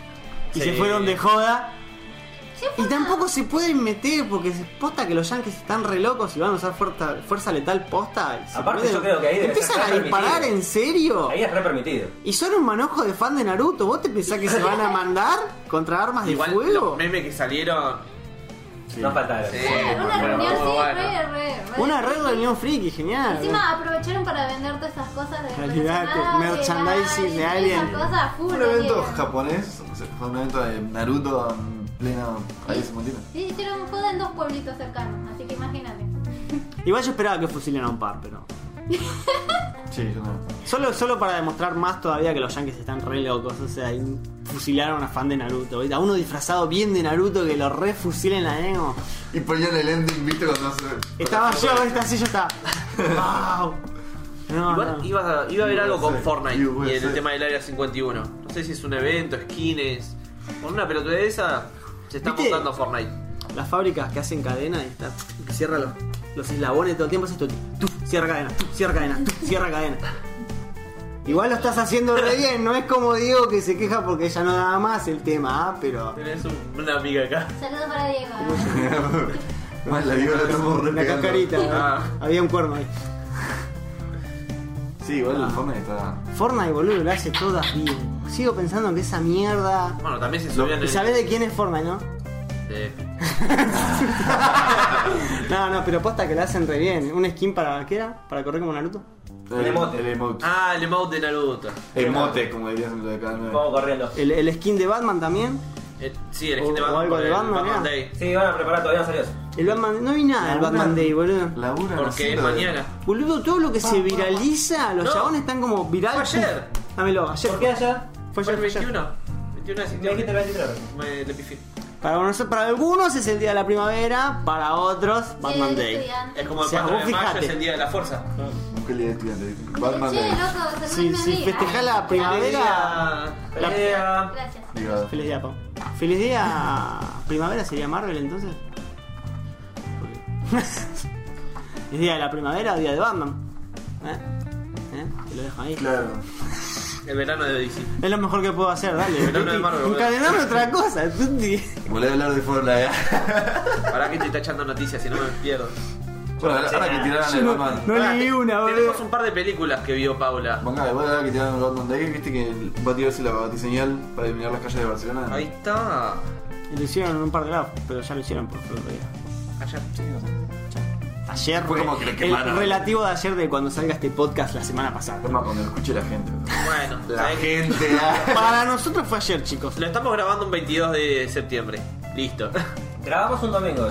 S2: y
S4: Sí.
S2: se fueron de joda.
S5: Sí,
S2: Y
S5: fue una-
S2: tampoco se pueden meter porque se posta que los yankees están re locos y van a usar fuerza, fuerza letal posta. y se
S3: Aparte,
S2: ponen-
S3: yo creo que ahí debe
S2: Empiezan
S3: ser
S2: a
S3: permitido.
S2: disparar en serio.
S3: Ahí es re permitido.
S2: Y son un manojo de fan de Naruto. ¿Vos te pensás que se van a mandar contra armas de
S4: Igual
S2: fuego?
S4: los memes que salieron.
S3: No faltaron.
S4: Sí.
S5: Sí, una
S4: Bueno,
S5: reunión, sí,
S4: bueno.
S5: re, re, re.
S2: Una red reunión friki, genial.
S5: Encima aprovecharon para vender todas esas cosas de
S2: Calidad,
S5: relacionadas,
S2: merchandising de Alien.
S5: Esas cosas full.
S1: Un evento
S5: vendieron.
S1: japonés, o sea, fue un evento de Naruto en plena. Ahí se mantiene.
S5: Sí, hicieron joda en dos pueblitos cercanos, así que imagínate.
S2: Igual yo esperaba que fusilen a un par, pero.
S1: Sí, yo no.
S2: Solo, solo para demostrar más todavía que los yankees están re locos. O sea, y fusilaron a fan de Naruto. ¿viste? A uno disfrazado bien de Naruto que lo refusilen a Nemo.
S1: Y ponían el ending, viste, cuando se.
S2: Estaba yo, esta sí yo estaba. ¡Wow! No,
S4: Igual
S2: no.
S4: iba a, iba a haber algo con
S1: USA,
S4: Fortnite y en
S1: USA.
S4: el tema del área 51. No sé si es un evento, skins. Con una pelotuda de esa se está
S2: ¿Viste?
S4: montando Fortnite.
S2: Las fábricas que hacen cadena y está, que cierra los, los eslabones todo el tiempo, haces esto, tú, cierra cadena, tú, cierra cadena, tú, cierra cadena. Igual lo estás haciendo re bien, no es como Diego que se queja porque ya no daba más el tema, ¿ah? pero.
S4: Tenés un- una amiga acá.
S5: Saludos para Diego. ¿eh?
S1: Más la viola estamos re
S2: Una
S1: pegando.
S2: cascarita,
S4: Ah.
S2: había un cuerno ahí.
S1: Sí, igual el Fortnite está.
S2: Fortnite, boludo, lo hace todas bien. Sigo pensando que esa mierda.
S4: Bueno, también se subían
S2: ¿Y
S4: en
S2: sabés de quién es Fortnite, no?
S4: de-
S2: No, no, pero posta que la hacen re bien. ¿Un skin para qué era? ¿Para correr como Naruto?
S3: El emote.
S1: El emote.
S4: Ah, el emote de Naruto.
S1: Emote, como dirías en lo de acá.
S3: Vamos corriendo.
S2: El, el skin de Batman también.
S4: El- Eh, sí, el
S2: O-
S4: skin de
S2: o
S4: Batman
S2: algo
S4: por
S2: de
S4: el
S2: Batman,
S4: Batman
S2: mirá.
S4: Day.
S3: Sí, van a preparar, todavía no salió eso.
S2: Ah, El Batman. No vi nada del Batman Day, boludo.
S1: Laburan
S4: Porque es
S1: haciendo de-
S4: mañana.
S2: Boludo, todo lo que se viraliza, los
S4: No.
S2: chabones están como viral.
S4: Fue ayer.
S2: Puf, Dámelo, ayer.
S3: ¿Por qué ayer?
S2: Fue
S4: Fue
S2: ayer,
S4: el
S2: fue ayer.
S4: 21. 21 de
S3: Me dijiste el
S4: septiembre.
S3: 23.
S4: Me le pifié.
S2: Para, nosotros- para algunos es el día de la primavera, para otros, Batman
S5: Sí,
S2: Day.
S5: estudiante.
S4: Es como el
S2: O sea,
S4: 4 de
S2: vos
S4: mayo,
S2: fijate.
S4: es el día de la fuerza.
S1: Mujer de estudiante. Batman
S5: Che,
S1: de.
S5: loco, saludame
S2: Sí,
S5: a
S2: sí,
S5: mí.
S2: festejá la primavera.
S4: La-
S3: Pelea.
S5: Gracias.
S1: Digo,
S2: Feliz día, Pau. Feliz día. ¿Primavera sería Marvel entonces? Porque- ¿Es día de la primavera o día de Batman? ¿Eh? ¿Eh? Te lo dejo ahí.
S1: Claro.
S4: El verano de DC.
S2: Es lo mejor que puedo hacer, dale.
S4: Pero no de
S2: Tuti.
S4: Marvel, boludo.
S2: Encadename otra cosa, Tuti.
S1: Volví a hablar de E. Fortnite.
S4: Ahora que te está echando noticias, si no me pierdo.
S1: Bueno, ahora que tiraron el Batman.
S2: No leí una,
S4: Tenemos
S2: boludo.
S4: un par de películas que vio Paula.
S1: Venga, igual ahora que tiraron el Batman Day, viste que va a tirarse la batiseñal para iluminar las calles de Barcelona.
S4: Ahí está.
S2: Lo hicieron en un par de lados, pero ya lo hicieron por otro día.
S4: Allá.
S2: Ayer,
S1: Fue como que lo quemaron.
S2: el relativo de ayer de cuando salga este podcast la semana pasada.
S1: Forma cuando lo escuche la gente.
S4: Bueno,
S1: La
S4: ¿sabés qué?
S1: gente. ah.
S2: Para nosotros fue ayer, chicos.
S4: lo estamos grabando un 22 de septiembre. Listo.
S3: Grabamos un domingo,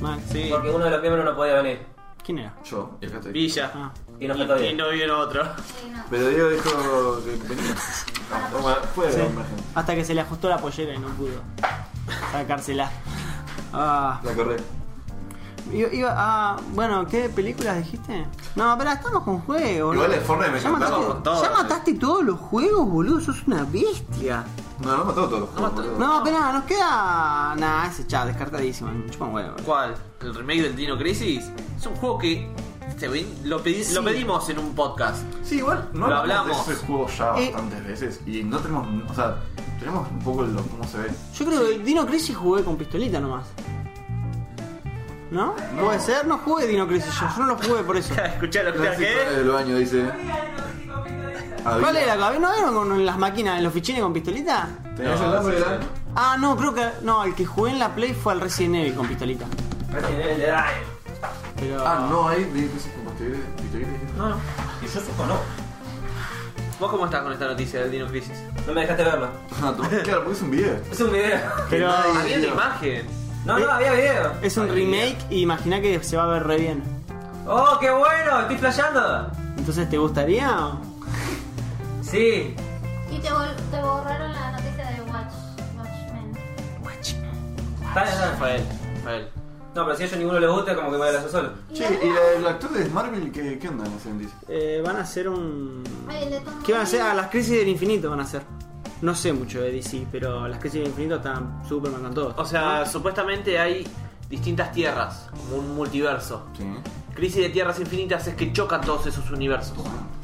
S2: Man,
S4: Sí.
S3: porque uno de los miembros no podía venir.
S2: ¿Quién era?
S1: Yo, y acá estoy.
S4: Villa.
S2: Ah.
S3: Y nos faltó
S4: Y
S3: bien.
S4: no vino otro.
S5: Sí, no.
S1: Pero Diego dijo que venía. Ah, toma, Fue
S2: Sí.
S1: la imagen.
S2: Hasta que se le ajustó la pollera y no pudo sacársela. Ah.
S1: La correcta.
S2: Iba, iba- ah, bueno, ¿qué películas dijiste? No, pero estamos con juegos.
S1: Igual
S2: boludo.
S1: el Fortnite me
S2: ya
S1: mató
S2: mataste,
S1: con
S4: todo,
S2: ya
S4: sí.
S2: mataste todos los juegos, boludo. Sos una bestia.
S1: No, no mató todos los juegos.
S4: mató-
S1: boludo.
S2: No, pero nada, nos queda. Nah, ese chat, descartadísimo. me chupa un huevo. boludo.
S4: ¿Cuál? ¿El remake del Dino Crisis? Es un juego que se ven- lo, pedi- lo pedimos en un podcast.
S1: Sí, igual no
S4: Lo
S1: hablamos
S4: hablamos.
S1: de ese juego ya
S2: Eh.
S1: bastantes veces y no tenemos, o sea, tenemos un poco lo, cómo se ve.
S2: Yo creo que Dino Crisis jugué con pistolita nomás. ¿No?
S1: No.
S2: Puede ser, no jugué Dino Crisis yo, yo no lo jugué por eso.
S4: Escuchá lo que
S1: Clásico
S4: ¿qué?
S1: del baño dice. Había-
S2: ¿Cuál era? ¿Cabe- ¿No eran con las máquinas, en los fichines con pistolita?
S1: ¿Tenías el ¿eh?
S3: No,
S1: nombre
S3: sí,
S1: del
S3: sí.
S1: año?
S2: Ah, no, creo que. No, el que jugué en la Play fue al Resident Evil con pistolita.
S3: Resident Evil Dead Island.
S2: Pero.
S1: Ah, no, ahí dice compatible. ¿viste?
S3: No, no. Que yo supo no.
S4: ¿Vos cómo estás con esta noticia del Dino Crisis?
S3: No me dejaste verlo.
S1: Ah, tú- Claro, porque es un video.
S3: Es un video.
S2: Pero.
S1: Nadie-
S4: Ah, Había una imagen.
S3: No, no, había video.
S2: Es un remake y imagina que se va a ver re bien.
S3: ¡Oh, qué bueno! ¡Estoy flasheando!
S2: Entonces, ¿te gustaría? o?
S3: Sí.
S5: Y te, bol- te borraron la noticia de Watch, Watchmen.
S2: Ah,
S3: Está bien, está bien.
S4: Rafael, Rafael.
S3: No, pero si a ellos ninguno les gusta, como que me voy a yo solo.
S5: Y
S1: Che,
S5: la-
S1: ¿y la- el actor de Marvel qué, qué onda en ese dice?
S2: Eh, van a hacer un.
S5: Ay, le tomo
S2: ¿Qué van a hacer?
S5: una-
S2: Ah, las crisis del infinito van a hacer. No sé mucho de DC, pero las crisis del infinito están. Superman están todos.
S4: O sea, supuestamente hay distintas tierras, como un multiverso.
S1: Sí.
S4: Crisis de tierras infinitas es que chocan todos esos universos.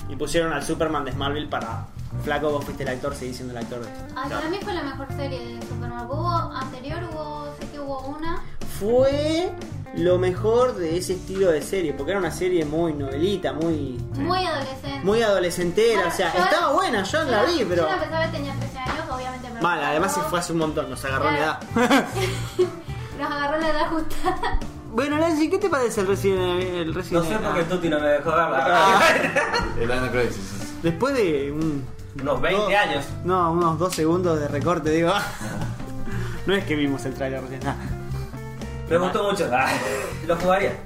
S2: Y pusieron al Superman de Smallville para. Flaco, vos fuiste el actor, seguís siendo el actor de esto.
S5: Ay, para mí fue la mejor serie de Superman. Hubo anterior, hubo, sé que hubo una.
S2: Fue lo mejor de ese estilo de serie, porque era una serie muy novelita, muy.
S5: Muy adolescente.
S2: muy adolescentera, o sea,
S5: Bueno, Ah, yo-
S2: estaba buena, yo la vi,
S5: yo
S2: pero.
S5: la empezaba, tenía 13 años, obviamente. me
S2: Mal,
S5: gustó.
S2: además se fue hace un montón, nos agarró la edad.
S5: Nos agarró la edad justa.
S2: bueno, Nancy, ¿qué te parece el Resident Evil? el
S3: No
S2: Resident
S3: sé
S2: Evil?
S3: por qué Tuti no me dejó verla.
S2: Ah.
S1: El Ana Crisis.
S2: Después de un-
S3: Unos 20
S2: dos-
S3: años.
S2: No, unos dos segundos de recorte, digo. ah. no es que vimos el trailer recién. ah. nada.
S3: Me gustó mucho. Ah, Lo jugaría.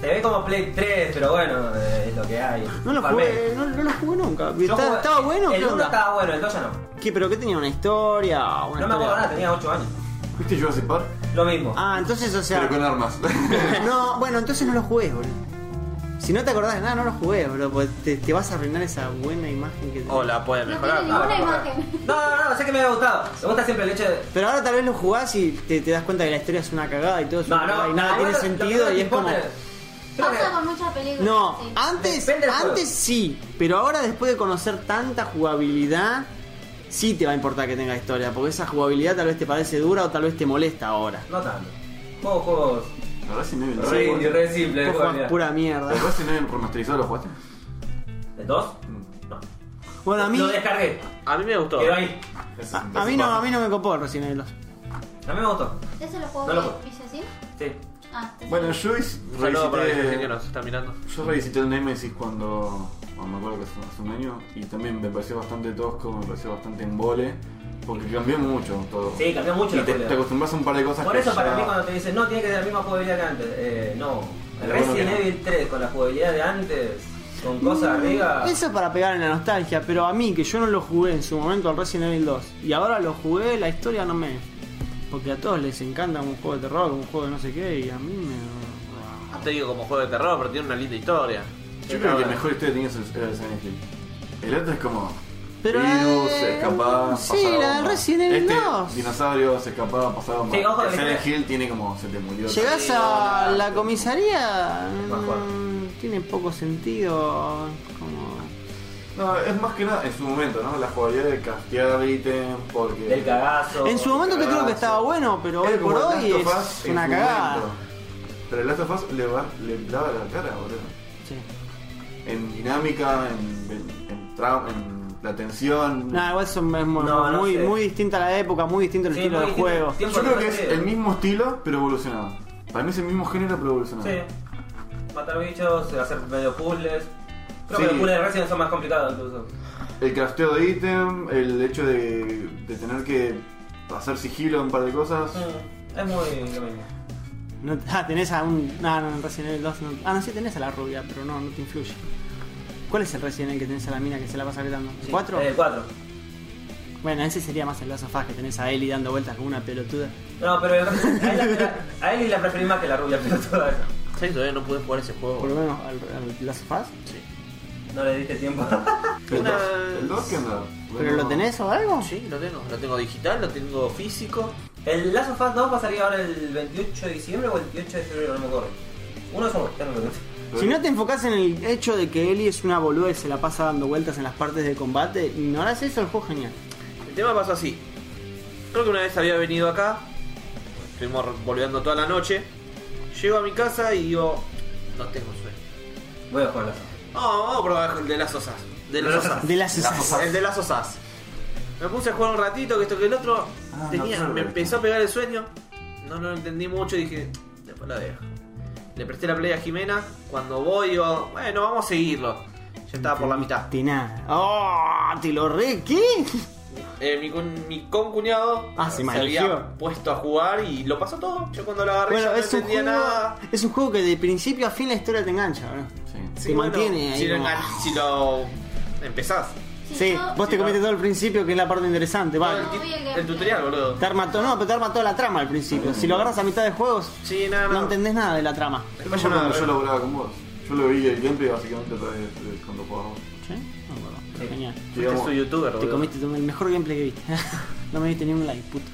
S3: Se ve como Play 3, pero bueno, eh, es lo que hay.
S2: No lo
S3: Palmé.
S2: jugué, no, no lo jugué nunca.
S3: Yo
S2: ¿Está-
S3: jugué-
S2: ¿Estaba bueno? o
S3: El
S2: ¿Qué
S3: 1
S2: onda?
S3: estaba bueno, el 2 ya no.
S2: ¿Qué, ¿Pero qué tenía? ¿Una historia? Una
S3: No me acuerdo
S2: historia?
S3: nada, tenía 8 años.
S1: ¿Viste Jurassic Park?
S3: Lo mismo.
S2: Ah, entonces, o sea.
S1: Pero con armas.
S2: No, bueno, entonces no lo jugué, boludo. Si no te acordás de nada, no lo jugué, boludo. porque Te, te vas a arruinar esa buena imagen que te-
S4: O la pueden
S5: No
S4: mejorar.
S5: tiene
S4: ¿no?
S5: ninguna
S3: Ah, no, no,
S5: imagen.
S3: no, no, sé que me había gustado. Me gusta siempre el hecho de.
S2: Pero ahora tal vez lo jugás y te, te das cuenta que la historia es una cagada y todo es una
S3: No,
S2: cagada
S3: no,
S2: y nada
S3: a mí
S2: tiene
S3: lo- lo que
S2: sentido
S3: no
S2: y
S3: te
S2: es como.
S3: importa- Creo que-
S5: Pasa con muchas películas.
S2: No, Ah.
S5: sí.
S2: antes,
S3: Depende del juego.
S2: antes sí, pero ahora después de conocer tanta jugabilidad, sí te va a importar que tenga historia, porque esa jugabilidad tal vez te parece dura o tal vez te molesta ahora.
S3: No tanto. Juego juegos
S1: La Resident Evil. ¿no?
S3: re indie, re simple. de
S2: Vos jugás
S3: jugabilidad.
S2: pura mierda.
S1: ¿El Resident Evil remasterizado lo jugaste?
S3: ¿El 2? No.
S2: Bueno, a mí,
S3: Lo descargué.
S4: A mí me gustó.
S3: Quedó ahí.
S1: Ese
S2: a,
S1: es un
S2: a mí
S1: Resident
S2: no, a mí no me copó recién el 2.
S3: A mí me gustó.
S5: Ese lo jugó
S3: No lo
S5: Villa,
S3: jugué.
S5: ¿sí?
S3: Sí.
S5: Ah, te-
S1: Bueno, yo hice-
S4: Saludos para la gente que
S1: revisité.
S4: nos está mirando.
S1: Yo revisité el Nemesis cuando. cuando me acuerdo que hace hace un año. Y también me pareció bastante tosco, me pareció bastante embole. Porque cambió mucho todo.
S3: Sí, cambió mucho
S1: Y
S3: la
S1: te,
S3: jugabilidad.
S1: te acostumbras a un par de cosas
S3: Por
S1: que
S3: eso para
S1: ya-
S3: mí cuando te dicen, no, tiene que ser la misma jugabilidad que antes. Eh, no. El
S1: Pero
S3: Resident
S1: bueno que no.
S3: Evil 3 con la jugabilidad de antes, con cosas
S2: Mm,
S3: arriba.
S2: Eso para pegar en la nostalgia, pero a mí que yo no lo jugué en su momento al Resident Evil 2 y ahora lo jugué, la historia no me. Porque a todos les encanta un juego de terror, un juego de no sé qué, y a mí me.
S4: No te digo como juego de terror, pero tiene una linda historia.
S1: Yo creo que el mejor historia tenía ese- era el Silent Hill. El otro es como.
S2: Pero,
S1: virus,
S2: eh,
S1: escapaba,
S2: sí,
S1: pasaba
S2: la de
S1: bomba.
S2: Resident Evil
S1: este,
S2: 2.
S1: Dinosaurios, escapaba, pasaba bomba.
S3: Sí, ojo, este-
S1: el Silent
S3: viste.
S1: Hill tiene como. Se te murió.
S2: Llegás
S3: Sí,
S2: a
S3: no,
S2: la
S3: no.
S2: comisaría,
S3: Más fuerte.
S2: mm, tiene poco sentido. Como...
S1: No, es más que nada en su momento, ¿no? La jugabilidad de castear ítem, porque.
S3: Del cagazo.
S2: En su momento te creo que
S1: cagazo.
S2: estaba bueno, pero hoy
S1: Era como
S2: por
S1: el
S2: hoy
S1: Last of Us
S2: es
S1: en
S2: una
S1: su
S2: cagada.
S1: momento. Pero el Last of Us le, va, le daba la cara, boludo.
S2: Sí.
S1: En dinámica, en, en, en, tra- en la tensión.
S2: Nah, igual son, es muy,
S3: No, no
S2: muy,
S3: sé.
S2: muy distinta la época, muy distinto el
S3: Sí,
S2: estilo
S3: muy
S2: de
S3: distinto.
S2: juego.
S1: Yo
S3: Tiempo
S1: creo
S3: de
S1: que es
S3: recorrido.
S1: el mismo estilo, pero evolucionado. Para mí es el mismo género, pero evolucionado.
S3: Sí. Matar bichos, hacer medio puzzles. Creo
S1: Sí.
S3: que los puzzles de Resident son más complicados incluso.
S1: El crafteo de ítem, el hecho de, de tener que hacer sigilo en un par de cosas.
S3: Mm, Es muy lo mismo.
S2: No- ah, tenés a un. Ah, no, en Resident Evil 2. no- ah, no, sí tenés a la rubia, pero no, no te influye. ¿Cuál es el Resident Evil que tenés a la mina que se la pasa gritando? ¿El
S3: Sí.
S2: ¿Cuatro?
S3: Eh, El 4.
S2: Bueno, ese sería más el Last of Us, que tenés a Ellie dando vueltas como una pelotuda.
S3: No, pero el- a él, la- a él la preferís más que la rubia pelotuda. esa.
S4: ¿Sabes? Todavía no pude jugar ese
S2: Por lo
S4: juego.
S2: menos al, al Last of Us.
S4: Sí.
S3: No le diste tiempo.
S1: ¿El
S4: Una-
S1: 2? ¿El 2 qué onda?
S2: ¿Pero lo tenés o algo?
S4: Sí, lo tengo. Lo tengo digital, lo tengo físico.
S3: El Last of Us 2 va a salir ahora el 28 de diciembre o el 28 de febrero, no me acuerdo. Uno solo, ya no me acuerdo.
S2: Si no te enfocas en el hecho de que Ellie es una boluda y se la pasa dando vueltas en las partes de combate, ignorás eso, el juego es genial.
S4: El tema pasó así. Creo que una vez había venido acá. Estuvimos volviendo toda la noche. Llego a mi casa y digo, no tengo sueño.
S3: Voy a jugar Last of Us.
S4: No, vamos a probar el de las osas. De las osas.
S2: De las esas.
S4: El de las osas. Me puse a jugar un ratito, que esto que el otro.
S1: Ah, no,
S4: tenía-
S1: claro.
S4: me empezó a pegar el sueño. No, no lo entendí mucho y dije, después la dejo. Le presté la play a Jimena. Cuando voy, digo, bueno, vamos a seguirlo. Ya estaba por la mitad.
S2: De nada. ¡Oh! ¿Te lo re qué?
S4: Eh, mi, con, mi concuñado eh,
S2: Ah, se maleció.
S4: había puesto a jugar y lo pasó todo. Yo cuando lo agarré
S2: Bueno,
S4: ya no
S2: es un,
S4: entendía
S2: juego,
S4: nada.
S2: es un juego que de principio a fin la historia te engancha, ¿no?
S1: Sí.
S2: Se mantiene ahí
S4: Si, lo
S2: como-
S4: engan- si lo empezás.
S2: Sí,
S5: yo-
S2: vos te
S4: Sí,
S2: comiste
S4: no.
S2: todo al principio, que es la parte interesante, vale.
S4: el,
S5: vi el
S4: tit-
S5: gameplay.
S4: el tutorial, boludo.
S2: Te arma todo, no, pero te arma toda la trama al principio. Si lo agarras a mitad de juegos,
S4: Sí, nada,
S2: no
S4: nada.
S2: entendés nada de la trama.
S1: Es como
S4: Una-
S1: cuando yo laburaba con vos. Yo lo vi el gameplay básicamente a través de- de- cuando jugaba vos.
S2: ¿Sí? ¿Eh? No me acuerdo.
S3: Sí.
S2: Genial.
S4: Este es un youtuber,
S2: Te
S4: boludo.
S2: comiste todo el mejor gameplay que viste. no me diste ni un like, puto.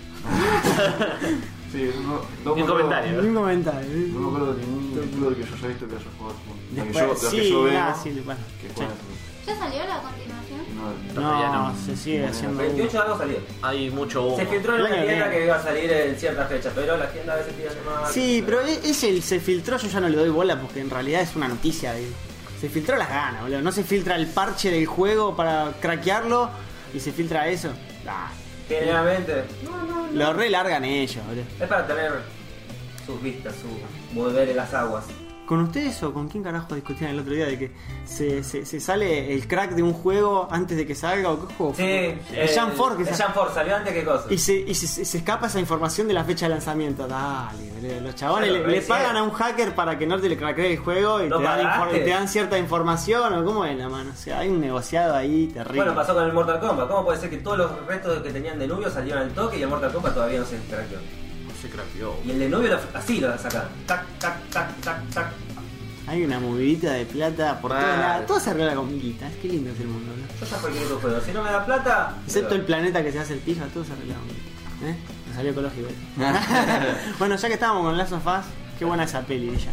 S1: Sí, no, no
S4: Ni
S1: me
S4: un
S1: acuerdo-
S4: comentario.
S2: Ni un comentario.
S1: No me acuerdo de ningún título del que yo haya visto que haya jugado. La que
S2: Después,
S1: yo, la
S2: sí,
S1: que yo veo.
S2: nada, sí, bueno,
S1: Que
S2: sí.
S1: juegan
S5: ¿Ya salió la continuación?
S1: no,
S4: Todavía
S2: No,
S4: no.
S2: se sigue
S3: El
S2: haciendo.
S3: 28 de algo salió.
S4: Hay mucho humo.
S3: Se filtró en
S2: Bueno,
S3: una tienda
S2: bien.
S3: que iba a salir en cierta fecha, pero la tienda a veces tiene más.
S2: Sí, pero e- es el se filtró, yo ya no le doy bola porque en realidad es una noticia. de- Se filtró las ganas, boludo. No se filtra el parche del juego para craquearlo y se filtra eso. Ah,
S3: Generalmente. No, no, no.
S2: lo relargan ellos, boludo.
S3: Es para tener sus vistas, su volver en las aguas.
S2: ¿Con ustedes o con quién carajo discutían el otro día de que se, se- se sale el crack de un juego antes de que salga o qué juego?
S3: Sí,
S2: fue?
S3: el-
S2: el Jump Force que
S3: el
S2: sa-
S3: Jump Force, salió antes que cosa.
S2: Y, se, y se- se- se escapa esa información de la fecha de lanzamiento. Dale, boludo. Los chabones
S3: Claro,
S2: le, le
S3: recién.
S2: pagan a un hacker para que no te le craquee el juego y
S3: ¿No
S2: te dan,
S3: pagaste?
S2: infor- te dan cierta información. o ¿Cómo es la mano? O sea, hay un negociado ahí terrible.
S3: Bueno, pasó con el Mortal Kombat. ¿Cómo puede ser que todos los retos que tenían de Nubio salieron al toque y el Mortal Kombat todavía no se interactuó?
S4: No se craqueó.
S3: Y el de Nubio lo- así lo sacaron. Tac, tac, tac, tac, tac.
S2: Hay una movidita de plata por todos
S4: Mal.
S2: lados. Todo se arregla con militas. Qué lindo es el mundo, ¿no?
S3: Yo ya cualquier otro juego. Si no me da plata.
S2: Excepto
S3: pero-
S2: el planeta que se hace el pija, todo se arregla con militas. ¿Eh? Me salió ecológico.
S1: Ah.
S2: ¿eh? bueno, ya que estábamos con Last of Us, qué buena esa peli ella.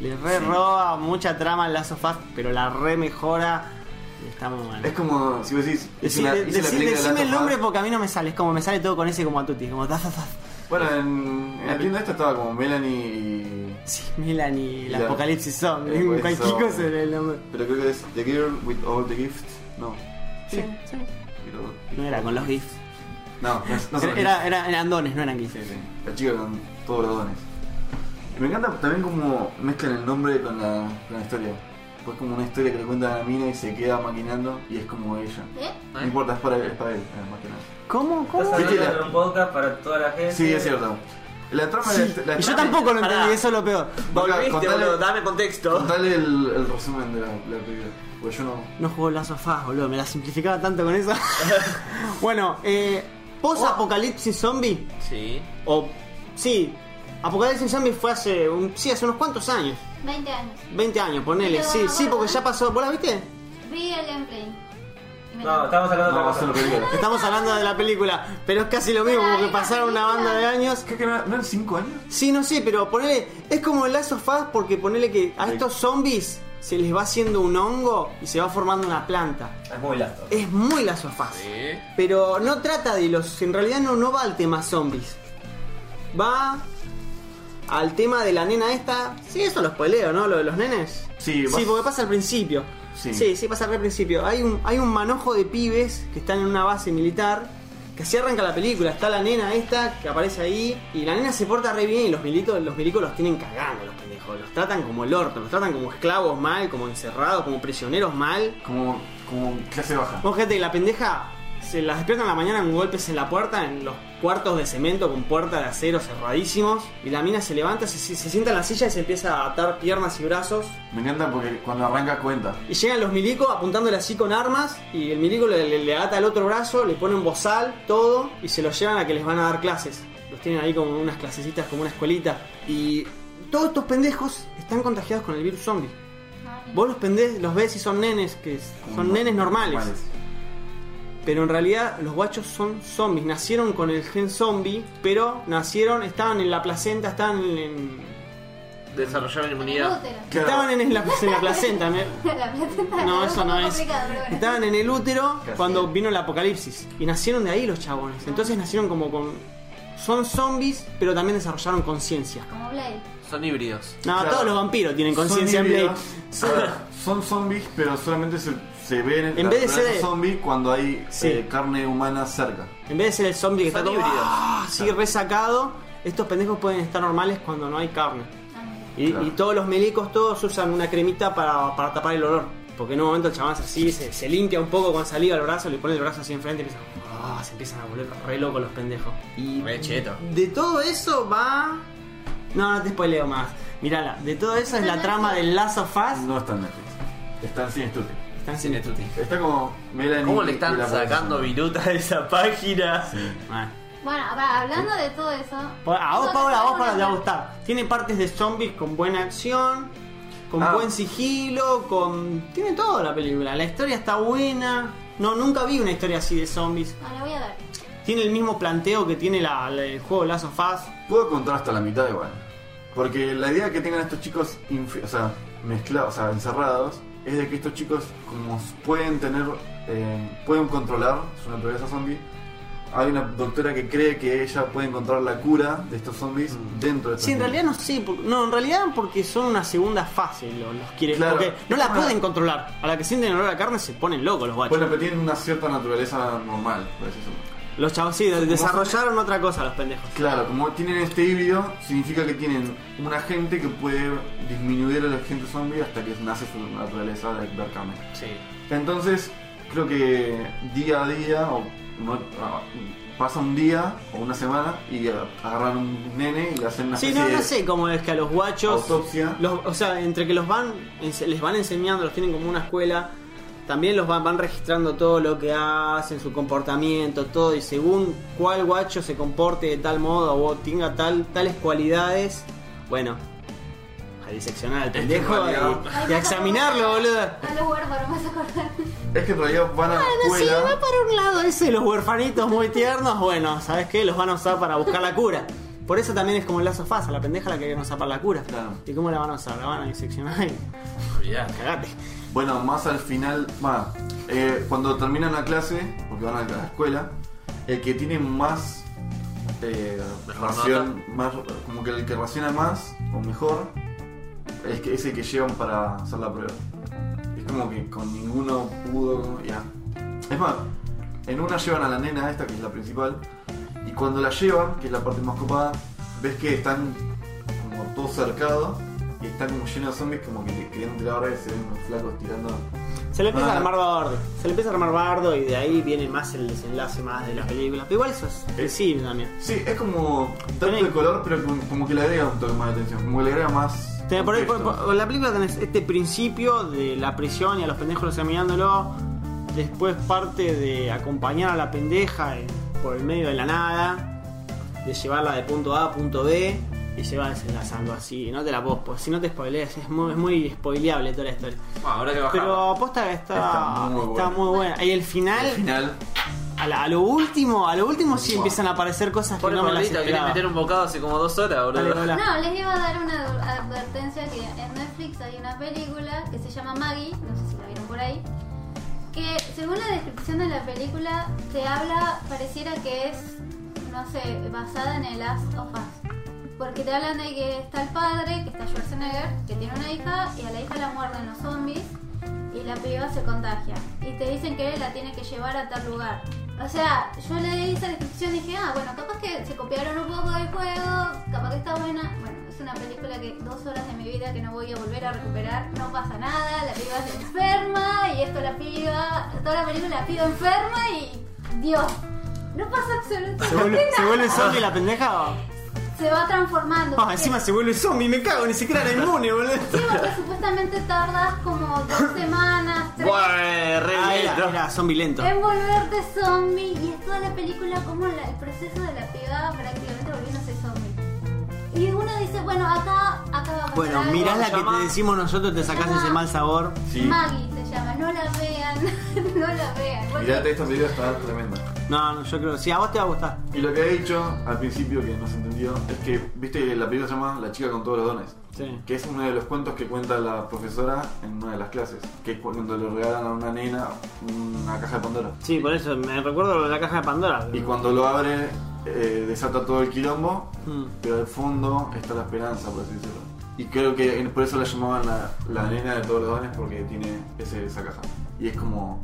S2: Le re roba mucha trama al Last of Us, pero la re mejora. Está muy buena.
S1: Es como si vos decís. hice
S2: Decí-
S1: la-
S2: de-
S1: hice la película
S2: decí-
S1: de
S2: decime
S1: Last of
S2: el
S1: Us.
S2: nombre porque a mí no me sale, es como me sale todo con ese como a tutti, como ta, ta, ta.
S1: Bueno, en, en la tienda esta estaba como Melanie y.
S2: Sí, Melanie, el
S1: Ya.
S2: apocalipsis son,
S1: Eh, pues,
S2: cualquier
S1: son.
S2: cosa era el nombre.
S1: Pero creo que es The Girl with All the Gifts. No.
S2: Sí, sí.
S1: Pero-
S2: No era con los gifs.
S1: No, no, es- no son
S2: Era,
S1: los
S2: era, eran dones, no eran gifs.
S1: Sí, sí. La chica con todos los dones. Y me encanta también como mezclan el nombre con la, con la historia. Pues como una historia que le cuenta a la mina y se queda maquinando y es como ella.
S5: ¿Eh?
S1: No importa, es para él, es para él, eh, más que nada.
S2: ¿Cómo?
S3: Estás
S2: ¿Cómo?
S1: Sí,
S3: hablando
S1: la-
S3: de un podcast para toda la gente.
S1: Sí, es cierto. La trama
S2: Sí,
S1: de este, la
S2: Y yo
S1: trama-
S2: tampoco lo
S4: Pará.
S2: entendí, eso es lo peor.
S4: Volviste,
S1: Contale-
S4: boludo, dame contexto.
S1: Contale el, el resumen de la, la película. Porque yo no.
S2: No jugó las sofás, boludo, me la simplificaba tanto con eso. bueno, eh, post-apocalipsis zombie,
S4: Sí.
S2: o... Sí, apocalipsis zombie fue hace, un, sí, hace unos cuantos años.
S5: 20 años.
S2: 20 años, ponele,
S5: Pero,
S2: sí, sí, porque
S5: ¿verdad?
S2: ya pasó. ¿Vos la viste?
S5: Vi el gameplay. Y me
S3: No, estábamos hablando de
S1: No,
S3: otra
S1: vamos a
S3: cosa.
S1: hacer la película.
S2: Estamos hablando de la película, pero es casi lo mismo,
S5: Pero
S2: porque
S5: ahí la
S2: pasaron una
S5: película.
S2: banda de años.
S1: Creo que no, ¿no eran 5 años.
S2: Sí, no sé, pero ponele, es como el Last of Us, porque ponele que a
S1: Sí.
S2: estos zombies se les va haciendo un hongo y se va formando una planta.
S3: Es muy lasto.
S1: Eh.
S2: Es muy Last of Us.
S4: Sí.
S2: Pero no trata de los. En realidad no, no va al tema zombies. Va al tema de la nena esta. Sí, eso los spoileo, ¿no? Lo de los nenes.
S1: Sí,
S2: sí
S1: vas-
S2: porque pasa al principio.
S1: Sí.
S2: sí, sí, pasa al principio. Hay un, hay un manojo de pibes que están en una base militar. Que así arranca la película. Está la nena esta que aparece ahí. Y la nena se porta re bien. Y los militos, los milicos los tienen cagando, los pendejos. Los tratan como el orto. Los tratan como esclavos mal, como encerrados, como prisioneros mal.
S1: Como, como clase baja.
S2: Vos, gente, la pendeja se las despiertan en la mañana con golpes en la puerta, en los cuartos de cemento con puertas de acero cerradísimos. Y la mina se levanta, se, se- se sienta en la silla y se empieza a atar piernas y brazos.
S1: Me encanta porque cuando arranca cuenta.
S2: Y llegan los milicos apuntándole así con armas. Y el milico le, le- le ata el otro brazo, le pone un bozal, todo. Y se los llevan a que les van a dar clases. Los tienen ahí como unas clasecitas, como una escuelita. Y todos estos pendejos están contagiados con el virus zombie.
S5: Ah,
S2: Vos los pendés, los ves y son nenes, que son nenes normales. Pero en realidad los guachos son zombies. Nacieron con el gen zombie, pero nacieron, estaban en la placenta, estaban en.
S4: Desarrollaron
S5: El
S4: inmunidad.
S5: útero.
S1: Claro.
S2: Estaban en, la, en la placenta. me-
S5: La placenta
S2: No,
S5: es
S2: eso
S5: un
S2: no
S5: poco
S2: es.
S5: complicado, pero bueno.
S2: Estaban en el útero
S1: Casi.
S2: cuando vino el apocalipsis. Y nacieron de ahí los chabones. Entonces nacieron como con. Son zombies, pero también desarrollaron conciencia.
S5: Como Blade.
S4: Son híbridos.
S2: No,
S1: Claro.
S2: todos los vampiros tienen
S1: Son
S2: conciencia en Blade.
S1: híbridos. Claro, Son zombies, pero solamente se, se ven
S2: En
S1: la
S2: vez de
S1: naturaleza
S2: ser-
S1: zombie cuando hay
S2: Sí.
S1: eh, carne humana cerca.
S2: En vez de ser el zombie que
S4: Son
S2: está todo
S4: híbridos.
S2: ah, así resacado, estos pendejos pueden estar normales cuando no hay carne.
S5: Ah,
S2: Y,
S1: Claro.
S2: y todos los melicos, todos usan una cremita para, para tapar el olor. Porque en un momento el chabón hace así, se, se limpia un poco con saliva el brazo, le pone el brazo así enfrente y empieza, ah, se empiezan a volver re locos los pendejos. Y
S4: Re cheto.
S2: de todo eso va... No, no te spoileo más. Mirala, de todo eso es la trama del Last of Us.
S1: No está en Netflix. Está en Cine Studio.
S2: Están sin
S4: Cine Tutti.
S1: Está como Melanie.
S4: ¿Cómo le
S1: y
S4: están
S1: la
S4: sacando
S1: producción.
S4: viruta de esa página?
S2: Bueno.
S5: Bueno, ahora, hablando de todo eso.
S2: Por- A vos,
S5: nosotros
S2: Paula, a vos,
S5: tenemos
S2: Paula, te va a
S5: una-
S2: gustar. Tiene partes de zombies con buena acción, con
S1: Ah.
S2: buen sigilo, con... Tiene todo la película. La historia está buena. No, nunca vi una historia así de zombies.
S5: Ah, la voy a dar.
S2: Tiene el mismo planteo que tiene la, la- el juego Last of Us.
S1: Puedo contar hasta la mitad igual. Porque la idea que tengan estos chicos infi- o sea, mezclados, o sea, encerrados, es de que estos chicos, como s- pueden tener, eh, pueden controlar su naturaleza zombie, hay una doctora que cree que ella puede encontrar la cura de estos zombies dentro de estos
S2: Sí, en
S1: niños.
S2: realidad no sé. por- No, en realidad porque son una segunda fase lo- los, quieren.
S1: Claro.
S2: Porque no la
S1: Bueno.
S2: pueden controlar. A la que sienten olor a carne se ponen locos los guachos.
S1: Bueno, pero tienen una cierta naturaleza normal, por así decirlo.
S2: los chavos sí, desarrollaron otra cosa los pendejos.
S1: Claro, como tienen este híbrido, significa que tienen un agente que puede disminuir a la gente zombie hasta que nace su naturaleza de ver carne.
S2: Sí.
S1: Entonces, creo que día a día, o no- ah, pasa un día o una semana y ah, agarran un nene y le hacen una
S2: Sí,
S1: especie
S2: no, no
S1: de
S2: sé cómo es que a los guachos...
S1: autopsia.
S2: Los- o sea, entre que los van, ense- les van enseñando, los tienen como una escuela, también los van, van registrando todo lo que hacen, su comportamiento, todo, y según cuál guacho se comporte de tal modo o tenga tal, tales cualidades, bueno, a diseccionar al pendejo
S1: Este cualidad.
S2: y, y a examinarlo, boludo.
S5: A los huérfanos, me vas a acordar.
S1: Es que en realidad van a la
S2: Bueno, si Ah, va
S1: escuela.
S2: para un lado ese de los huerfanitos muy tiernos, bueno, ¿sabes qué? Los van a usar para buscar la cura. Por eso también es como el lazo fasa, la pendeja la que quieren usar para la cura.
S1: Claro.
S2: ¿Y cómo la van a usar? La van a diseccionar y cagate.
S1: Bueno, más al final, va, eh, cuando terminan la clase, porque van a la escuela, el que tiene más eh,
S4: Mejor
S1: ración, más, como que el que raciona más o mejor, es, que, es el que llevan para hacer la prueba. Es como que con ninguno pudo, ya. Es más, en una llevan a la nena esta, que es la principal, y cuando la llevan, que es la parte más copada, ves que están como todo cercado y están como llenos de zombies como que le querían tirar ahora y se ven unos flacos tirando.
S2: Se le empieza a
S1: Ah.
S2: armar bardo. Se le empieza a armar bardo y de ahí viene más el desenlace más de la película. Pero igual eso es sensible también.
S1: Sí, es como tanto
S2: Tenés-
S1: de color, pero como, como que le agrega un toque más de atención, como que le agrega más.
S2: Tenés por ahí- por-
S1: contexto.
S2: por- la película tenés este principio de la prisión y a los pendejos examinándolo. Después parte de acompañar a la pendeja en- por el medio de la nada. De llevarla de punto A a punto B. Y se va desenlazando así. No te la puedo spo- Si no te spoileas, es muy, es muy spoileable toda la historia.
S4: Bueno, habrá que bajar.
S2: Pero aposta que está,
S1: Está muy
S2: está
S1: buena.
S2: muy buena. Y el
S1: Al final,
S2: A, la- a lo último, a lo último sí
S1: Wow.
S2: empiezan a aparecer cosas que
S4: Pobre
S2: no me las
S4: gordita, querés
S2: esperaba.
S4: meter un bocado hace como dos horas,
S2: Dale,
S4: boludo.
S2: Lola.
S5: No, les iba a dar una adver- advertencia que en Netflix hay una película que se llama Maggie, no sé si la vieron por ahí, que según la descripción de la película te habla, pareciera que es, no sé, basada en el Last of Us. Porque te hablan de que está el padre, que está Schwarzenegger, que tiene una hija y a la hija la muerden los zombies y la piba se contagia. Y te dicen que él la tiene que llevar a tal lugar. O sea, yo leí esa descripción y dije, ah, bueno, capaz que se copiaron un poco del juego, capaz que está buena. Bueno, es una película que dos horas de mi vida que no voy a volver a recuperar, no pasa nada, la piba se enferma y esto la piba, toda la película la piba enferma y Dios, no pasa absolutamente
S2: ¿Se vuelve,
S5: nada.
S2: ¿se vuelve zombie la pendeja? o?
S5: Se va transformando.
S2: Ah,
S5: porque-
S2: encima se vuelve zombie, me cago, ni siquiera era inmune, boludo.
S5: Sí, porque supuestamente tardas como dos semanas, tres,
S4: Buah, re
S2: Ah,
S4: lento.
S2: era, era zombie lento.
S5: en volverte zombie. Y es toda la película como la- el proceso de la pegada prácticamente volviéndose zombie. Y uno dice, bueno, acá, acá va a pasar
S2: Bueno,
S5: algo.
S2: mirá la que
S4: llama?
S2: te decimos nosotros, te sacás ese mal sabor.
S1: Sí.
S5: Maggie se llama, no la vean, no la vean. Bueno,
S1: Mirate esta película, está tremenda.
S2: No, no, yo creo, sí, a vos te va a gustar.
S1: Y lo que he dicho al principio, que no se entendió, es que, viste que la película se llama La chica con todos los dones.
S2: Sí.
S1: Que es uno de los cuentos que cuenta la profesora en una de las clases. Que es cuando le regalan a una nena una caja de Pandora.
S2: Sí, por eso, me recuerdo lo de la caja de Pandora.
S1: Y cuando lo abre, eh, desata todo el quilombo.
S2: Mm.
S1: Pero al fondo está la esperanza, por así decirlo. Y creo que en- por eso la llamaban la, la nena de todos los dones, porque tiene ese, esa caja. Y es como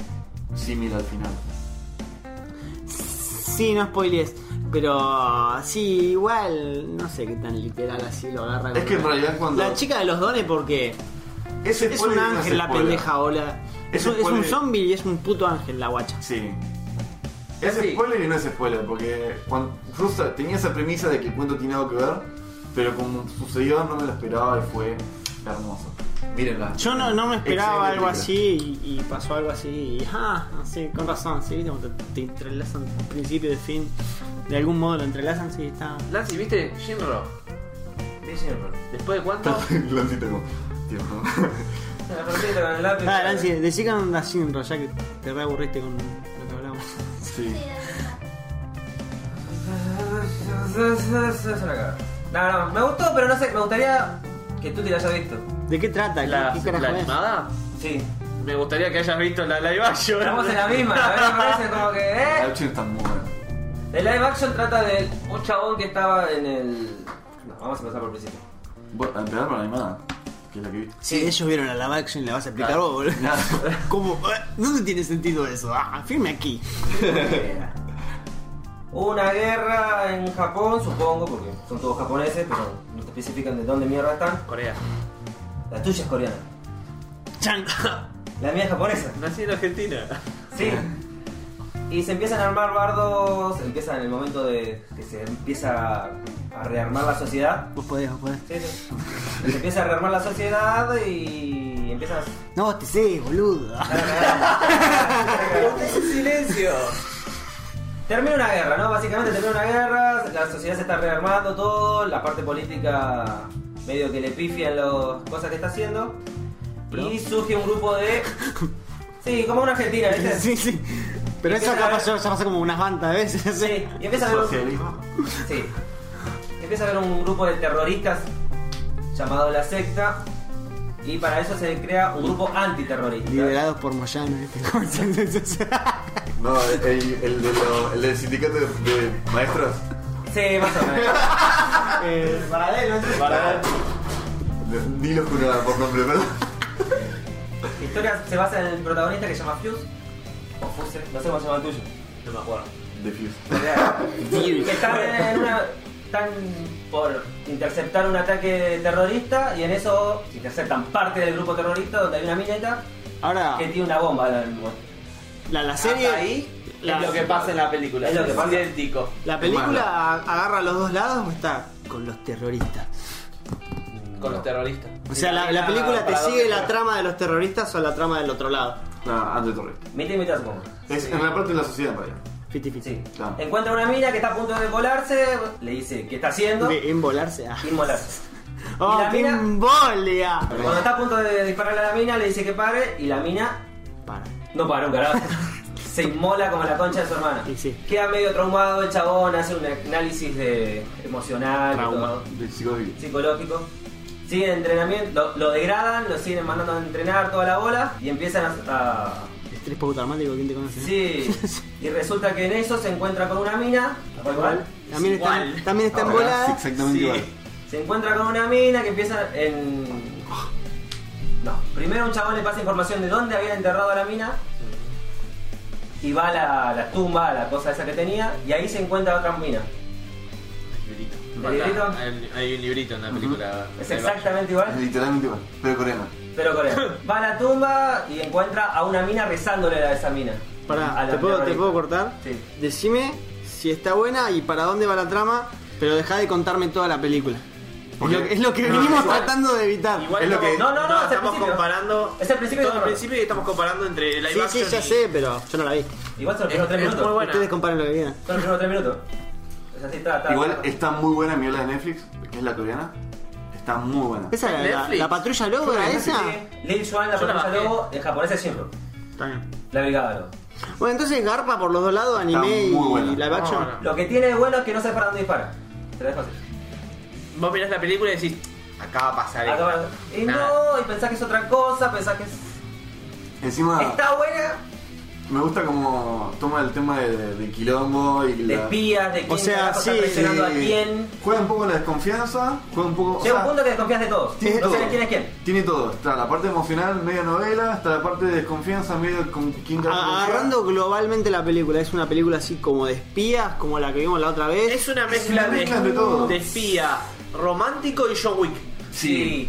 S1: similar al final.
S2: Sí, no spoilees. Pero ah, sí, igual, no sé qué tan literal así lo agarra.
S1: Es que en realidad cuando.
S2: La chica de los dones porque
S1: Ese
S2: es
S1: spoiler
S2: un
S1: no es
S2: ángel la
S1: spoiler.
S2: pendeja ola. Es
S1: Ese
S2: un, es un
S1: spoiler-
S2: zombie y es un puto ángel la guacha.
S1: Sí. Es
S4: Sí.
S1: spoiler y no es spoiler, porque cuando Rusa tenía esa premisa de que el cuento tiene algo que ver, pero como sucedió no me lo esperaba y fue hermoso. Mírenla.
S2: Yo no, no me esperaba
S1: Excelente
S2: algo
S1: película.
S2: así y, y pasó algo así y ah, sí, con razón, sí, viste, como te, te entrelazan principio de fin, de algún modo lo entrelazan, sí, está.
S4: Nancy, ¿viste? Shinro.
S3: Vi Shinron.
S4: ¿Después de cuánto?
S1: Lancita como, tío, ¿no?
S3: La cortita con el lápiz.
S2: Ah, Nancy, decí que anda Shinro, ya que te reaburriste con lo que hablamos.
S1: Sí.
S5: sí, es
S3: Es una cagada. No, no, me gustó, pero no sé, me gustaría que tú te la hayas visto.
S2: ¿De qué trata? ¿Qué-
S4: La,
S2: ¿Qué carajo
S4: la
S2: es?
S4: animada.
S3: Sí.
S4: Me gustaría que hayas visto la live action.
S3: Estamos en la misma, a ver, me parece como que.
S1: La
S3: ¿eh?
S1: action está muy buena.
S3: El live action trata de un chabón que estaba en el. No, vamos a empezar por el principio.
S1: Bueno, a empezar por la animada, que es la que viste.
S2: Si
S3: Sí.
S2: ellos vieron la live action, le vas a explicar
S4: Claro.
S2: vos, boludo. ¿Cómo? Eh, ¿Dónde tiene sentido eso? Ah, firme aquí.
S3: Hubo una guerra en Japón, supongo, porque son todos japoneses, pero no te especifican de dónde mierda están.
S4: Corea.
S3: La tuya es coreana,
S2: Chan.
S3: la mía es japonesa.
S4: Nací en Argentina.
S3: Sí. Y se empiezan a armar bardos, empieza en el momento de que se empieza a rearmar la sociedad.
S2: Vos podés, vos podés.
S3: Sí, sí. Se empieza a rearmar la sociedad y empiezan a...
S2: No, vos te sé, boludo.
S4: silencio!
S3: Termina una guerra, ¿no? Básicamente termina una guerra, la sociedad se está rearmando todo, la parte política medio que le pifian las cosas que está haciendo. Y surge un grupo de... Sí, como una Argentina, ¿viste?
S2: Sí, sí. Pero eso acá pasó, ya pasó como unas bandas veces. ¿eh?
S3: Sí, y empieza a haber un...
S1: Socialismo.
S3: Sí. Empieza a haber un grupo de terroristas llamado la secta y para eso se crea un grupo antiterrorista.
S2: Liderados por Moyano, ¿viste? Como se-
S1: No, el, el de lo- el del sindicato de, de maestros.
S3: Sí, más o menos.
S2: Eh, Paradelo, ¿no?
S1: Ni lo juraba por nombre, ¿verdad?
S3: La historia se basa en el protagonista que se llama Fuse. O Fuse, no sé cómo se llama el tuyo.
S4: No me acuerdo.
S1: De Fuse.
S3: que están, en una, están por interceptar un ataque terrorista y en eso interceptan parte del grupo terrorista donde hay una mineta
S2: Ahora,
S3: que tiene una bomba. La,
S2: la, la serie.
S4: Hasta ahí
S2: La-
S4: es lo que pasa en la película.
S3: Es lo que pasa.
S4: idéntico.
S2: ¿La película a- agarra los dos lados o está con los terroristas?
S4: Con los terroristas.
S2: O sea, la, la película te sigue la trama de los terroristas o la trama del otro lado.
S1: No, André Torres.
S3: Mitad y mitad supongo.
S1: Es en la parte de la sociedad, en realidad.
S2: Fiti, fiti.
S3: Sí.
S1: Claro.
S3: Encuentra una mina que está a punto de volarse, le dice qué está haciendo
S2: De involarse a.
S3: y molarse.
S2: ¡Oh,
S3: y la
S2: qué
S3: mina-
S2: embolia!
S3: Cuando está a punto de dispararle a la mina le dice que pare y la mina
S2: Para.
S3: No para un carajo. Se inmola como la concha de su hermana.
S2: Y sí.
S3: Queda medio traumado el chabón, hace un análisis de emocional, y todo,
S1: De psicólogo.
S3: psicológico. Sigue en entrenamiento, lo, lo degradan, lo siguen mandando a entrenar toda la bola y empiezan a- a,
S2: Estrés postraumático, ¿quién te conoce?
S3: sí. Y resulta que en eso se encuentra con una mina, tal cual.
S2: También
S4: Es
S2: está,
S4: igual.
S2: también está
S1: Ahora, sí,
S2: embolada.
S1: exactamente
S4: Sí.
S1: igual.
S3: Se encuentra con una mina que empieza en. No. Primero un chabón le pasa información de dónde había enterrado a la mina. Y va a la, la tumba, a la cosa esa que tenía. Y ahí se encuentra otra mina. ¿El librito?
S4: Acá Hay, hay un librito en la película.
S3: Es exactamente igual,
S1: Literalmente igual. Pero coreana.
S3: pero coreana. Va a la tumba y encuentra a una mina rezándole a esa mina.
S2: Pará,
S3: A la
S2: ¿te puedo,
S3: mierda.
S2: ¿te puedo cortar?
S3: Sí.
S2: Decime si está buena y para dónde va la trama, pero deja de contarme toda la película. Es
S1: Porque-
S2: lo, que- es lo que
S1: No,
S2: venimos
S1: igual-
S2: tratando de evitar.
S6: Igual
S1: Es lo
S6: estamos-
S1: que-
S3: No, no, no, es el
S6: estamos
S3: principio.
S6: comparando.
S3: Es el principio
S6: Todo
S3: de
S6: el
S3: todo.
S6: principio y estamos comparando entre el live
S2: Sí, sí,
S6: action
S2: ya
S6: y-
S2: sé, pero yo no la vi.
S3: Igual son
S6: Es-
S3: los primeros tres
S6: es muy
S3: minutos.
S6: buena.
S2: Ustedes comparen lo que viene.
S3: Son los primeros tres minutos. Es así, está, está.
S1: Igual
S3: está.
S1: está muy buena mi ola de Netflix, que es la coreana. Está muy buena.
S2: ¿Esa la, la,
S4: Netflix.
S2: la patrulla lobo era esa?
S3: Lil Swan, la
S4: Yo la
S3: persona
S4: bajé.
S3: lobo, el japonés es siempre.
S2: Está bien.
S3: La brigada lobo.
S2: Bueno, entonces garpa por los dos lados, anime y,
S1: muy buena.
S2: y live action.
S4: Ahora.
S3: Lo que tiene de bueno es que no sabes para dónde dispara. Te la dejo así.
S4: Vos mirás la película y decís, acá va a pasar esto.
S3: Acá- Ah, Y
S4: Nada.
S3: no, y pensás que es otra cosa, pensás que es.
S1: Encima
S3: Está buena.
S1: me gusta como toma el tema de, de- de quilombo y
S3: De
S1: la...
S3: espías, de quién
S2: sea,
S3: carajo está
S2: sí,
S3: presionando a
S1: Sí.
S3: quién.
S1: Juega un poco la desconfianza, juega un poco... o
S3: Llega
S1: sea,
S3: un punto que desconfías de todos.
S1: tiene
S3: No
S1: todo.
S3: sabes quién es quién.
S1: Tiene todo. Está la parte emocional, medio novela, está la parte de desconfianza, medio con quién carajo
S2: A-
S1: confía.
S2: Agarrando globalmente la película, es una película así como de espías, como la que vimos la otra vez.
S4: Es una
S1: Es
S4: mezcla
S1: una
S4: de,
S1: mezcla de todo.
S4: de espía, romántico y John Wick.
S1: Sí.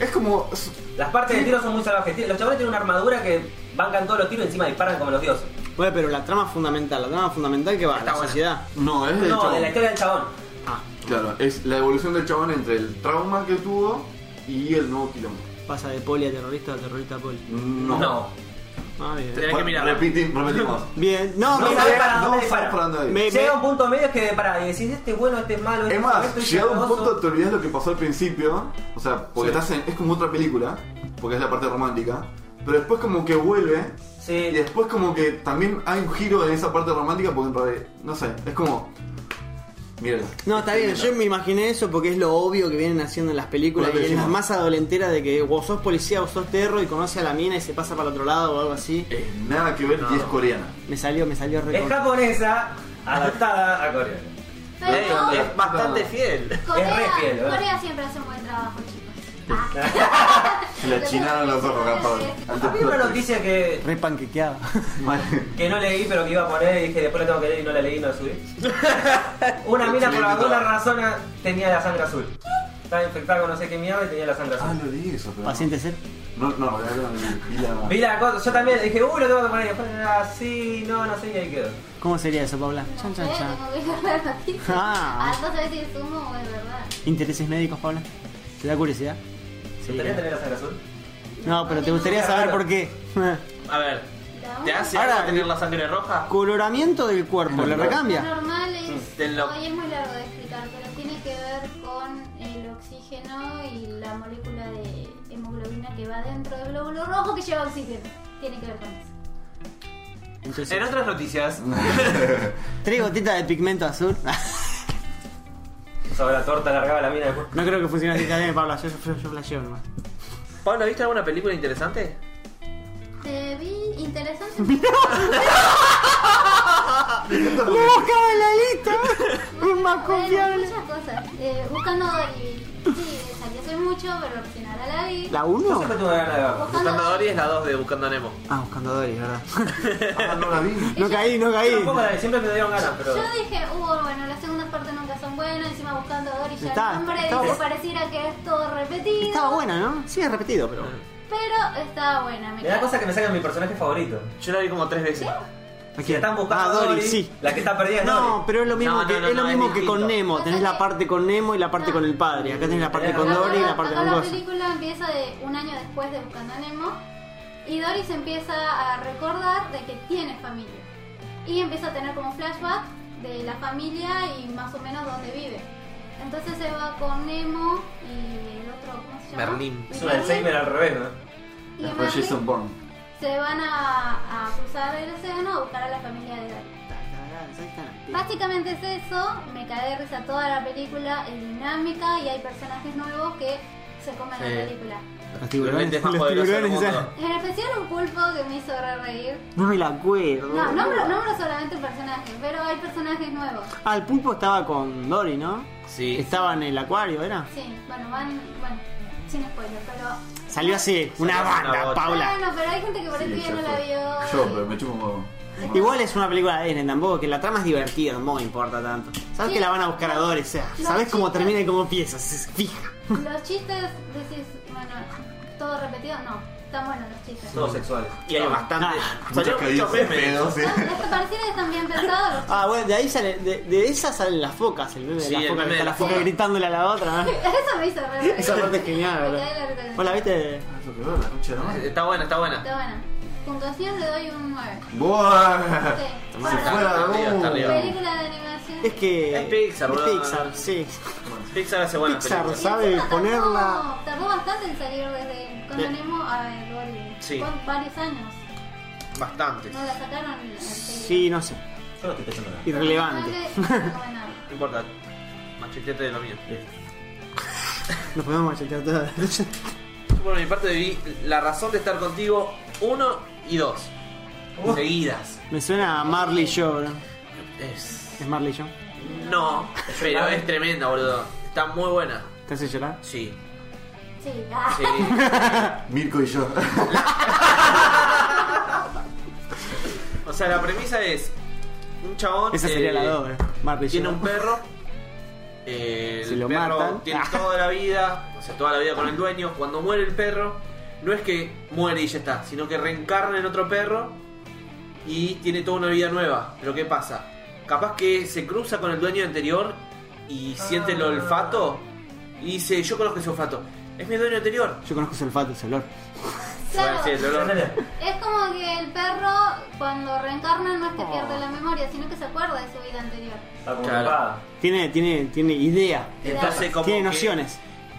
S1: Es como...
S3: Las partes de tiro son muy salvajes. Tien- Los chavales tienen una armadura que bancan todos los tiros y encima disparan como los dioses.
S2: Bueno, pero la trama fundamental, la trama fundamental que va a
S4: Está
S2: la
S4: buena.
S2: sociedad.
S1: No, es del
S3: No,
S1: chabón.
S3: de la historia del chabón.
S2: Ah,
S1: Claro, es la evolución del chabón entre el trauma que tuvo y el nuevo quilombo.
S2: pasa de poli a terrorista a terrorista a poli.
S1: No.
S3: No.
S2: Ah, bien.
S4: Tenés que mirarla.
S1: Repiti- repetimos.
S2: Bien, no,
S3: No
S2: mira,
S3: sabes para
S1: no
S3: dónde
S1: sabes para dónde
S3: disparar.
S1: ir.
S2: Me-
S3: Llega
S2: me-
S3: un punto medio que para y decís este es bueno, este es malo. este
S1: Eh, Es
S3: esto, este
S1: más, llegado a un
S3: poderoso.
S1: punto te olvidas lo que pasó al principio, o sea, porque
S4: Sí.
S1: estás en- es como otra película, porque es la parte romántica, pero después como que vuelve, y
S3: Sí.
S1: después como que también hay un giro en esa parte romántica, porque en realidad, no sé, es como... Mírala.
S2: No, está bien, yo me imaginé eso porque es lo obvio que vienen haciendo en las películas
S1: Bueno,
S2: y en
S1: decimos.
S2: la masa dolenteras de que vos sos policía, vos sos terro y conoce a la mina y se pasa para el otro lado o algo así.
S1: Es nada que ver y es coreana.
S2: Me salió, me salió re
S3: Es
S2: con-
S3: japonesa adaptada a coreana.
S5: Pero
S4: Eh,
S5: no,
S4: es bastante fiel.
S5: Corea,
S3: re fiel, ¿verdad?
S5: Corea siempre hace un buen trabajo, chicos. Ah.
S1: Se la chinaron los ojos, capaz. Alto
S3: Había una
S1: plot
S3: noticia que,
S2: re panquequeada.
S1: twist. Mal.
S3: que no leí, pero que iba a poner y dije después la tengo que leer y no la leí y no la subí. Una mina por alguna razón ah, tenía la sangre azul. Estaba infectada con no sé qué mierda y tenía la sangre azul.
S1: Ah, lo leí eso, pero... no.
S2: Paciente ¿eh? ser.
S1: No, no, no, no, vi la...
S3: Vi la cosa, yo también dije, uy, lo tengo que poner. Y después, ah, sí, no, no sé, y ahí quedó.
S2: ¿Cómo sería eso, Paula? Chan, chan,
S5: Eh,
S2: chan.
S5: tengo que ver la noticia.
S2: Ah.
S5: Ah, no sabes si es humo o es verdad.
S2: ¿Intereses médicos, Paula? ¿Te da curiosidad?
S3: ¿Te
S2: eh.
S3: gustaría tener la sangre azul?
S2: No, pero te gustaría saber por qué.
S4: A ver,
S5: La
S4: ¿te
S5: una-
S4: hace
S2: Ahora-
S4: algo tener la sangre roja?
S2: Coloramiento del cuerpo, le
S5: Lo
S2: recambia.
S5: normal es.
S4: Del Mm. lo-
S5: Hoy es muy largo de explicar, pero tiene que ver con el oxígeno y la molécula de hemoglobina que va dentro del glóbulo rojo que lleva oxígeno. Tiene que ver con eso.
S4: En otras noticias,
S2: Tres gotitas de pigmento azul.
S3: Sobre la torta largaba la mina después.
S2: No creo que funcione así también, Paula. Yo, yo, yo flasheo nomás.
S4: Pablo, ¿viste alguna película interesante?
S5: Te vi interesante.
S2: ¡Buscaba en la lista!
S5: Bueno,
S2: ¡Es más confiable!
S5: Muchas cosas. Eh, buscando a Dory. Sí, salió hace mucho, pero recién ahora la vi.
S2: ¿La
S3: Yo
S2: 1?
S3: siempre tuve ganas de verlo.
S4: Buscando a Dory es la 2 de Buscando a Nemo.
S2: Ah, buscando a Dory, ¿verdad?
S1: Ah, no la vi.
S2: No caí, no
S3: Yo
S2: caí.
S3: tampoco la- siempre me dieron ganas, pero.
S5: Yo dije, uh, bueno, las segundas partes nunca son buenas, encima buscando a Dory ya
S2: Está-
S5: el nombre,
S2: estaba
S5: dice,
S2: bu-
S5: pareciera que es todo repetido.
S2: Estaba buena, ¿no? Sí, es repetido, pero.
S5: Pero estaba buena, me
S3: Me da
S5: encanta.
S3: cosa que me sacan mi personaje favorito.
S4: Yo la vi como tres veces.
S3: Si la están buscando
S2: Ah,
S3: a
S2: Dory, sí.
S3: La que está perdida es
S2: No, pero es lo mismo,
S4: No,
S2: que,
S4: no, no,
S2: es lo
S4: no, es
S2: mismo que con
S4: distinto.
S2: Nemo. Tenés la parte con Nemo y la parte con el padre. Acá tenés la parte con
S5: Acá
S2: Dory y
S5: la-
S2: la parte
S5: acá
S2: con
S5: la
S2: Gozo.
S5: película empieza de un año después de Buscando a Nemo y Dory se empieza a recordar de que tiene familia y empieza a tener como flashback de la familia y más o menos dónde vive. Entonces se va con Nemo y el otro, ¿cómo se llama?
S4: Merlín.
S3: Es una Alzheimer al revés, ¿no?
S5: y
S1: Es por
S5: Merlín
S1: Jason Bourne.
S5: se van a, a cruzar el océano a buscar a la familia de Dory. Básicamente es eso, me cae de risa toda la película, es dinámica y hay personajes nuevos que se comen
S4: Sí.
S5: la película.
S2: Los
S4: Simplemente
S2: tiburones,
S4: es más
S2: los
S4: poderoso del
S2: tiburones,
S4: mundo.
S5: En especial un pulpo que me hizo re reír.
S2: No me la acuerdo.
S5: No, nombro, nombro solamente un personaje, pero hay personajes nuevos.
S2: Ah, el pulpo estaba con Dory, ¿no?
S4: Sí.
S2: Estaba en el acuario, ¿era?
S5: Sí, bueno, van, bueno, sin spoiler, pero...
S2: Salió así, una
S4: Salió una
S2: banda,
S4: bota.
S2: Paula.
S5: Bueno, pero hay gente que por
S1: Sí,
S5: ahí
S1: ya
S5: no la
S1: fue.
S5: vio.
S1: Yo, pero me chupo un huevo.
S2: Igual es una película de Disney tampoco, que la trama es divertida, no me importa tanto. Sabes
S5: Sí.
S2: que la van a buscar a Dory, o sea,
S5: No,
S2: sabes cómo
S5: chicos.
S2: termina y cómo empieza, se fija.
S5: Los chistes, decís, bueno, todo repetido, no. Están buenos los chistes.
S3: Todos sexuales.
S6: Y hay bastante.
S2: Ah,
S1: Muchas
S6: Salió mucho
S1: caídas de
S6: meme.
S1: pedo, sí.
S5: Los que parecieron están bien pensados.
S2: Ah, bueno, de ahí sale, de, de esas salen las focas, el meme de
S6: Sí,
S2: las
S6: el
S2: focas,
S6: meme de
S2: que está la
S6: las
S2: foca
S6: focas.
S2: gritándole a la otra, ¿no?
S5: Eso me hizo re
S2: Esa parte es genial,
S5: Me
S2: boludo.
S5: caí la risa.
S2: ¿Vos la viste?
S1: Ah, Eso quedó la concha de la madre.
S4: Está buena, está buena.
S5: Está buena. Puntuación le doy un 9.
S1: Buah.
S5: Sí.
S1: Si
S5: Bueno,
S1: fuera,
S4: Está arriba,
S1: uh.
S4: está arriba.
S5: película de animación.
S2: Es que.
S4: Es Pixar,
S2: es
S4: boludo.
S2: Pixar, sí.
S6: Pixar hace buena
S2: Pixar.
S6: película.
S5: Y
S2: sabe
S5: encima
S2: ponerla-
S5: Tardó, tardó bastante en salir desde cuando
S2: Sí.
S5: Nemo a el Boli.
S4: Sí.
S5: Fue Varios años.
S4: Bastante.
S5: No la sacaron. enseguida.
S2: Sí, no sé.
S3: Yo no estoy pensando nada.
S2: Irrelevante.
S5: No le- recomendable.
S4: No importa. Machetete de lo mío.
S2: Nos podemos machetear toda la noche.
S4: Yo por mi parte vi La razón de estar contigo 1 y 2. Seguidas.
S2: Me suena a Marley y yo, bro.
S4: Es...
S2: ¿Es Marley y yo?
S4: No, pero es tremenda, boludo. Está muy buena.
S2: ¿Te hace llorar?
S4: Sí.
S5: Sí, ah.
S4: Sí.
S1: Mirko y yo.
S4: O sea, la premisa es un chabón
S2: Esa
S4: eh,
S2: sería la 2, eh. Marley y yo.
S4: Tiene un perro. eh,
S2: Si
S4: el
S2: lo
S4: perro
S2: matan. Ah.
S4: tiene toda la vida, o sea, toda la vida con el dueño. Cuando muere el perro, no es que muere y ya está, sino que reencarna en otro perro y tiene toda una vida nueva. Pero ¿qué pasa? Capaz que se cruza con el dueño anterior y siente el olfato y dice, yo conozco ese olfato. Es mi dueño anterior.
S2: Yo conozco ese olfato, ese olor.
S5: Claro.
S4: Bueno, sí, el olor.
S5: Es como que el perro cuando reencarna no es que pierde la memoria, sino que se acuerda de su vida anterior.
S3: Está como
S4: Claro.
S3: tapada.
S2: Tiene, tiene, tiene idea.
S4: Entonces, como
S2: tiene
S4: que,
S2: nociones.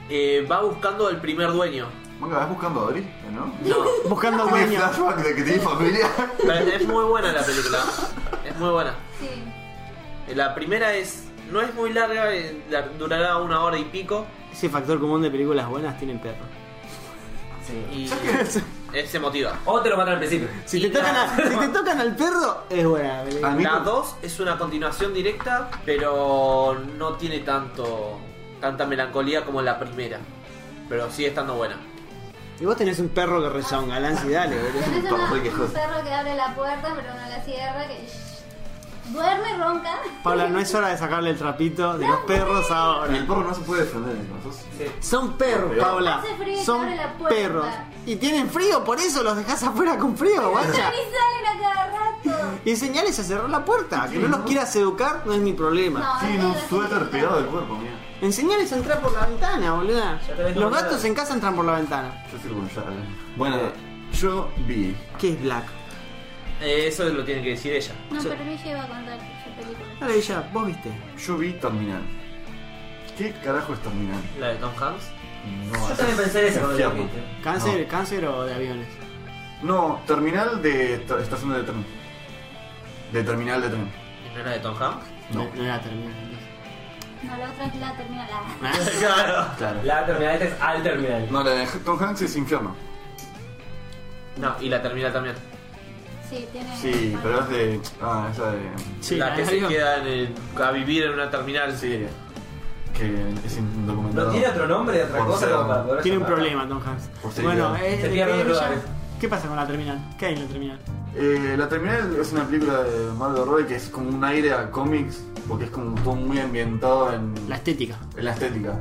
S4: eh, va buscando al primer dueño.
S1: Manga, ¿vas buscando a Doris? ¿eh, ¿No?
S4: No.
S2: Buscando un
S1: Tiene
S2: dueño.
S1: flashback de que tiene familia.
S4: Pero es muy buena la película. Es muy buena.
S5: Sí.
S4: Eh, La primera es. No es muy larga, eh, la- durará una hora y pico.
S2: Ese factor común de películas buenas tienen perro.
S3: Sí.
S4: Y. es emotiva.
S3: O te lo matan al principio.
S2: Si
S4: Y
S2: te, tocan
S4: nada.
S2: a- si te tocan al perro, es buena.
S1: A mí-
S4: La 2 es una continuación directa, pero no tiene tanto. tanta melancolía como la primera. Pero sigue estando buena.
S2: Y vos tenés un perro que rezonga, Lancy, dale, boludo.
S5: Tenés
S1: Tom
S5: una-
S1: Ricky
S5: un
S1: Hood.
S5: perro que abre la puerta pero no la cierra, que shh, duerme y ronca.
S2: Paula, no es hora de sacarle el trapito de los perros
S1: Y el
S2: ahora.
S1: perro no se puede defender, entonces.
S2: Son perros, Paula.
S5: Hace frío y te
S2: Son
S5: abre la puerta.
S2: perros. Y tienen frío, por eso los dejás afuera con frío,
S5: Ni
S2: guacha.
S5: salen a cada rato.
S2: Y enseñales a cerrar la puerta. Que no los quieras educar no es mi problema.
S5: No,
S1: Tiene
S5: es
S1: un
S5: que-
S1: suéter pegado del cuerpo, mira.
S2: Enseñales a entrar por la ventana, boluda.
S3: Ya te ves
S2: Los
S3: con
S2: gatos
S3: nada.
S2: en casa entran por la ventana.
S1: Yo soy Gonzalo. Bueno, yo vi.
S2: ¿Qué es Black?
S4: Eh, eso lo tiene que decir ella.
S5: No, pero ella iba a contar su película.
S2: Dale, ella, vos viste.
S1: Yo vi Terminal. ¿Qué carajo es Terminal?
S4: La de Tom Hanks.
S1: No,
S3: Yo también pensé eso cuando lo
S1: Fiapo.
S3: dijiste.
S2: ¿Cáncer, cáncer o de aviones?
S1: No, Terminal de tra- estación de tren. De terminal de tren.
S4: ¿Y ¿No era de Tom Hanks?
S1: No.
S2: no era terminal.
S5: No, la otra es la terminal. Ah,
S4: claro.
S1: Claro.
S3: La terminal esta es al terminal.
S1: No, la de Tom Hanks es infierno.
S4: No, y la terminal también.
S5: Sí, tiene.
S1: Sí, pero es de. Ah, esa de.
S2: Sí,
S4: la que se
S2: avión.
S4: queda en el- a vivir en una terminal.
S1: Sí. Que es indocumentado.
S3: No tiene otro nombre de otra
S1: Por
S3: cosa
S1: ser-
S3: como para poder
S2: Tiene un
S3: llamarla.
S2: problema, Tom Hanks.
S1: Posterioridad.
S2: Bueno, es
S3: Se
S2: de
S3: pierden
S2: que
S3: los
S2: ella-
S3: lugares.
S2: ¿Qué pasa con la terminal? ¿Qué hay en la terminal?
S1: Eh, la Terminal es una película de Margot Robbie que es como un aire a cómics, porque es como todo muy ambientado en
S2: La estética.
S1: en la estética.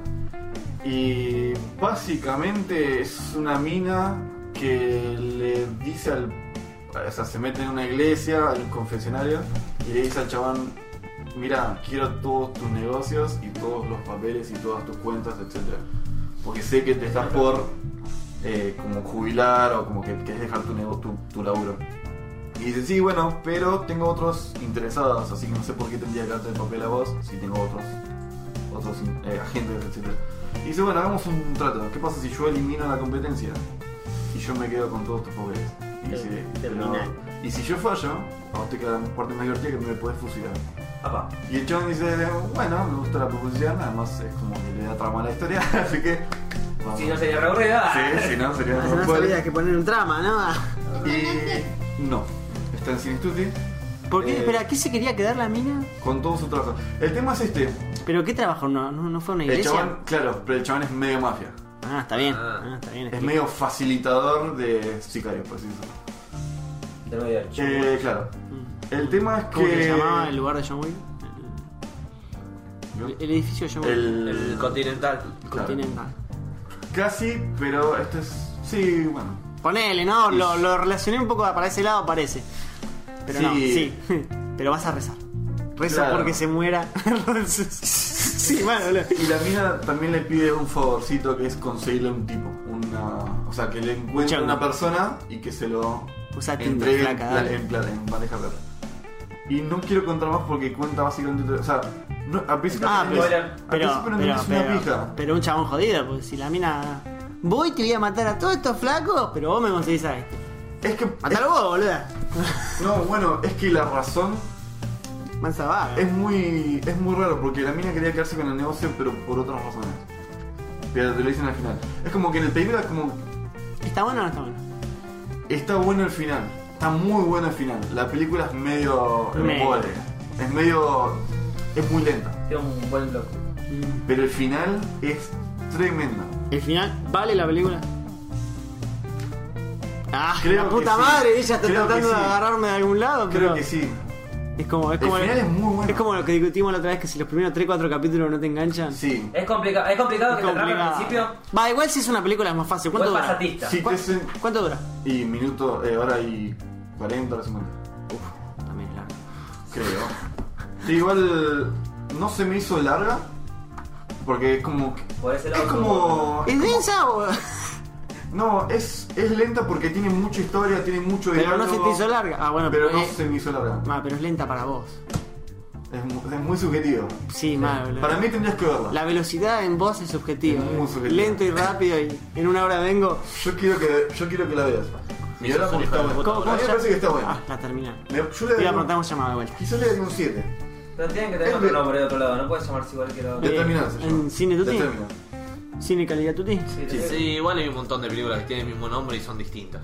S1: Y básicamente es una mina que le dice al. O sea, se mete en una iglesia, al confesionario, y le dice al chabón: Mira, quiero todos tus negocios y todos los papeles y todas tus cuentas, etcétera Porque sé que te estás por eh, como jubilar o como que querés dejar tu, nego- tu, tu laburo. Y dice: Sí, bueno, pero tengo otros interesados, así que no sé por qué tendría que darte el papel a vos si tengo otros otros eh, agentes, etc. Y dice, bueno, hagamos un trato. ¿Qué pasa si yo elimino la competencia? Y yo me quedo con todos tus poderes. Y dice,
S2: Termina.
S1: "Pero- y si yo fallo, a vos te queda una parte más divertida que me podés fusilar.
S3: Apa.
S1: Y el chabón dice, bueno, me gusta la proposición, además es como que le da trama a la historia, así que... vamos".
S3: Si no sería ah, reaburrida.
S1: Sí, si no, sería
S2: Ah, No
S1: un
S2: sabía que poner un trama, ¿no?
S1: Y no, está en Cinestudio
S2: ¿Por qué?
S1: Eh.
S2: Espera, ¿qué se quería quedar la mina?
S1: con todo su trato. El tema es este,
S2: ¿Pero qué trabajo? ¿No, no, no fue a una
S1: el
S2: iglesia?
S1: chabón, claro, pero el chabón es medio mafia.
S2: Ah, está bien.
S4: Ah.
S2: Ah, está bien.
S1: Es medio facilitador de sicarios, por así decirlo.
S3: Te lo voy a decir.
S1: Eh, claro. El tema es
S2: Mm. ¿Cómo
S1: que.
S2: se llamaba el lugar de John Wick? El, el edificio de John Wick.
S1: El-
S4: El continental.
S1: claro.
S2: Continental.
S1: Casi, pero esto es. este Sí, bueno.
S2: Ponele, ¿no? Lo, lo relacioné un poco para ese lado, parece. Pero no,
S1: Sí.
S2: sí. Pero vas a rezar. Reza
S1: Claro.
S2: porque se muera. sí, bueno, boludo.
S1: Y la mina también le pide un favorcito que es conseguirle un tipo. Una, o sea, que le encuentre
S2: Chongo.
S1: una persona y que se lo
S2: Usa Tinder,
S1: entregue en,
S2: flaca,
S1: pla-
S2: dale.
S1: en, pla- en bandeja plata. Y no quiero contar más porque cuenta básicamente. O sea, no, al principio.
S2: Ah,
S1: no
S2: pero-
S1: entendés- al
S2: Pero,
S1: principio no
S2: pero,
S1: entendés una
S2: pero,
S1: pija.
S2: pero un chabón jodido, porque si la mina. Voy, te voy a matar a todos estos flacos, pero vos me conseguís a este.
S1: Es que.
S2: Matalo vos, boluda.
S1: No, bueno, es que la razón
S2: Mansa vaga.
S1: Es muy, es muy raro porque la mina quería quedarse con el negocio, pero por otras razones. Pero te lo dicen al final. Es como que en el película es como.
S2: ¿Está bueno o no está bueno?
S1: Está bueno el final. Está muy bueno el final. La película es medio.
S2: Me-
S1: embole. Es medio. Es muy lenta.
S3: Tiene un buen bloque.
S1: Pero el final es tremendo.
S2: ¿El final vale la película? Ah,
S1: Creo
S2: la
S1: que
S2: puta
S1: sí.
S2: madre, ella está
S1: Creo que
S2: tratando
S1: sí.
S2: de agarrarme de algún lado, pero
S1: Creo que sí.
S2: es como, es
S1: El
S2: como
S1: final es muy bueno.
S2: es como lo que discutimos la otra vez que si los primeros 3 4 capítulos no te enganchan.
S1: Sí.
S3: Es complicado, es complicado
S2: es
S3: que te atrape al
S2: complicado.
S3: principio.
S2: Va, igual si es una película es más fácil.
S3: Fue
S2: ¿Cuánto dura?
S3: pasatista.
S1: Si
S2: ¿Cu-
S1: te hacen-
S2: ¿Cuánto dura?
S1: Y minuto, eh, hora y 40, hora 50.
S2: Uf, también es largo.
S1: Creo. Sí, igual no se me hizo larga. Porque es como. que-
S3: Por ese lado.
S1: Es como.
S2: ¿Es densa o.?
S1: No, es, es lenta porque tiene mucha historia, tiene mucho
S2: Pero
S1: diálogo.
S2: no se te hizo larga. Ah, bueno,
S1: Pero no
S2: eh,
S1: se me hizo larga.
S2: ma, pero es lenta para vos.
S1: Es, mu- es muy subjetivo.
S2: Sí, mal, boludo.
S1: Para mí tendrías que verla.
S2: La velocidad en vos es subjetiva.
S1: Es muy
S2: eh.
S1: subjetiva.
S2: Lento y rápido y en una hora vengo.
S1: Yo quiero que, yo quiero que la veas. Y ahora porque está buena.
S2: ¿Cómo,
S1: A
S2: cómo
S1: mí me
S2: se-
S1: parece que está
S2: Ah,
S1: buena.
S2: la terminal.
S1: Me- yo le
S2: Te voy a
S1: daría
S2: preguntar
S1: un,
S2: un llamado de vuelta.
S1: quizás le daría un 7.
S3: Pero tienen que tener
S1: Es
S3: otro
S1: de-
S3: nombre de otro lado, no puedes llamarse igual que la
S1: De
S3: otra.
S2: Eh,
S1: terminal se
S2: en
S1: llama.
S2: Cine
S1: De
S2: Tutti.
S1: Terminal.
S2: Cine calidad tuti.
S3: sí.
S4: Sí, igual hay un montón de películas que tienen el mismo nombre y son distintas.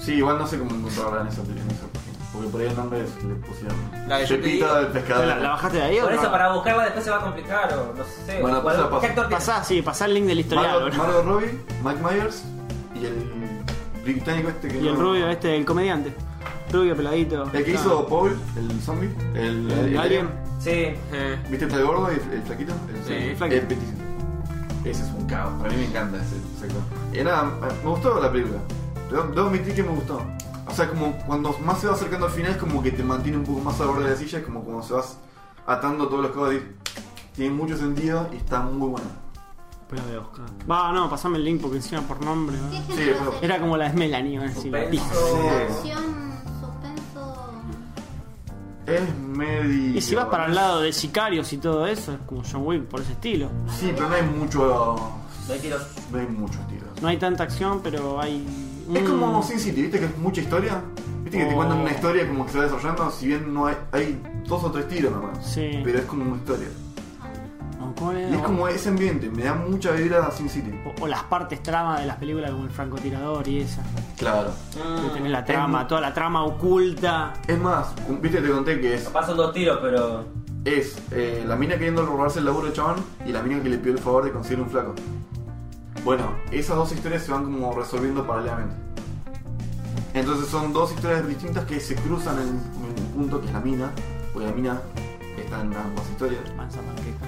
S1: Sí, igual no sé cómo encontrarla en esa, en esa página. Porque por ahí el nombre es- le pusieron.
S4: La de-
S1: Chepita del pescador.
S2: ¿La, la bajaste de ahí o
S3: Por
S2: no?
S3: eso, para buscarla después se va a complicar o no sé.
S1: Bueno,
S3: o
S1: pasa,
S3: algo-
S1: pasa.
S3: ¿Qué actor tiene?
S2: Pasá, sí, pasá el link del historial.
S1: Margot,
S2: boludo.
S1: Margot Robbie, Mike Myers y el británico este que
S2: Y el
S1: no-
S2: rubio este, el comediante. Rubio peladito.
S1: El que
S2: Ah.
S1: hizo Paul, el zombie, el,
S2: El alien.
S3: Sí.
S4: Eh,
S1: ¿Viste el gordo y el, el flaquito? El,
S4: Sí,
S1: el
S4: el
S2: flaquito.
S1: petiso. Ese es un caos, a mí me encanta ese sector. Y nada, me gustó la película. Debo debo admitir que me gustó. O sea, como cuando más se va acercando al final, es como que te mantiene un poco más a borde de la silla, es como cuando se vas atando todos los cabos. Tiene mucho sentido y está muy bueno.
S2: Pero voy a buscar. Va, no, pasame el link porque encima por nombre. ¿no?
S5: ¿Qué
S1: Sí,
S5: género
S1: pero-
S5: es?
S2: Era como la de Melanie, ¿no? Sí, la pija.
S3: Suspenso.
S5: Acción, suspenso.
S1: Es medio.
S2: Y si vas para el lado de sicarios y todo eso, es como John Wick por ese estilo.
S1: Sí, pero no hay mucho.
S3: No hay tiros.
S1: No hay muchos tiros.
S2: No hay tanta acción, pero hay.
S1: Es
S2: un-
S1: como Sin City, ¿viste que es mucha historia? ¿Viste que te
S2: Mm. Oh.
S1: cuentan una historia como que se va desarrollando? Si bien no hay, hay dos o tres tiros nomás.
S2: Sí.
S1: Pero es como una historia.
S2: ¿O cómo
S1: Y
S2: era?
S1: es como ese ambiente, me da mucha vibra a Sin City.
S2: O, o las partes trama de las películas como el francotirador y esa.
S1: Claro.
S2: Que tenés la
S1: Ah, es
S2: trama,
S1: muy-
S2: toda la trama oculta.
S1: Es más, un- viste te conté que es,
S3: Capaz son dos tiros, pero.
S1: es eh, la mina queriendo robarse el laburo de chabón y la mina que le pidió el favor de conseguir un flaco. Bueno, esas dos historias se van como resolviendo paralelamente. Entonces son dos historias distintas que se cruzan en en un punto que es la mina, porque la mina está en ambas historias.
S2: Mansa panqueca.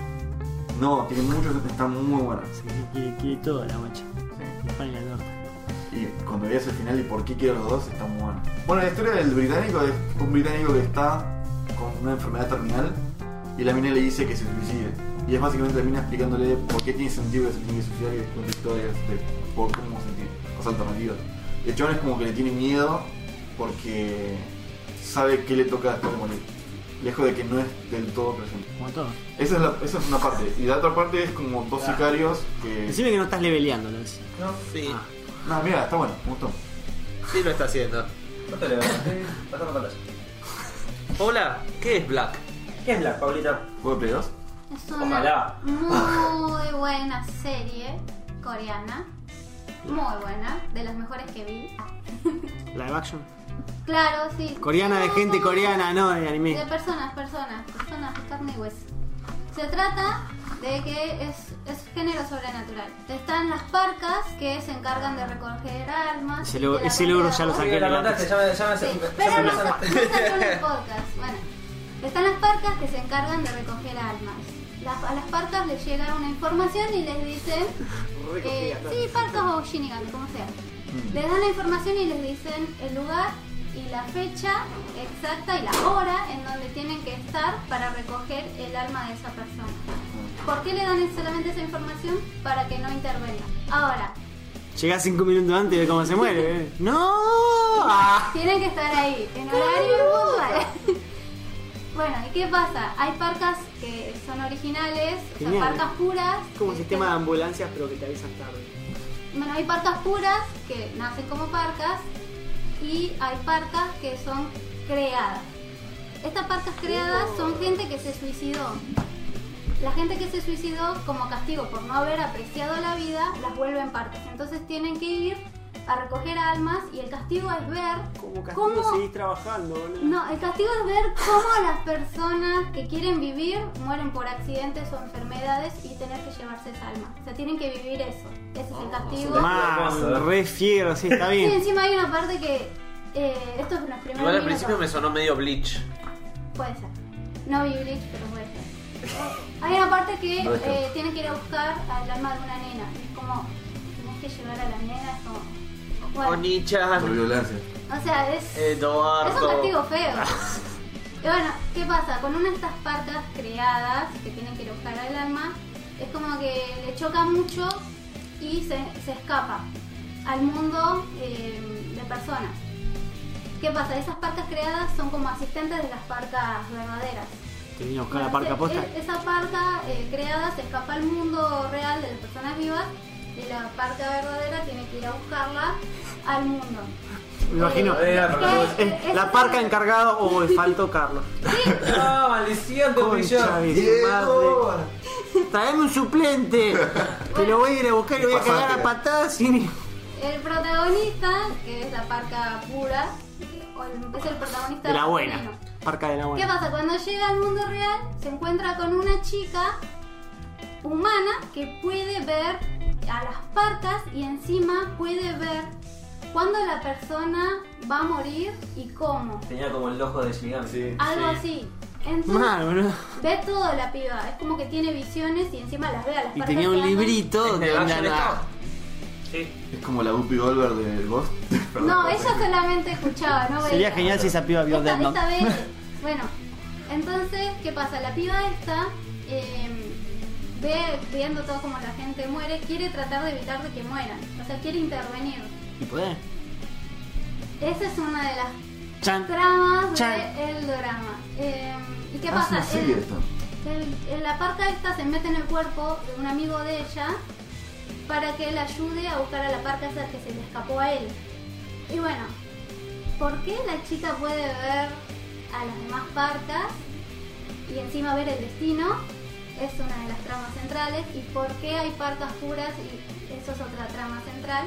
S1: No, tiene muchos, están muy buenas.
S2: Se quiere, quiere- quiere todo la guacha. El pan y la torta.
S1: Y cuando veas el final y por qué quiero los dos, está muy bueno. Bueno, la historia del británico es un británico que está con una enfermedad terminal y la mina le dice que se suicide. Y es básicamente la mina explicándole por qué tiene sentido que se tiene que suicidar y les cuenta historias de por cómo se tiene, las alternativas. Y el chabón es como que le tiene miedo porque sabe qué le toca después de morir. Lejos de que no es del todo presente.
S2: Como todo.
S1: Esa es, la- esa es una parte. Y la otra parte es como dos sicarios que...
S2: Decime que no estás leveleando, lo decís.
S3: No,
S4: sí,
S2: Ah.
S1: No, mira, está bueno, me gustó.
S4: sí lo está haciendo.
S3: no te leo. Estoy pasando pantalla.
S4: Hola, ¿qué es Black?
S3: ¿Qué es Black, Paulita?
S1: ¿Juego de Play 2?
S5: Es una
S3: Ojalá.
S5: muy buena serie coreana. Muy buena, de las mejores que vi. Ah.
S2: Live action.
S5: Claro, sí.
S2: Coreana de
S5: No,
S2: gente
S5: no,
S2: coreana, no de anime.
S5: De personas, personas, personas de carne y hueso. Se trata de que es, es género sobrenatural. Están las parcas que se encargan de recoger almas.
S2: Ese logro-
S5: de la
S2: ese logro
S5: búsqueda
S2: ya lo
S5: de-
S2: saqué.
S3: Sí, la mandaste, ya me. Ya me-
S5: Sí,
S3: ya me-
S5: pero
S3: ya
S5: no,
S3: me-
S5: no está solo el podcast. Bueno, están las parcas que se encargan de recoger almas. las- a las parcas les llega una información y les dicen, eh, sí, parcas o Shinigami, como sea. Les dan la información y les dicen el lugar y la fecha exacta y la hora en donde tienen que estar para recoger el alma de esa persona. ¿Por qué le dan solamente esa información? Para que no intervenga. Ahora,
S2: Llega cinco minutos antes de cómo se muere. ¿eh? ¡No! Ah.
S5: Tienen que estar ahí, en horario puntual. bueno, ¿y qué pasa? Hay parcas que son originales, o sea,
S2: Genial.
S5: parcas puras.
S2: Como un
S5: este,
S2: sistema de ambulancias, pero que te avisan tarde.
S5: Bueno, hay parcas puras que nacen como parcas y hay parcas que son creadas. Estas parcas creadas son
S2: Oh.
S5: gente que se suicidó. La gente que se suicidó como castigo por no haber apreciado la vida, las vuelven parcas. Entonces tienen que ir a recoger almas y el castigo es ver
S2: Como castigo
S5: cómo
S2: seguís trabajando, boludo.
S5: no, el castigo es ver cómo las personas que quieren vivir mueren por accidentes o enfermedades y tener que llevarse esa alma. O sea, tienen que vivir eso. Ese
S4: Oh,
S5: es el castigo.
S2: Man, re fiero, sí, está
S5: Y
S2: bien.
S5: encima hay una parte que. eh, esto es en los primeros
S4: Igual al
S5: minutos.
S4: principio me sonó medio Bleach.
S5: Puede ser. No vi Bleach, pero puede ser. Hay una parte que
S3: No descarto.
S5: eh, tienes que ir a buscar al alma de una nena. Es como. Tienes que llevar a la nena. Es como.
S4: Oh,
S5: Bueno,
S1: Por
S4: Onichan,
S1: violencia.
S5: o sea, es.
S4: Eh,
S5: Es un castigo
S4: Eduardo.
S5: feo. Y bueno, ¿qué pasa? Con una de estas parcas creadas que tienen que ir a buscar al alma, es como que le choca mucho y se, se escapa al mundo eh, de personas. ¿Qué pasa? Esas parcas creadas son como asistentes de las parcas verdaderas.
S2: Te vine a buscar la parca posta.
S5: Entonces, e- Esa parca eh, creada se escapa al mundo real de las personas vivas y la parca verdadera tiene que ir a buscarla al mundo.
S2: Me imagino.
S5: Eh,
S3: Era, pero-
S5: es que-
S2: Eh,
S5: es-
S2: la parca encargada o el falto Carlos.
S3: ¡Ah, maldición, te
S2: Concha
S3: brilló!
S2: de su madre. Traeme un suplente. Te lo voy a ir a buscar y lo voy a cagar a patadas sin.
S5: El protagonista, que es la parca pura, o el- es el protagonista
S2: De la buena.
S5: femenino.
S2: Parca de la
S5: ¿Qué
S2: buena.
S5: pasa? Cuando llega al mundo real, se encuentra con una chica humana que puede ver a las parcas y encima puede ver cuándo la persona va a morir y cómo.
S3: Tenía como el ojo de Shinigami.
S1: Sí.
S5: Algo así. Entonces,
S2: Mal, boludo.
S5: ve todo la piba. Es como que tiene visiones y encima las ve a las
S2: Y
S5: parcas
S2: tenía un
S5: que andan.
S2: librito
S4: Este
S2: de
S4: Action Star.
S2: la.
S1: Es como la Guppy Goldberg del Ghost. Perdón,
S5: No,
S1: por
S5: ella
S1: favor.
S5: solamente escuchaba, no veía.
S2: Sería genial si esa piba vio
S5: Esta,
S2: Dead Note.
S5: esta vez, bueno, entonces, ¿qué pasa? La piba esta, eh, ve, viendo todo como la gente muere, quiere tratar de evitar de que mueran. O sea, quiere intervenir.
S2: ¿Y pues, podés?
S5: Esa es una de las
S2: Chan.
S5: tramas
S2: Chan.
S5: del drama. Eh, ¿Y qué
S1: Ah, es
S5: pasa?
S1: una serie
S5: El-
S1: esto.
S5: el- el- la parca esta se mete en el cuerpo de un amigo de ella para que él ayude a buscar a la parca esa que se le escapó a él. Y bueno, ¿por qué la chica puede ver a las demás parcas y encima ver el destino? Es una de las tramas centrales. ¿Y por qué hay parcas puras? Y eso es otra trama central.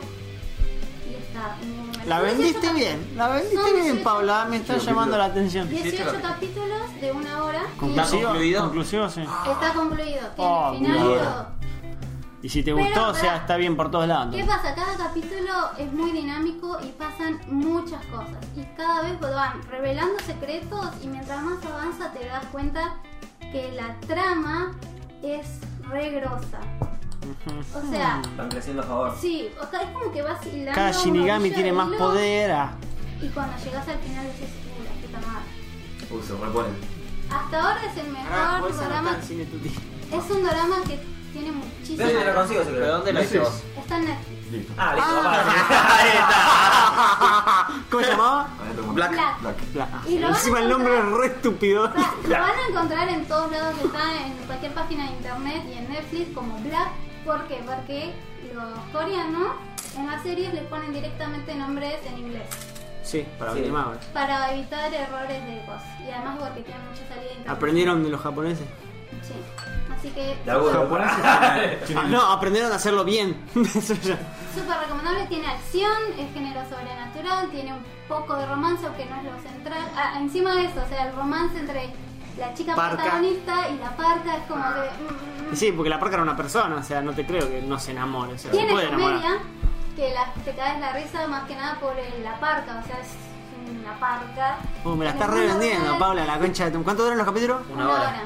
S5: Y está muy buena.
S2: La
S5: Son 18
S2: vendiste
S5: cap-
S2: bien, la
S5: Son
S2: vendiste bien,
S5: 18
S2: Paula, me está
S1: Sí, capítulo.
S2: llamando la atención.
S5: 18 capítulos de una hora. y
S4: ¿Está concluido?
S2: Conclusivo, sí.
S5: Está concluido, tiene
S2: Ah,
S5: final y
S1: bueno.
S5: todo.
S2: Y si te
S5: Pero,
S2: gustó, o sea,
S5: pará.
S2: está bien por todos lados.
S5: ¿Qué
S2: entonces.
S5: pasa? Cada capítulo es muy dinámico y pasan muchas cosas. Y cada vez van revelando secretos y mientras más avanza te das cuenta que la trama es re grosa. O sea,
S3: Están creciendo a favor.
S5: sí, o sea, es como que vas hilando.
S2: Cada
S5: un
S2: Shinigami
S5: ovillo
S2: tiene
S5: de
S2: más
S5: hilo
S2: poder. ah.
S5: Y cuando llegas al final dices, "Uh, la puta madre".
S1: Uy, se repone.
S5: Hasta ahora es el mejor drama. Es un drama que tiene muchísimo.
S3: ¿Dónde lo consigo,
S4: ¿Pero
S3: secreto?
S4: dónde la
S1: Netflix.
S4: hizo?
S5: Está en Netflix.
S1: Listo.
S3: Ah, listo, Eh,
S2: ¿Cómo se llamaba?
S1: Ahí lo
S4: Black.
S1: compré. Black.
S2: La-
S5: Y lo vas a
S2: Encima el nombre es
S5: encontrar-
S2: re estúpido.
S5: O sea, lo van a encontrar en todos lados, está en cualquier página de internet y en Netflix como Black. ¿Por qué? Porque los coreanos en las series les ponen directamente nombres en inglés
S2: Sí, para eh.
S3: Sí.
S2: bien más. boludo.
S5: para evitar errores de voz. Y además porque tienen mucha salida de internet.
S2: ¿Aprendieron de los japoneses?
S5: Sí. Así que
S3: La buena.
S2: Ah, no, aprendieron a hacerlo bien. Eso ya.
S5: súper recomendable, tiene acción, es género sobrenatural, tiene un poco de romance, aunque no es lo central. Ah, encima de eso, o sea, el romance entre la chica
S2: Parca.
S5: protagonista y la parca es como que... mm, mm, mm.
S2: Y sí, porque la parca era una persona, o sea, no te creo que no se enamore. O sea, se
S5: Tiene
S2: puede enamorar.
S5: comedia que la, te caes la risa más que nada por el- la parca, o sea, es una parca.
S2: Uh, me la
S5: En
S2: estás
S5: el mundo
S2: revendiendo,
S5: real,
S2: Paula, la concha de tu. ¿Cuánto duran los capítulos?
S5: Una hora.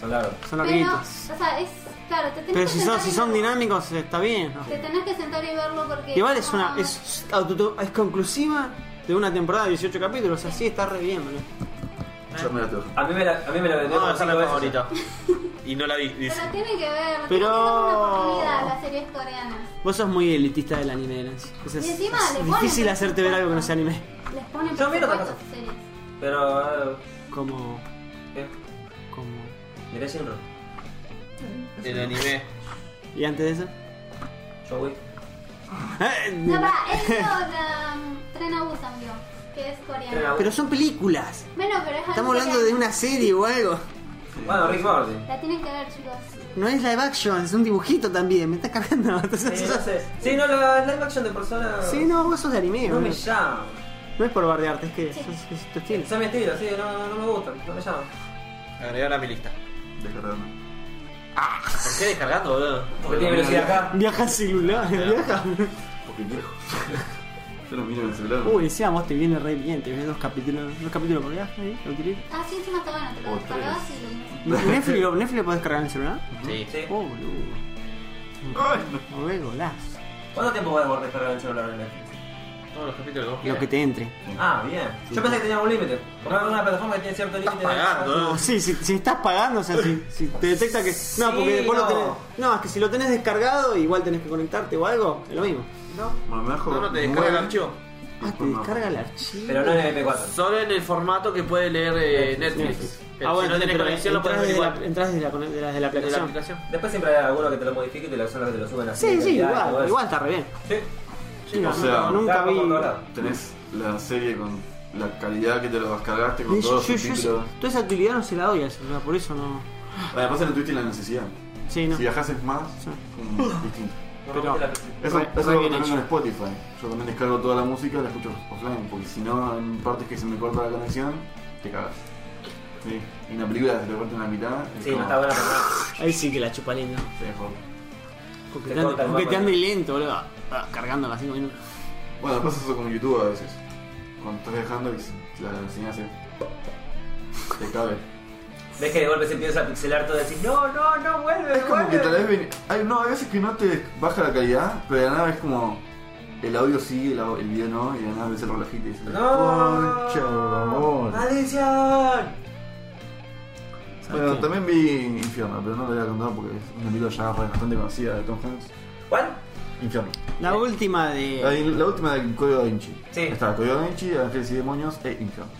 S3: Son largos.
S2: Son
S5: Pero,
S2: larguitos.
S5: o sea, es. Claro, te tenés
S2: Pero
S5: que
S2: si
S5: sentar
S2: son, si
S5: y
S2: son
S5: verlo.
S2: dinámicos está bien. ¿no?
S5: Te tenés que sentar y verlo porque.
S2: Igual es una.
S5: no-
S2: Es, auto- es conclusiva de una temporada de 18 capítulos, así está re bien, boludo.
S1: Yo me la tengo.
S3: A mí me la, a mí me la vendió
S6: No, esa
S3: como
S6: es
S3: cinco
S6: la
S3: veces.
S6: favorita. Y no la vi, dice.
S5: Pero tiene que ver. tiene
S2: Pero-
S5: que darle una oportunidad a las series coreanas.
S2: Vos sos muy elitista del anime, Nancy. Es, es-
S5: Y encima
S2: es
S5: le ponen
S2: difícil
S5: presupuesto.
S2: hacerte ver algo que no sea anime.
S5: Les ponen
S3: Yo miro otras
S5: presupuesto a series.
S3: Pero. eh,
S2: Como.
S3: ¿Qué?
S2: como.
S3: Mirá Shinro.
S4: El anime.
S2: ¿Y antes de eso?
S3: Yo voy.
S5: No, para, eso la um, Tren a Busan vio, que
S3: Tren
S5: es
S3: a
S5: coreana.
S3: Busan.
S2: Pero son películas.
S5: Bueno, pero es algo
S2: Estamos hablando
S5: coreano.
S2: de una serie o algo.
S3: Bueno, Rick Morty.
S5: La tienen que ver, chicos.
S2: No es live action, es un dibujito también. Me estás cargando. Entonces,
S3: Sí,
S2: sos-
S3: no sé. Sí, no, la live action de persona.
S2: Sí, no, vos sos de anime,
S3: No me
S2: boludo.
S3: llama.
S2: No es por bardearte, es que
S5: Sí.
S2: sos- es tu estilo.
S3: Son mi estilo, sí, no, no me gustan, no me llaman.
S4: Agregar a mi lista.
S1: Descargando.
S4: ¿Por qué descargando, boludo?
S3: Porque tiene velocidad acá.
S2: Viaja celular, viaja.
S1: Porque viejo. Yo lo miro en el celular.
S2: Uy, decía vos te viene re bien, te ves dos capítulos, dos capítulos por viaje ahí, lo utilizas.
S5: Ah, sí, encima está bueno, te lo
S1: O
S5: descargas
S1: tres.
S5: y lo mismo.
S2: Netflix, lo- Netflix lo podés cargar en el celular.
S4: Sí.
S3: Sí.
S2: Oh, boludo.
S1: Ay, no.
S2: No ve golazo.
S3: ¿Cuánto tiempo vas a descargar el celular en Netflix?
S4: Todos los capítulos que vos
S2: Lo
S4: quieras.
S2: que te entre.
S3: Ah, bien. Yo pensé que tenía un límite. Comprar una plataforma que tiene cierto límite. de-
S4: pagando,
S2: No, sí, si, si estás pagando, o sea, si, si te detecta que. No,
S3: Sí,
S2: porque después
S3: no.
S2: lo tenés. No, es que si lo tenés descargado, igual tenés que conectarte o algo, es lo mismo.
S3: No.
S1: Bueno, me bajo.
S4: No, no te descarga el
S1: nueve, y
S4: archivo.
S2: Ah, te
S1: después me bajo.
S2: descarga el archivo.
S3: Pero no en MP4.
S4: Solo en el formato que puede leer eh, Netflix.
S2: Netflix. Ah,
S4: Pero si no tenés
S2: pero
S4: conexión, lo
S2: entras
S4: puedes ver
S2: desde
S4: igual.
S2: la- entras desde la, desde la, desde la
S4: ¿De la
S2: aplicación.
S4: aplicación?
S3: Después siempre hay alguno que te lo modifique y te lo, son los que te lo suben así.
S2: Sí, sí,
S3: calidad y todo
S2: igual,
S3: eso.
S2: igual está re bien.
S3: Sí.
S2: Sí, no,
S1: sea,
S2: nunca
S3: Está
S2: vi.
S3: poco acordado.
S1: Tenés la serie con la calidad que te lo descargaste con
S2: Yo,
S1: todos
S2: yo-
S1: los
S2: yo-
S1: títulos.
S2: toda esa utilidad no se la doy al celular, por eso no.
S1: Además, no tuviste la necesidad.
S2: Sí, no.
S1: Si viajases más,
S2: Sí.
S1: mm, distinto.
S3: No,
S2: Pero-
S3: no, la-
S1: Eso,
S2: Re-
S1: eso es
S2: re
S1: lo que
S2: bien
S1: tengo
S2: hecho.
S1: en Spotify. Yo también descargo toda la música, la escucho offline, porque si no, en partes que se me corta la conexión, te cagas. Sí. Y una película se te corta en la mitad. es
S3: Sí, no
S1: como-
S3: está buena para nada.
S2: Ahí sí que la chupa linda.
S1: Sí, es joder.
S2: Porque
S3: Te
S2: te ande-
S3: corta el
S2: porque te
S3: mapa.
S2: ande lento, boludo. Ah, Cargándola 5 minutos.
S1: Bueno, pasa eso con YouTube a veces. Cuando estás dejando y se- la enseñas hace. Te cabe.
S3: Ves que de golpe se empieza a pixelar todo y decís, no, no, no, vuelve,
S1: Es como
S3: vuelve.
S1: que tal vez. ven- Hay, no, hay veces que no te baja la calidad, pero de la nada es como. El audio sí, el, au- el video no, y de la nada ves el relojito y dices.
S3: No.
S1: chabón!
S3: Maldición.
S1: Bueno,
S2: qué?
S1: también vi Infierno, pero no lo voy a contar porque es una película ya bastante conocida de Tom Hanks.
S3: ¿Cuál?
S1: Infierno.
S2: La última de.
S1: Ahí, La última de Código Da Vinci.
S3: Sí.
S1: Está Código Da Vinci, Ángeles y Demonios e Infierno.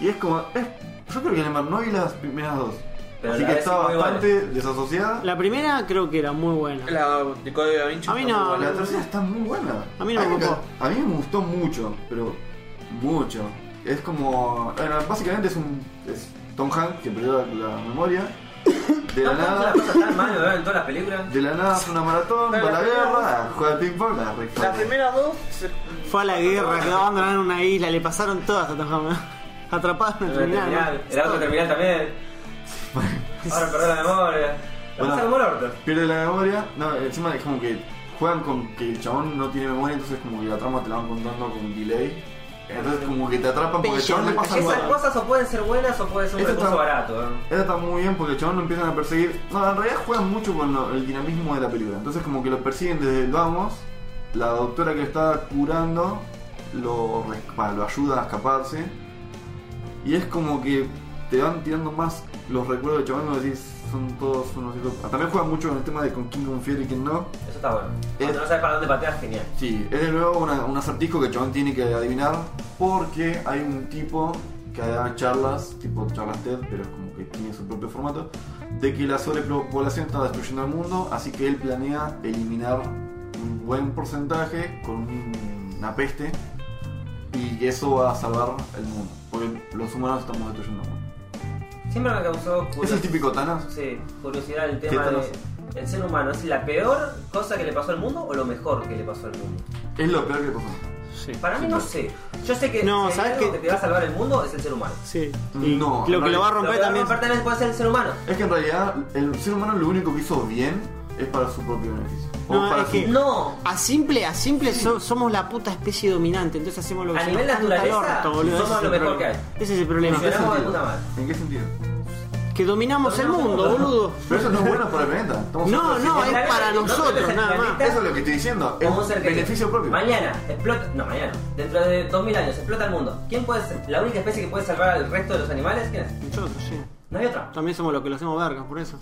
S1: Y es como. es- yo creo que además no vi las primeras dos.
S3: Pero
S1: Así
S3: la
S1: que
S3: ves
S1: está
S3: muy
S1: bastante desasociada.
S2: La primera creo que era muy buena.
S4: La de Código Da Vinci.
S2: A mí
S4: está
S2: no.
S4: muy buena.
S1: La tercera está muy buena.
S2: A mí no
S1: Hay
S2: me
S1: que-
S2: gustó.
S1: A mí me gustó mucho, pero mucho. Es como. bueno, básicamente es un. Es Tom Hanks que perdió la, la memoria. De la
S3: No, no,
S1: nada.
S3: la pasa tan mal, ¿verdad? En todas las películas.
S1: De la nada hace una maratón, va
S4: Pero
S1: a
S4: la
S1: la
S4: primera
S1: guerra, juega al ping-pong, la rifa.
S4: Las primeras dos. se-
S2: Fue a la guerra, quedó abandonada en una isla, le pasaron todas a Tom Hanks. Atrapadas en el
S3: El
S2: terminal.
S3: terminal,
S2: ¿no?
S3: el auto terminal también. Ahora perdió la memoria. La
S1: Bueno.
S3: pasa como el orto.
S1: Pierde la memoria, no, encima es como que juegan con que el chabón no tiene memoria, entonces como que la trama te la van contando con delay. Entonces como que te atrapan porque el chabón le pasa algo.
S3: Esas cosas o pueden ser buenas o puede ser un
S1: Eso
S3: recurso
S1: está-
S3: barato. ¿eh?
S1: Eso está muy bien porque el chabón lo empiezan a perseguir. No, en realidad juegan mucho con lo- el dinamismo de la película. Entonces como que lo persiguen desde el vamos. La doctora que lo está curando lo, res- va, lo ayuda a escaparse. Y es como que te van tirando más los recuerdos del chabón y vos decís, son todos unos hijos. También juegan mucho con el tema de con quién confiar y quién no.
S3: Eso está bueno. Cuando
S1: Eh.
S3: no sabes para dónde pateas, genial.
S1: Sí, es de nuevo una- un acertijo que el chabón tiene que adivinar porque hay un tipo que da charlas, tipo charlas TED, pero es como que tiene su propio formato, de que la sobrepoblación está destruyendo el mundo, así que él planea eliminar un buen porcentaje con un- una peste y eso va a salvar el mundo, porque los humanos estamos destruyendo el mundo.
S3: Siempre me causó
S1: Es
S3: curiosidad,
S1: el típico Thanos.
S3: sí, curiosidad el
S1: Sí,
S3: tema
S1: Thanos.
S3: de. El ser humano, ¿es la peor cosa que le pasó al mundo o lo mejor que le pasó al mundo?
S1: Es lo peor que pasó.
S2: Sí.
S3: Para mí no sé. Yo sé que
S2: No,
S3: si hay
S2: ¿sabes
S3: algo
S2: qué?
S3: que te va a salvar el mundo es el ser humano.
S2: Sí. Y
S1: No,
S2: Lo
S1: no
S2: que
S1: le-
S2: lo va a
S3: Lo
S2: romper
S3: que va a
S2: también.
S3: romper también puede ser el ser humano.
S1: Es que en realidad el ser humano lo único que hizo bien es para su propio beneficio. O
S2: No,
S1: para
S2: es
S1: su-
S2: que-
S3: No,
S2: A simple, a simple so- somos la puta especie dominante, entonces hacemos lo que
S3: A
S2: se
S3: nivel
S2: nos canta el
S3: naturaleza,
S2: orto, boludo.
S3: somos
S2: Ese es
S3: lo
S2: el
S3: mejor
S2: problema.
S3: que
S2: Ese es el problema.
S3: Funcionamos de puta madre.
S1: ¿En qué sentido?
S2: que dominamos el mundo, boludo.
S1: Pero eso no es bueno para el planeta. Estamos
S2: No,
S1: hablando
S2: no,
S1: de-
S2: es para nosotros, nada más.
S1: Eso es lo que estoy diciendo. Es
S3: Como un ser pequeño.
S1: beneficio propio.
S3: Mañana explota. No, mañana. Dentro de 2000 años explota el mundo. ¿Quién puede ser? La única especie que puede salvar al resto de los animales, ¿quién es?
S2: Nosotros, sí.
S3: No hay otra.
S2: También somos los que lo hacemos verga, por eso.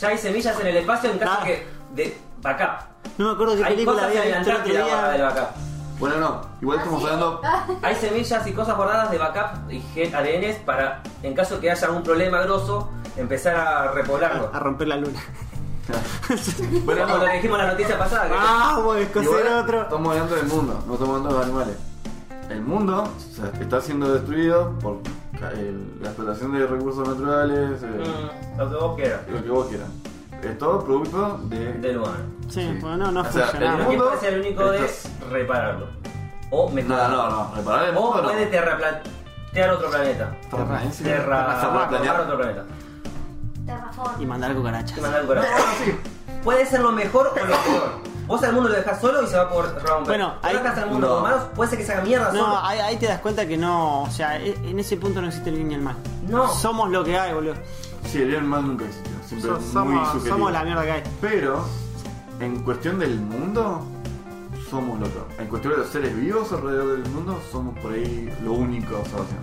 S3: Ya hay semillas en el espacio en caso
S2: Ah.
S3: que. de. acá.
S2: No me acuerdo qué
S3: Hay
S2: película
S3: cosas
S2: había
S3: en la
S2: visto el otro
S3: Antártida guardadas de
S2: día.
S3: backup.
S1: Bueno, no. Igual
S5: Ah,
S1: estamos hablando.
S3: Hay semillas y cosas guardadas de backup y gen- ADNs para, en caso que haya un problema grosso, empezar a repoblarlo.
S2: A romper la luna.
S1: Bueno,
S3: Como
S1: no.
S3: lo que dijimos en la noticia pasada. que-
S2: Vamos a
S1: Igual
S2: descoser otro.
S1: Estamos hablando del mundo, no estamos hablando de los animales. El mundo o sea, está siendo destruido por ca- el- la explotación de recursos naturales, eh,
S3: Lo que vos quieras.
S1: lo que vos quieras. Es todo producto de.
S3: Del humano.
S2: Sí,
S1: Sí.
S2: bueno, no, no
S1: O sea,
S3: Pero
S1: el
S3: lo
S2: funcionaba.
S3: que
S1: mundo-
S3: puede ser el único
S1: Estás-
S3: es repararlo. O
S1: No,
S3: mejorarlo.
S1: no, no. Reparar el
S3: O
S1: mundo. no.
S3: puede terraplantear otro planeta.
S1: Terra, ¿eh? Sí,
S3: Terra...
S1: terraplanear.
S3: otro planeta.
S2: Y
S5: Terraform.
S2: mandar cucarachas.
S3: Y mandar un corazón. Puede ser lo mejor o lo peor. Vos al mundo lo dejás solo y se va a poder romper.
S2: Bueno,
S3: Vos
S2: hay-
S3: dejás al mundo
S1: no.
S3: con malos, puede ser que se haga mierda
S2: No, ah,
S3: solo.
S2: ahí, ahí te das cuenta que no, o sea, e- en ese punto no existe el bien y el mal.
S3: No.
S2: Somos lo que hay, boludo.
S1: Sí, el bien mal nunca existió. Siempre
S2: So-
S1: es muy
S2: somos,
S1: subjetivo.
S2: somos la mierda que hay.
S1: Pero, en cuestión del mundo, somos lo peor. En cuestión de los seres vivos alrededor del mundo, somos por ahí lo único, Sebastián.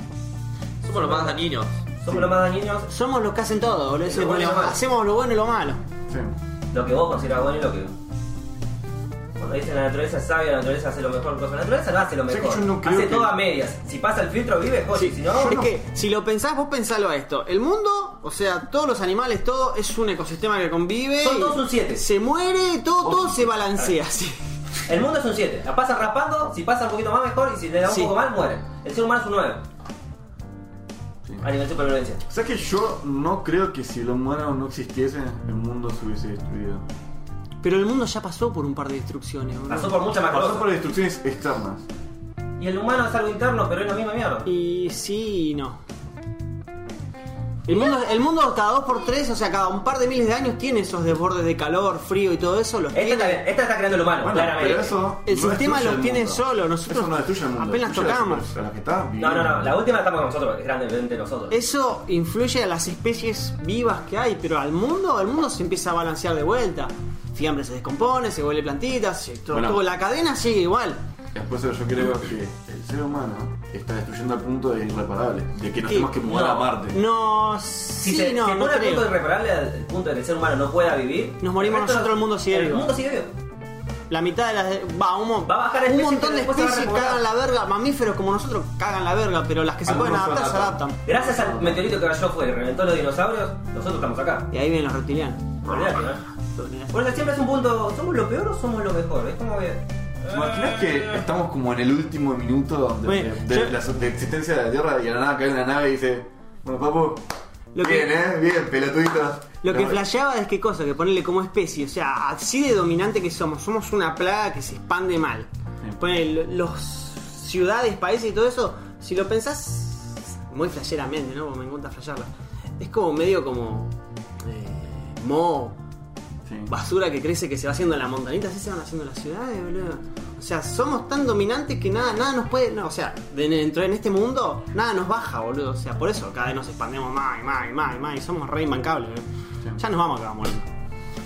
S4: Somos los más dañinos.
S3: Somos los más dañinos,
S2: Somos los que hacen todo, boludo. ese
S3: Lo bueno y lo
S2: problema.
S3: malo.
S2: Hacemos lo bueno y lo malo.
S1: Sí.
S3: lo que vos consideras bueno y lo que. Cuando dicen la naturaleza es sabia, la naturaleza hace lo mejor, cosa. la naturaleza no hace lo
S1: O sea que
S3: mejor.
S1: yo no creo
S3: hace
S1: que-
S3: todo a medias. Si pasa el filtro, vive, joder. Si no,
S2: es que si lo pensás, vos pensalo a esto. El mundo, o sea, todos los animales, todo es un ecosistema que convive.
S3: Son
S2: y
S3: todos un siete.
S2: Se muere, todo, todo se balancea. sí.
S3: El mundo es un 7. La pasan raspando, si pasa un poquito más mejor y si le da un
S2: Sí.
S3: poco mal, muere. El ser humano es un 9. A nivel supervivencia.
S1: O sea que yo no creo que si los humanos no existiesen, el mundo se hubiese destruido.
S2: Pero el mundo ya pasó por un par de destrucciones, boludo.
S3: Pasó por muchas más
S1: Pasó por
S3: cosas.
S1: destrucciones externas.
S3: Y el humano es algo interno, pero es la misma mierda.
S2: Y sí y no. El mundo, el mundo cada dos por tres, o sea, cada un par de miles de años tiene esos desbordes de calor, frío y todo eso. Los
S3: Esta
S2: tiene.
S3: está, esta está creando el humano,
S1: Bueno,
S3: claramente.
S1: pero eso.
S2: El
S1: no
S2: sistema
S1: destruye
S2: los
S1: el
S2: tiene
S1: mundo.
S2: solo, nosotros
S1: Eso no destruye el mundo.
S2: apenas
S1: destruye a las-
S2: tocamos.
S1: A las que está
S3: No, no, no. La última estamos con nosotros, es grande entre nosotros.
S2: Eso influye a las especies vivas que hay, pero al mundo, el mundo se empieza a balancear de vuelta. Fiambre se descompone, se vuelve plantitas, se- todo-
S1: Bueno.
S2: todo- la cadena sigue igual.
S1: Después yo creo que el ser humano está destruyendo al punto de irreparable. De que nos
S2: Sí,
S1: tenemos que mudar
S3: no.
S1: a Marte.
S2: No,
S3: Si
S2: sí,
S3: se,
S2: no,
S3: se
S2: no
S3: pone al punto
S2: creo.
S3: de repararle al al punto de que el ser humano no pueda vivir.
S2: Nos morimos
S3: resto-
S2: nosotros, el mundo sigue
S3: El
S2: vivo.
S3: mundo sigue vivo.
S2: La mitad de las. Va, un, mon-
S3: Va a bajar
S2: un
S3: especies,
S2: montón
S3: pero
S2: de
S3: después se va a
S2: especies
S3: repoblar.
S2: cagan la verga. Mamíferos como nosotros cagan la verga, pero las que se pueden
S1: Algunos
S2: adaptar se
S1: son adaptados.
S2: adaptan.
S3: Gracias al meteorito que cayó fuera y reventó los dinosaurios, nosotros estamos acá.
S2: Y ahí vienen los reptilianos.
S3: Olvidate, ¿no? Por eso siempre es un punto, ¿somos lo peor o somos lo mejor? Es como que...
S1: ¿Te imaginas que estamos como en el último minuto de,
S2: Bueno,
S1: de-
S2: yo-
S1: de la, de existencia de la Tierra y a la nada cae una nave y dice: Bueno, papu,
S2: Lo que-
S1: bien, eh, bien, pelotudito.
S2: Lo que
S1: No, eh.
S2: flasheaba es que cosa, que ponerle como especie, o sea, así de dominante que somos, somos una plaga que se expande mal.
S1: Sí.
S2: Ponele, los ciudades, países y todo eso, si lo pensás muy flasheramente, ¿no? Porque me encanta flashearla. Es como medio como eh, moho,
S1: sí.
S2: basura que crece que se va haciendo en la montañita, así se van haciendo las ciudades, boludo. O sea, somos tan dominantes que nada, nada nos puede. No, o sea, de- dentro en este mundo, nada nos baja, boludo. O sea, por eso cada vez nos expandemos más y más y más y más y somos re imbancables, boludo.
S1: Sí.
S2: Ya nos vamos a acabar muriendo.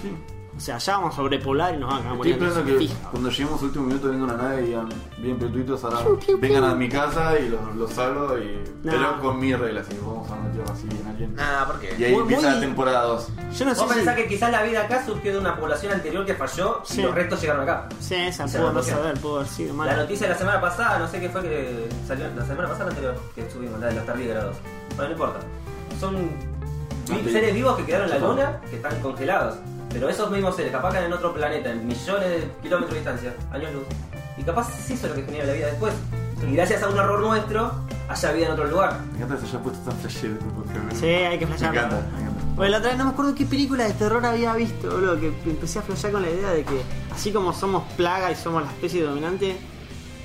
S1: Sí.
S2: O sea, ya vamos a sobrepoblar y nos vamos a acabar
S1: Estoy
S2: muriendo.
S1: esperando que
S2: Fija.
S1: cuando lleguemos al último minuto venga una nave y digan, bien pelotuditos, ahora vengan a mi casa y los, los salvo y...
S2: No. Ah,
S1: Pero con mi regla, así, vamos a una tierra así en alguien.
S4: Nada, ¿por qué?
S1: Y ahí
S2: Muy-
S1: empieza
S2: muy-
S1: la temporada 2.
S2: Yo no sé
S3: Eh, Vos
S2: si.
S3: pensás que quizás la vida acá surgió de una población anterior que falló
S2: Sí.
S3: y los restos llegaron acá.
S2: Sí, esa
S3: Se
S2: puedo
S3: la
S2: no
S3: bloquea.
S2: saber, puedo haber sido
S3: La
S2: mal.
S3: noticia de la semana pasada, no sé qué fue que salió, la semana pasada o la anterior que subimos, la de los tardígrados. Bueno, no importa. Son mil
S1: sí.
S3: seres vivos que quedaron en la luna, que están congelados. Pero esos mismos seres, capaz que en otro planeta, en millones de kilómetros de distancia, años luz. Y capaz sí eso es lo que genera la vida después. Y gracias a un error nuestro, haya vida en otro lugar.
S1: Me encanta que se haya puesto tan flashero este podcast.
S2: Sí, hay que flashear.
S1: Me encanta, me encanta.
S2: Bueno, la otra vez no me acuerdo qué película de terror había visto, boludo, que empecé a flashear con la idea de que así como somos plaga y somos la especie dominante,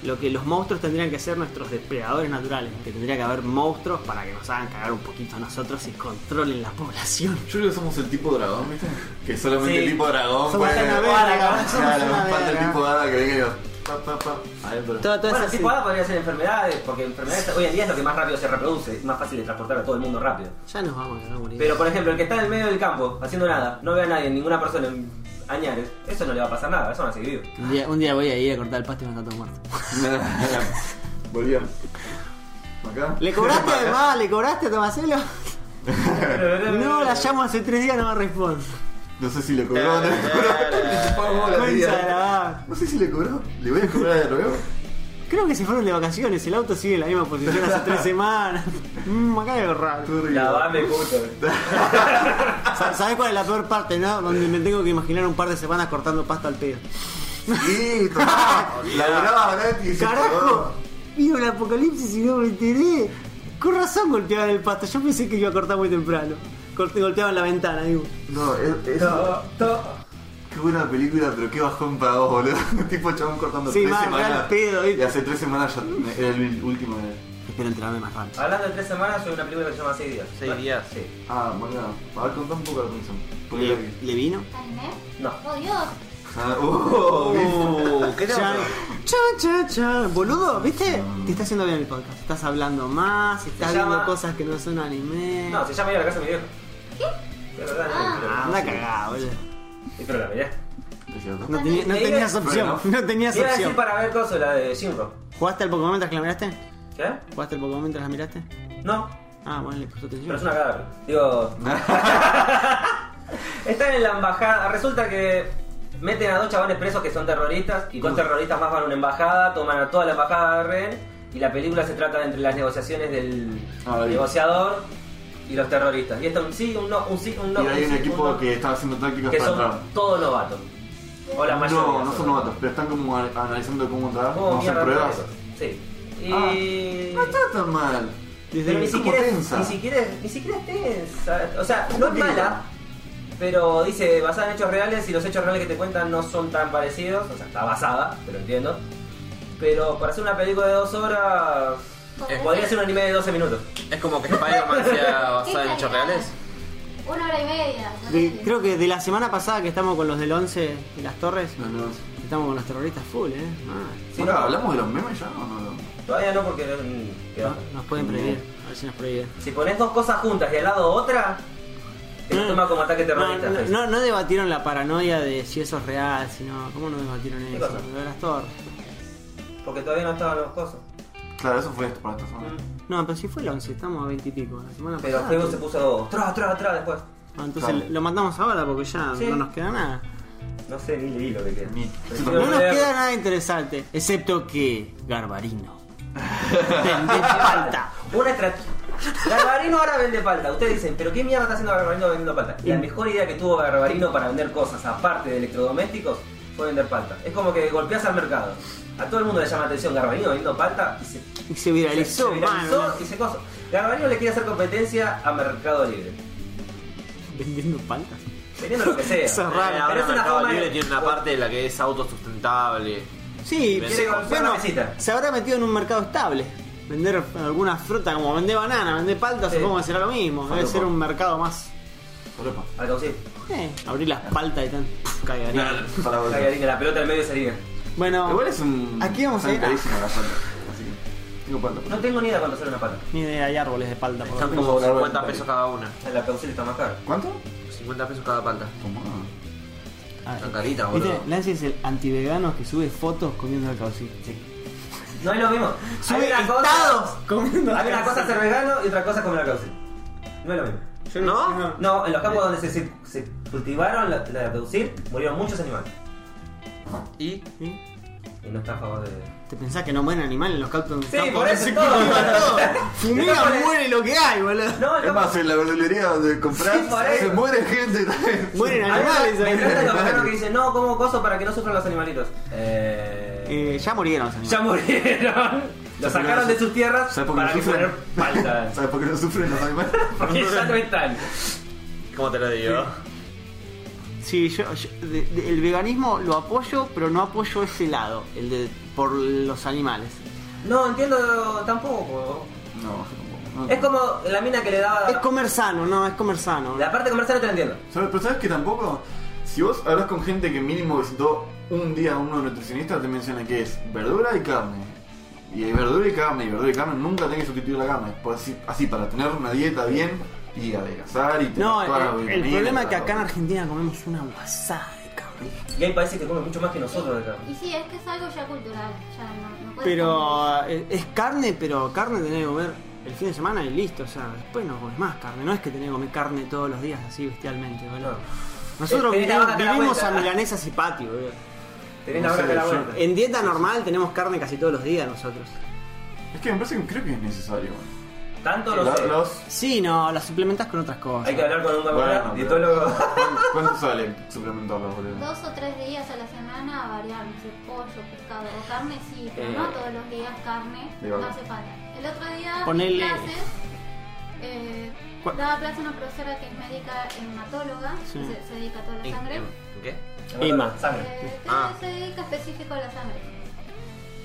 S2: lo que los monstruos tendrían que ser nuestros depredadores naturales, que tendría que haber monstruos para que nos hagan cagar un poquito a nosotros y controlen la población.
S1: Yo creo que somos el tipo dragón, ¿viste? Que solamente
S3: Sí.
S1: el tipo dragón
S2: Somos
S1: puede...
S2: una
S1: Claro,
S2: verga, somos
S1: claro,
S2: una
S1: falta el
S2: verga.
S1: tipo hada que venga y nos... pa, pa, pa, adentro.
S2: Todo, todo
S3: Bueno,
S2: es
S3: sí,
S2: así.
S3: podría podrían ser enfermedades, porque enfermedades hoy en día es lo que más rápido se reproduce, es más fácil de transportar a todo el mundo rápido.
S2: Ya nos vamos, nos vamos a morir.
S3: Pero por ejemplo, el que está en el medio del campo, haciendo nada, no ve a nadie, ninguna persona en Añares, eso no le va a pasar nada, eso no hace vivo.
S2: un, día, un día voy a ir a cortar el pasto y van a estar todos muertos.
S1: Volvían. ¿Acá?
S2: ¿Le cobraste además? ¿Le cobraste a Tomaselo? No, la llamo hace tres días, no me responde.
S1: No sé si le cobró, no le cobró.
S2: Vergüenza de la va.
S1: No sé si le cobró. ¿Le voy a cobrar de nuevo?
S2: Creo que se fueron de vacaciones, el auto sigue en la misma posición hace tres semanas. Mmm, acá hay algo raro.
S3: Lavame puto.
S2: Sa- ¿Sabés cuál es la peor parte, no? Donde me tengo que imaginar un par de semanas cortando pasta al pedo.
S1: Listo. Laburaba gratis.
S2: ¡Carajo! Vino el apocalipsis y no me enteré. Con razón golpeaban el pasto, yo pensé que iba a cortar muy temprano. Corte- Golpeaban la ventana, digo.
S1: No, es, es- Qué buena película, pero qué bajón para vos, boludo. Tipo chabón cortando
S2: Sí,
S1: tres
S2: mal,
S1: semanas.
S2: real pedo, ¿viste?
S1: y hace tres semanas ya era el último de.
S2: Espero enterarme más rápido.
S3: Hablando de tres semanas, soy una película que se llama Seis días.
S4: Seis días.
S3: Sí.
S1: Ah, bueno, a ver, contá un poco la atención. Porque la
S2: ¿Le,
S1: vi.
S2: le vino?
S5: ¿Anime?
S3: No.
S5: ¡Oh, Dios!
S1: Ah, oh,
S4: Uh, ¿Qué te
S2: Chan,
S4: pasa?
S2: chan, chan, chan. Boludo, ¿viste? Te está haciendo bien el podcast. Estás hablando más, estás
S3: Se llama-
S2: viendo cosas que no son anime.
S3: No, Ah, se llama ir a la casa de mi viejo. ¿Qué? Es verdad, no, pero-
S2: Anda cagada, boludo.
S3: Sí, pero la miré.
S1: es cierto.
S2: No, teni- no
S3: Te iba-
S2: tenías opción.
S1: Bueno,
S2: No tenías
S3: Te iba a decir
S2: opción.
S3: para ver cosas la de Shinro.
S2: ¿Jugaste al Pokémon mientras que la miraste?
S3: ¿Qué?
S2: ¿Jugaste al Pokémon mientras la miraste?
S3: No,
S2: Ah, bueno, le puso
S3: pero es
S2: atención.
S3: una cagada. Digo. Están en la embajada. Resulta que meten a dos chavales presos que son terroristas y dos terroristas más van a una embajada, toman a toda la embajada de rehén y la película se trata entre las negociaciones del
S1: Ah, bien.
S3: negociador y los terroristas. Y esto un sí, un no, un sí, un no.
S1: y hay
S3: sí,
S1: un equipo
S3: no,
S1: que está haciendo tácticas
S3: que
S1: para
S3: son
S1: entrar.
S3: todos novatos. O la mayoría.
S1: No, no son novatos, pero están como a- analizando cómo entrar,
S3: Oh,
S1: cómo hacer
S3: mierda,
S1: pruebas.
S3: Sí.
S1: Ah.
S3: Y.
S1: No está tan mal.
S3: Pero ni
S1: Es como
S3: siquiera, es-
S1: tensa.
S3: ni siquiera es- ni siquiera es tensa. O sea,
S1: ¿Cómo
S3: no es
S1: que no?
S3: mala, pero dice basada en hechos reales y los hechos reales que te cuentan no son tan parecidos. O sea, está basada, te lo entiendo. Pero para hacer una película de dos horas, eh,
S5: Podría
S3: podría
S5: ser.
S3: ser un anime de 12 minutos.
S4: Es como que Spider-Man sea basado en hechos reales.
S5: Una hora y media. no
S2: De-
S5: sé.
S2: creo que de la semana pasada que estamos con los del 11 y las torres,
S1: No, no.
S2: estamos con los terroristas full, ¿eh? Mal.
S3: Sí,
S1: Bueno,
S3: no.
S1: ¿Hablamos de los memes ya o no? no?
S3: Todavía no, porque mm, quedó.
S2: No- Nos pueden prohibir, a ver si nos prohíben.
S3: Si pones dos cosas juntas y al lado otra, te lo
S2: Mm.
S3: toma como ataque
S2: No,
S3: terrorista.
S2: no, no- no debatieron la paranoia de si eso es real, sino. ¿Cómo no debatieron eso?
S3: cosa?
S2: Lo de las torres.
S3: Porque todavía no estaban las cosas.
S1: Claro, eso fue esto para esta semana.
S2: No, pero si fue el 11, estamos a 20 y pico. La semana
S3: Pero
S2: pasada.
S3: Facebook se puso atrás, atrás, atrás después.
S2: Ah, entonces
S1: Claro.
S2: lo matamos ahora porque ya
S3: Sí.
S2: no nos queda nada.
S3: No sé ni leí lo que queda.
S1: Ni-
S3: Prefiero
S2: No nos
S3: leer.
S2: queda nada interesante, excepto que. Garbarino. Vende falta.
S3: Una estrategia. Garbarino ahora vende palta. Ustedes dicen, pero ¿qué mierda está haciendo Garbarino vendiendo palta? La mejor idea que tuvo Garbarino para vender cosas aparte de electrodomésticos fue vender palta. Es como que golpeas al mercado. A todo el mundo le llama atención Garbarino vendiendo palta y se,
S2: Y se
S3: se-
S2: viralizó,
S3: se viralizó
S2: mano.
S3: y se cosa. Garbarino le quiere hacer competencia a Mercado Libre.
S2: Vendiendo paltas.
S3: Vendiendo lo que sea.
S2: Eso es
S4: Rara,
S2: raro,
S4: Eh, ahora
S3: pero es una
S4: Mercado
S3: forma de-
S4: Libre tiene una parte de la que es autosustentable.
S2: Sí,
S4: Vende
S2: pero
S3: con
S2: bueno,
S3: una mesita.
S2: se habrá metido en un mercado estable. Vender alguna fruta como vender banana, vender palta,
S3: Sí.
S2: supongo que será lo mismo. Debe
S1: Falopa.
S2: ser un mercado más.
S3: Mm.
S1: Europa.
S3: Al caucil.
S2: Eh, abrir las paltas y tan. Caiganía.
S1: Para vos.
S3: Garbarino, la pelota en medio sería.
S2: Bueno,
S1: Igual es un.
S2: Aquí vamos a
S1: están
S2: ir-
S1: carísimas las patas. Así que. Digo palta.
S3: No tengo ni idea cuánto sale una palta.
S2: ni idea, hay árboles de palta. por
S4: Están
S2: ejemplo.
S4: como
S1: Vamos a hablar
S4: 50
S1: de-
S4: pesos cada una.
S3: La caucil está más cara.
S1: ¿Cuánto?
S4: 50 pesos cada palta.
S1: Como.
S2: Ah,
S4: Están caritas,
S2: ¿Viste?
S4: boludo.
S2: Nancy es el antivegano que sube fotos comiendo el caucil. Sí.
S3: No es lo mismo.
S2: Sube
S3: una cosa-
S2: estados comiendo
S3: Hay una cosa
S2: alcaucil.
S3: ser vegano y otra cosa comer alcaucil. No es lo mismo.
S4: ¿No?
S3: No, en los campos donde se, se- se cultivaron la, la alcaucil murieron muchos animales.
S4: ¿Y?
S2: ¿Sí?
S3: Y no está a favor de.
S2: ¿Te pensás que no mueren animales en los cautos?
S3: Sí, por eso es todo.
S2: Fumiga, muere lo que hay, boludo.
S3: No,
S1: Es
S3: no.
S1: más, en la verdulería donde compras
S3: Sí, por eso.
S1: se muere gente también.
S2: Mueren
S3: A mí
S2: animales.
S3: me encanta
S2: ahí.
S3: los veganos que dicen, no, como coso para que no sufran los animalitos. Eh.
S2: Eh, ya murieron los animales.
S3: Ya murieron. Los sacaron de sus tierras
S1: ¿Sabes por qué
S3: para
S1: no
S3: que
S1: sufren?
S3: poner palta.
S1: ¿Sabes por qué no sufren los animales?
S3: Porque ya no están.
S4: ¿Cómo te lo digo?
S2: Sí, yo, yo- de- de- el veganismo lo apoyo, pero no apoyo ese lado, el de por los animales.
S3: No, entiendo tampoco.
S1: No, no.
S3: Es como la mina que le daba.
S2: Es comer sano, no, es comer sano.
S3: La parte comercial no te la entiendo.
S1: ¿Sabes? Pero ¿sabes que tampoco? Si vos hablas con gente que mínimo visitó un día a uno de nutricionistas, te mencionan que es verdura y carne. Y hay verdura y carne, y verdura y carne, nunca tenés que sustituir la carne. Por así, así, para tener una dieta bien y adelgazar y tener
S2: No,
S1: toda la
S2: el, el
S1: vitamina y
S2: problema es que
S1: toda la
S2: acá en Argentina comemos una guasada de carne.
S3: Y hay países que comen mucho más que nosotros de carne.
S5: Y sí, es que es algo ya cultural, ya no, no puedes comer.
S2: Pero eh, es carne, pero carne tenés que comer el fin de semana y listo. O sea, después no comes más carne. No es que tenés que comer carne todos los días así bestialmente, boludo.
S3: No.
S2: Nosotros
S3: Tenés la
S2: vivi-
S3: vaca que la
S2: vivimos
S3: vuelta.
S2: a milanesas y patio, boludo.
S3: Tenés
S1: No
S3: la
S1: sé,
S3: vaca que la
S1: yo-
S3: vuelta.
S2: En dieta normal tenemos carne casi todos los días nosotros.
S1: Es que me parece que creo que es necesario.
S3: Tanto lo
S1: La-
S3: sé.
S1: los-
S2: Sí, no, la suplementás con otras cosas.
S3: Hay que hablar con un
S1: Bueno,
S3: camarada,
S1: pero-
S3: dietólogo.
S1: ¿cuán- ¿Cuánto sale suplementarlos, boludo?
S5: Dos o tres días a la semana a variar, no sé, pollo, pescado o carne, sí, pero
S3: Eh.
S5: no todos los días carne,
S1: De
S5: no
S1: vaca.
S5: hace falta. El otro día en
S2: Ponele-
S5: clases, eh,
S2: ¿Cuál?
S5: daba clase una profesora que es médica hematóloga,
S2: Sí.
S5: que se, se dedica a toda la
S4: ¿En-
S5: sangre.
S4: en- en qué?
S2: Emma.
S3: Sangre.
S5: Eh,
S4: Eh, Ah.
S5: Se dedica específico a la sangre.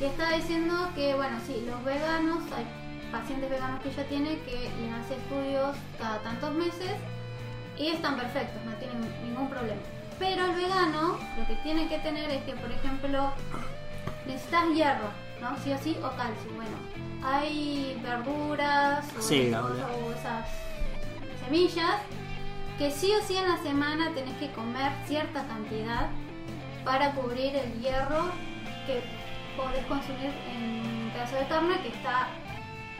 S5: Y estaba diciendo que, bueno, sí, los veganos, hay pacientes veganos que ella tiene que les hace estudios cada tantos meses y están perfectos, no tienen ningún problema. Pero el vegano lo que tiene que tener es que, por ejemplo, necesitas hierro, ¿no? Sí o sí, o calcio. Bueno, hay verduras o,
S2: Sí, la
S5: o-
S2: verdad.
S5: o esas semillas que sí o sí en la semana tenés que comer cierta cantidad para cubrir el hierro que podés consumir en un pedazo de carne que está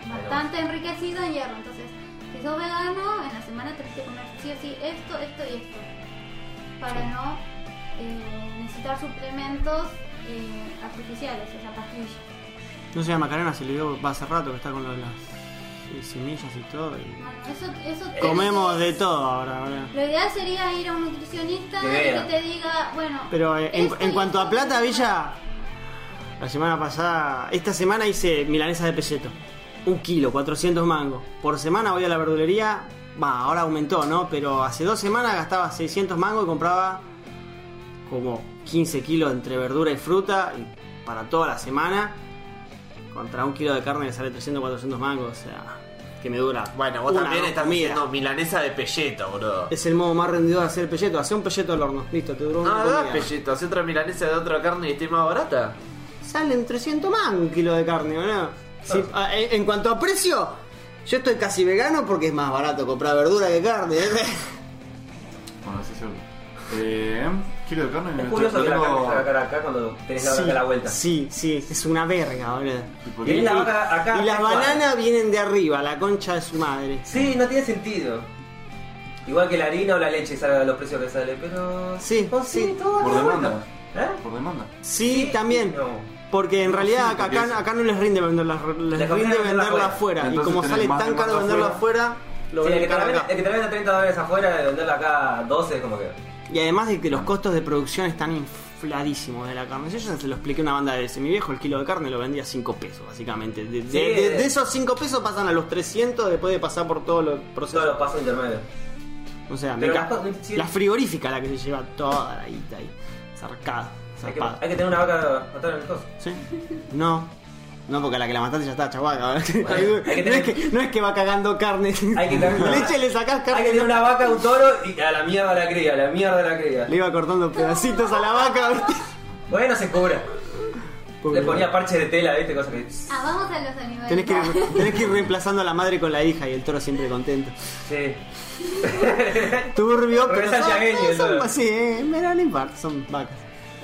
S5: bastante enriquecido en hierro. Entonces, si sos vegano, en la semana tenés que comer sí o sí esto, esto y esto. Para no eh, necesitar suplementos eh, artificiales, o sea, pastillas.
S2: No sé, a Macarena se le dio hace rato que está con lo de las eh, semillas y todo. y-
S5: Bueno, eso, eso
S2: Comemos de todo ahora, ahora.
S5: Lo ideal sería ir a un nutricionista
S3: Que
S5: que
S3: vea.
S5: te diga, bueno,
S2: Pero eh, en,
S5: esto
S2: en
S5: y
S2: cuanto a
S5: esto.
S2: plata, Villa, la semana pasada, esta semana hice milanesas de peseto. Un kilo, 400 mangos. Por semana voy a la verdulería, va, ahora aumentó, ¿no? Pero hace dos semanas gastaba 600 mangos y compraba como 15 kilos entre verdura y fruta y para toda la semana. Contra un kilo de carne que sale 300, 400 mangos, o sea, que me dura.
S4: Bueno, vos
S2: una,
S4: también
S2: dos
S4: estás
S2: comidas.
S4: haciendo milanesa de pelleto, bro.
S2: Es el modo más rendidor de hacer pelleto. Hace un pelleto al horno, listo, te duró
S4: No,
S2: una
S4: no
S2: comida.
S4: das pelleto, hace otra milanesa de otra carne y esté más barata.
S2: Salen 300 más un kilo de carne, ¿no? Si- a- en en cuanto a precio, yo estoy casi vegano porque es más barato comprar verdura que carne. ¿eh?
S1: Bueno, sí, seguro. Eh, kilo de carne.
S3: Es
S1: lo
S3: curioso que la
S1: tengo-
S3: carne se haga acá cuando tenés la vaca a la vuelta.
S2: sí, sí, es una verga, boludo.
S1: ¿Y por
S3: Tenés
S1: qué?
S3: la vaca acá.
S2: y las
S3: tal cual.
S2: bananas vienen de arriba, la concha de su madre.
S3: Sí, no tiene sentido. Igual que la harina o la leche salga a los precios que sale, pero.
S2: Sí,
S3: Pues
S2: sí.
S3: todo
S1: Por
S3: acá
S1: demanda.
S3: vuelta. ¿Eh?
S1: Por demanda.
S2: Sí,
S3: Sí,
S2: también.
S3: no.
S2: Porque en
S1: No,
S2: realidad
S1: sí, porque
S2: acá,
S1: es-
S2: acá no les rinde venderlas, les,
S3: Les conviene
S2: rinde
S3: venderlas
S2: venderla
S3: afuera.
S2: afuera. Y
S1: Entonces
S2: como
S1: tenés
S2: sale
S1: más
S2: tan caro
S1: demanda
S2: venderla
S1: afuera.
S2: afuera, lo
S3: Sí, el, que te
S2: venden
S3: la vende,
S2: acá.
S3: el que te la vende 30 dólares afuera, venderla acá 12 es como que.
S2: Y además de que los costos de producción están infladísimos de la carne. Yo ya se lo expliqué a una banda de ese. Mi viejo el kilo de carne lo vendía a 5 pesos, básicamente. De, de-
S3: Sí. eh.
S2: de- de esos 5 pesos pasan a los 300 después de pasar por todos los
S3: Todos
S2: procesos.
S3: los pasos intermedios.
S2: O sea, me
S3: Pero
S2: ca-
S3: las cosas- sí.
S2: la frigorífica la que se lleva toda la guita ahí. Zarcada,
S3: Hay que,
S2: zarpada.
S3: hay que tener una vaca matar en el coso.
S2: ¿Sí? No. No, porque a la que la mataste ya está chaval.
S3: Bueno, hay que
S2: no, es
S3: tener-
S2: que, no es que va cagando carne.
S3: Hay que tener una-
S2: Leche le sacás
S3: Hay que
S2: carne.
S3: tener una vaca, un toro y a la mierda la cría, a la mierda la cría.
S2: Le iba cortando pedacitos a la vaca. ¿viste?
S3: Bueno, se cobra.
S2: Pobre.
S3: Le ponía parches de tela, viste, cosas que.
S5: Ah, vamos a los animales.
S2: Tenés que, ir, tenés que ir reemplazando a la madre con la hija y el toro siempre contento.
S3: Sí.
S2: Turbio, pero
S3: Regresa
S2: son,
S3: Yagüeño, el
S2: son-
S3: toro.
S2: sí, eh, pero no importa, son vacas.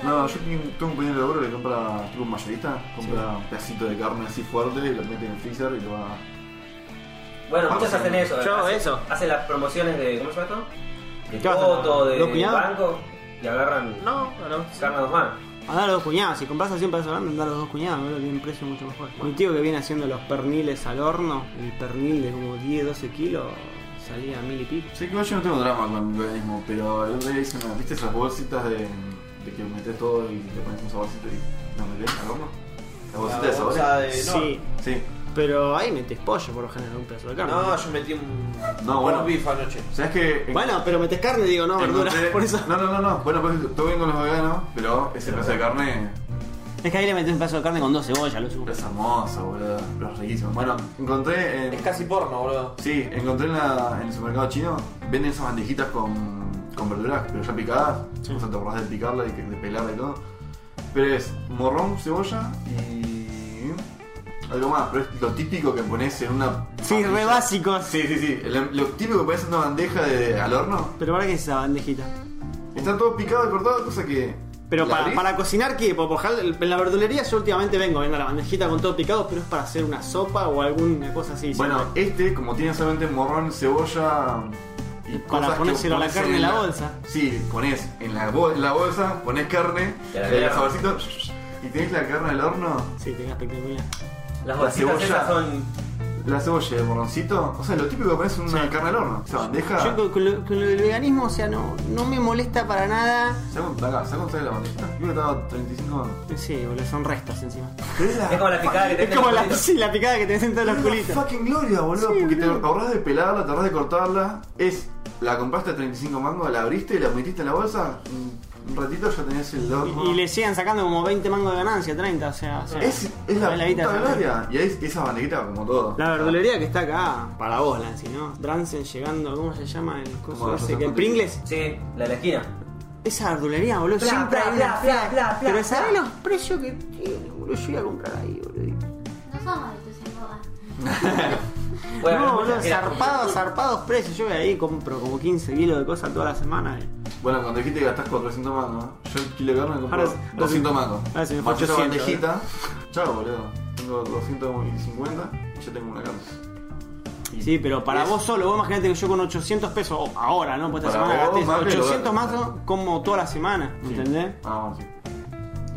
S1: No, yo tengo un- tengo un compañero de laburo que compra, tipo un mayorista, compra un pedacito de carne así fuerte y lo mete en el freezer y lo va.
S3: Bueno, muchos hacen eso.
S4: Yo hago
S3: hacen,
S4: eso.
S3: Hacen las promociones de. ¿Cómo se llama esto? De
S2: ¿Qué vas a hacer?
S3: Toto, de
S2: ¿Los cuñados?
S3: banco y agarran
S4: No, no.
S3: carne a dos manos.
S2: Andá a los dos cuñados, si compras a 100 pesos grandes, andá a los dos cuñados, boludo, tienen precio mucho mejor. Un tío que viene haciendo los perniles al horno, el pernil de como 10, 12 kilos, salía a mil y pico.
S1: Sé que igual yo no tengo drama con el veganismo, pero el otro día hice una. ¿Viste esas bolsitas de, de que metes todo y te pones un saborcito y lo metes al horno? ¿Las bolsitas de sabores?
S2: Sí,
S1: Sí.
S2: pero ahí metes pollo por lo general, un pedazo de carne.
S4: No, yo metí un.
S1: No, bueno.
S4: un bife anoche.
S1: ¿Sabes que
S2: bueno, pero metes carne, digo, no, verdura,
S1: encontré-
S2: por eso.
S1: No, no, no, no. Bueno, pues todo bien con los veganos, pero ese pedazo de carne
S2: Es que ahí le metes un pedazo de carne con dos cebollas, lo subo.
S1: es hermoso, boludo. Pero es riquísimo. Bueno, encontré en.
S4: Es casi porno, boludo.
S1: Sí, encontré en, la- en el supermercado chino, venden esas bandejitas con con verduras, pero ya picadas. O sea, te acordás de picarla y que- de pelarla y todo. Pero es morrón, cebolla y. algo más, pero es lo típico que pones en una.
S2: Sí, re
S1: parrilla.
S2: básico.
S1: Sí, sí, sí. Lo- Lo típico que pones en una bandeja de, al horno.
S2: Pero para qué es esa bandejita.
S1: Está todo picado y cortado, cosa que.
S2: Pero
S1: la
S2: para,
S1: abrís.
S2: para cocinar, ¿qué? Por ejemplo, En la verdulería yo últimamente vengo, vengo la bandejita con todo picado, pero es para hacer una sopa o alguna cosa así.
S1: Bueno,
S2: siempre.
S1: este, como tiene solamente morrón, cebolla y
S2: Para
S1: cosas que
S2: ponérselo a la
S1: ponés
S2: carne en la bolsa.
S1: Sí, ponés en la, bo- en la bolsa, ponés carne,
S3: Te la
S1: le das
S3: agarro.
S1: saborcito y tenés la carne al horno,
S2: Sí, te queda espectacular.
S3: Las
S1: La
S3: bolsitas
S1: cebolla.
S3: esas son.
S1: la cebolla y el morroncito. O sea, lo típico que pones en una
S2: Sí.
S1: carne al horno. Esa bandeja.
S2: Yo con, con lo, con lo del veganismo, o sea, no, no me molesta para nada.
S1: ¿Sabes cuánto acá? ¿Sabes cuánto sale la bandeja? Creo que estaba 35.
S2: Sí, boludo, son restos encima.
S3: Es como la picada que tenés
S2: Es como
S3: en el
S2: la,
S3: culito.
S2: sí, la picada que tenés en todos los
S1: Es
S2: culitos.
S1: una fucking gloria, boludo.
S2: Sí,
S1: porque te
S2: boludo.
S1: ahorrás de pelarla, te ahorrás de cortarla. Es, la compraste a 35 mangos, la abriste, la metiste en la bolsa. un- Un ratito ya tenías el horno.
S2: Y, y le siguen sacando como 20 mangos de ganancia, 30, o sea. o sea,
S1: Es, es la,
S2: es
S1: puta
S2: guita de esa
S1: gloria. Y ahí esa bandequita como todo.
S2: La verdulería que está acá, para vos, Lancy, ¿no? Bransen llegando, ¿cómo se llama el coso
S1: Como
S2: ese?
S1: José
S2: Que el
S1: Fonte.
S2: Pringles.
S3: Sí, la de la esquina.
S2: Esa verdulería, boludo,
S3: Pla,
S2: siempre
S3: pla,
S2: hay una
S3: pla,
S2: fila.
S3: pla, pla, pla,
S2: Pero ¿sabés
S3: pla.
S2: los precios que tiene, boludo? Yo iba a comprar ahí, boludo.
S5: No somos de Tucumán.
S3: Bueno,
S2: no, boludo,
S3: mira,
S2: zarpados, zarpados precios. Yo voy ahí y compro como 15 kilos de cosas toda la semana. eh.
S1: Bueno, cuando dijiste que gastás 400 mangos, ¿no? yo el kilo de carne compro
S2: Ahora sí- ahora
S1: 200
S2: sí-
S1: mangos.
S2: ahora sí me fue
S1: Más esa
S2: 800,
S1: bandejita. Chao, boludo. Tengo 250 y yo tengo una carne. Y
S2: Sí, pero para
S1: es-
S2: vos solo, vos imaginate que yo con 800 pesos, oh, ahora, ¿no? Pues esta
S1: Para
S2: semana
S1: vos,
S2: gasté
S1: más que lo
S2: 800 más
S1: gasto.
S2: como toda la semana,
S1: Sí.
S2: ¿entendés?
S1: Ah, bueno, sí.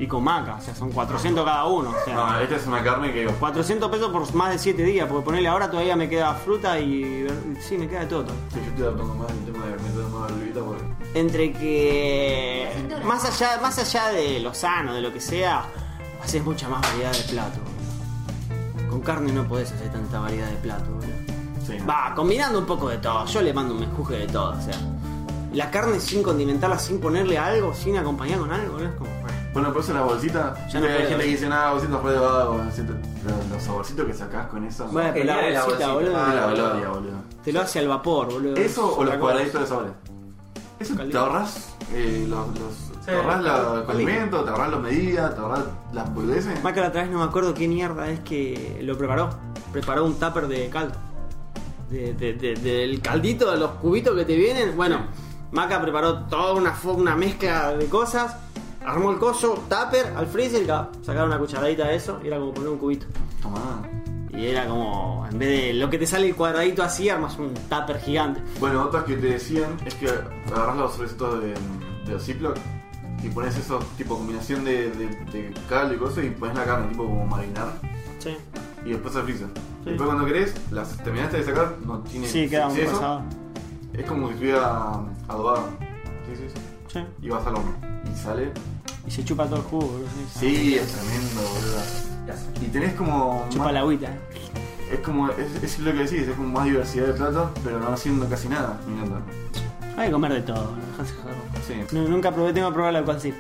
S2: Y con maca, o sea, son 400 cada uno. O sea,
S1: No, esta es una carne que
S2: 400 pesos por más de 7 días, porque ponerle ahora todavía me queda fruta y. ver- Sí, me queda de todo. todavía.
S1: Sí, yo estoy hablando más del tema de meter más verdurita porque.
S2: Entre que.
S5: Cintura.
S2: Más allá, más allá de lo sano, de lo que sea, haces mucha más variedad de plato. boludo. Con carne no podés hacer tanta variedad de plato, boludo.
S1: Sí, no.
S2: Va, combinando un poco de todo. Yo le mando un menjuje de todo, o sea. La carne sin condimentarla, sin ponerle algo, sin acompañar con algo, ¿no? Es como. bueno.
S1: Bueno, por eso las bolsitas.
S2: Ya
S1: Ya no
S2: no
S1: hay
S2: puedo.
S1: gente que dice nada, bolsitas fue de vago, bolsitas". Pero los saborcitos que sacás con eso.
S2: Bueno, pero
S3: genial
S2: la
S3: la
S2: bolsita,
S3: bolsita.
S2: boludo.
S1: es Ah, la gloria, boludo.
S2: Te lo hace al vapor, boludo.
S1: ¿Eso o los
S2: Otra cosa.
S1: cuadraditos de sabores? Eso te
S2: Caldito.
S1: ahorras eh, los, los-
S3: Sí.
S1: te ahorras los condimentos, te ahorras las medidas, te ahorras las boludeces.
S2: Más que la otra vez no me acuerdo qué mierda es que lo preparó. Preparó un tupper de caldo. De- de- de- del caldito, de los cubitos que te vienen. Bueno, Maca preparó toda una, fo- una mezcla de cosas. Armó el coso, tupper, al freezer, ca- sacaron una cucharadita de eso y era como poner un cubito.
S1: Tomá.
S2: Y era como, en vez de lo que te sale el cuadradito así, armas un tupper gigante.
S1: Bueno, otras que te decían es que agarras los sobrecitos de, de los Ziploc y pones eso, tipo combinación de, de, de caldo y cosas, y pones la carne, tipo como marinar.
S2: Sí,
S1: y después al freezer. Después cuando querés, las terminaste de sacar, no tiene
S2: queda
S1: si
S2: un
S1: eso,
S2: pasado.
S1: Es como si estuviera um, adobado. Sí, sí, sí.
S2: Sí.
S1: Y vas al horno. Y sale.
S2: Y se chupa todo el jugo, boludo.
S1: Sí, es tremendo, boludo.
S3: las-
S1: Y tenés como.
S2: Chupa
S1: más-
S2: la agüita.
S1: Es como. Es, es lo que decís, es como más diversidad de platos, pero no haciendo casi nada. Me encanta.
S2: Hay que comer de todo, boludo. Dejarse joder.
S1: Sí.
S2: No, nunca probé, tengo que probar la cual sí.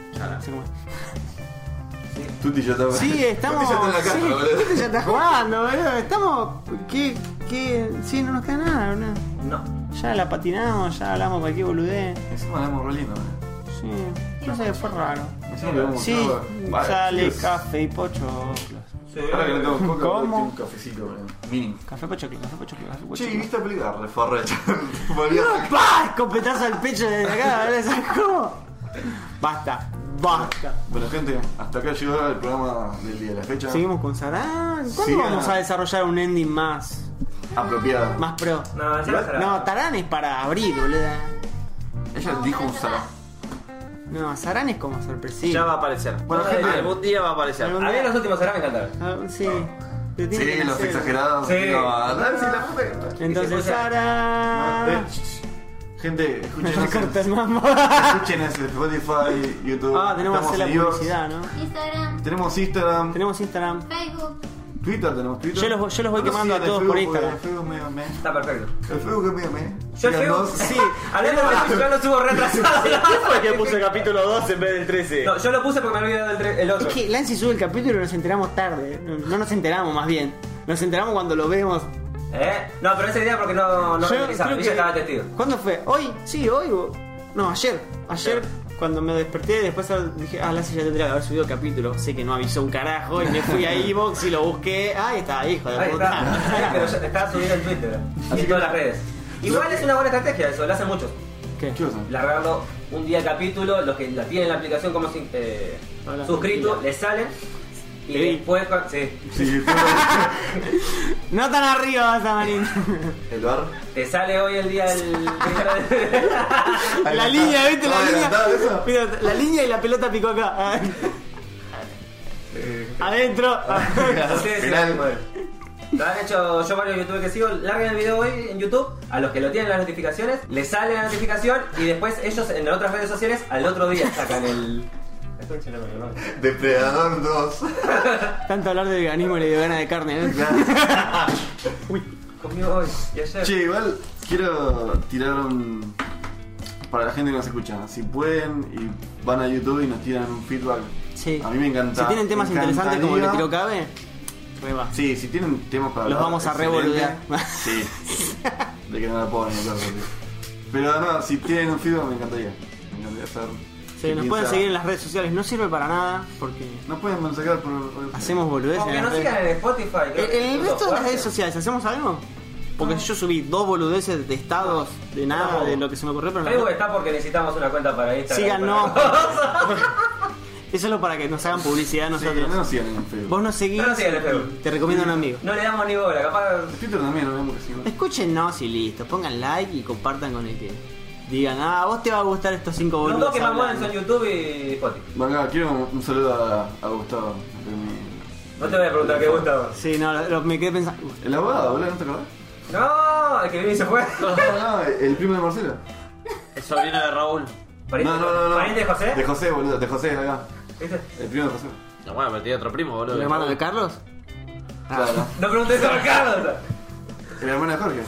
S1: Tuti ya está.
S2: Sí, estamos.
S1: Tuti ya está en la casa,
S2: sí,
S1: boludo.
S2: este ya está jugando, boludo. Estamos. ¿Qué? ¿Qué? Sí, no nos queda nada, boludo.
S3: No.
S2: Ya la patinamos, ya hablamos cualquier boludez.
S1: Encima la hemos re lindo, boludo.
S2: Sí, no sé, fue raro.
S1: Encima le damos
S2: Sí,
S1: coca. Vale,
S2: sale
S1: Dios.
S2: café y pocho.
S3: Sí.
S1: Ahora que no tengo coca, boludo,
S2: ¿Cómo?
S1: tengo un cafecito, boludo. Mini.
S2: Café pocho, café pocho, café pocho.
S1: Che, ¿y ¿viste la película? Reforrecha. Volví a sacar.
S2: ¡Pah! Escopetazo al pecho desde acá, boludo. sacó. Basta, basta.
S1: Bueno gente, hasta acá llegó el programa del día de la fecha.
S2: Seguimos con Sarán. ¿Cuándo
S1: Sí,
S2: vamos
S1: ah.
S2: a desarrollar un ending más?
S1: Apropiada.
S2: Más pro.
S3: No, ya no será.
S2: No, Tarán es para abrir, boludo.
S1: Ella
S5: No,
S1: dijo
S5: para
S1: un salón.
S2: No, Sarán es como sorpresivo.
S4: Ya va a aparecer.
S1: Bueno, gente.
S4: Algún día va a aparecer.
S3: A mí los últimos serán me encantaron.
S2: Ah, sí. Te tiene que
S1: Sí, los
S2: nacer.
S1: exagerados.
S3: Sí.
S1: No, Nancy, la puta que-
S2: Entonces, Sara. Ah.
S1: Eh, sh- sh- Gente,
S2: Me
S1: escuchen
S2: recorta el mambo.
S1: escuchen ese Spotify, YouTube.
S2: Ah, tenemos
S1: Estamos
S2: que hacer la
S1: en iVoox.
S2: publicidad, ¿no?
S5: Instagram,
S1: Tenemos Instagram,
S2: Tenemos Instagram.
S5: Facebook,
S1: Twitter, tenemos Twitter.
S2: Yo los voy- yo los voy
S1: Bueno,
S2: quemando
S1: sí,
S2: a
S1: el
S2: todos por
S1: Facebook,
S2: Instagram.
S1: El Facebook medio me.
S3: Está perfecto.
S1: El Facebook es medio me.
S3: Yo llego.
S1: Síganos.
S3: Sí, hablando de eso, yo lo subo retrasado.
S4: que puse el capítulo 2 en vez del 13?
S3: No, yo lo puse porque me había dado el, tre- el
S2: Es
S3: otro.
S2: que Lancy sube el capítulo y nos enteramos tarde. No no nos enteramos, más bien. Nos enteramos cuando lo vemos.
S3: ¿Eh? No, pero ese día porque no, no revisaron.
S2: Yo creo
S3: Villa
S2: que-
S3: estaba testigo.
S2: ¿Cuándo fue? ¿Hoy? Sí, hoy. bo- No, ayer. Ayer, cuando me desperté, después al- dije, ah, la ya tendría que haber subido el capítulo. Sé que no avisó un carajo y me fui a Evox y lo busqué. Ahí está, hijo de
S3: Ahí está, pero
S2: puta.
S3: ya está subido en Twitter y
S1: Así
S3: en
S1: que-
S3: todas las redes. Igual es una buena estrategia eso, lo hacen muchos.
S2: ¿Qué?
S1: ¿Qué usan?
S3: Largarlo un día de capítulo, los que la tienen la aplicación como sin- eh,
S2: Ahora,
S3: suscrito,
S2: tranquila.
S3: les salen y
S2: Sí.
S3: después... cua- Sí,
S1: Sí, todo
S2: No tan arriba, Samarín.
S7: El bar.
S3: te sale hoy el día del...
S2: la línea, ¿viste? La línea.
S7: Adelantado eso.
S2: Mira, la línea y la pelota picó acá. Ah,
S1: Eh,
S2: Adentro.
S3: Ustedes se la
S7: Final.
S3: hacen mover. Lo han hecho yo varios youtubers que sigo, largan el video hoy en YouTube, a los que lo tienen las notificaciones, les sale la notificación y después ellos en las otras redes sociales al otro día sacan el... La concha de la madre, ¿no?
S7: Depredador 2.
S2: Tanto hablar de veganismo y de vegana de carne. ¿eh?
S3: Comió hoy y ayer.
S1: Che, igual quiero tirar un. Para la gente que nos escucha, si pueden y van a YouTube y nos tiran un feedback.
S2: Sí.
S1: A mí me encanta.
S2: Si tienen temas
S1: me
S2: interesantes como el que
S1: encantaría-
S2: tiró Cabe, reba.
S1: Sí, si tienen temas para
S2: Los
S1: hablar,
S2: vamos a
S1: excelente.
S2: revolver.
S1: Sí. De que no la ponen, claro. sí. Pero no, si tienen un feedback me encantaría. Me encantaría saber. qué
S2: Sí, nos
S1: piensa-
S2: pueden seguir en las redes sociales, no sirve para nada porque
S1: Nos pueden mensajear por.
S2: hacemos boludeces.
S3: Aunque
S2: en
S3: no
S2: las
S3: sigan
S2: redes.
S3: en Spotify. creo
S2: En-
S3: que
S2: en el
S3: YouTube
S2: resto de las
S3: fuerte.
S2: redes sociales, ¿hacemos algo? Porque yo subí dos boludeces de estados, de nada,
S3: No.
S2: de lo que se me ocurrió, pero no-
S3: Facebook está porque necesitamos una cuenta para Instagram.
S2: Síganos.
S3: Para-
S2: Eso es lo para que nos hagan publicidad a
S1: Sí, no
S2: nosotros.
S1: nos sigan en Facebook.
S2: Vos nos seguís,
S3: No nos sigan en Facebook.
S2: te recomiendo a un amigo.
S3: No le damos ni bola, capaz.
S1: En Twitter también lo vemos que sí.
S2: Escúchenos y listo, pongan like y compartan con el que digan, ah, vos te va a gustar estos cinco
S3: Los
S2: boludeces.
S3: dos que más mueven
S2: hablando".
S3: son YouTube y Spotify.
S1: Venga, quiero un, un saludo a, a Gustavo. de mi-
S3: No te voy a preguntar qué gusta.
S2: Sí, no, lo- lo- me quedé pensando.
S1: El abogado, boludo, ¿no te acordás?
S3: No, el que vino y se fue.
S1: No, no, el primo de Marcelo.
S6: El sobrino de Raúl.
S3: ¿Pariente,
S1: No, no, no, no.
S3: ¿Pariente de José?
S1: De José, boludo, de José, acá.
S3: ¿Viste?
S1: El primo de José.
S6: No, bueno, pero tiene otro primo, boludo.
S2: ¿El hermano de Carlos? Ah.
S1: Claro.
S3: No preguntes a Carlos.
S1: El hermano de Jorge.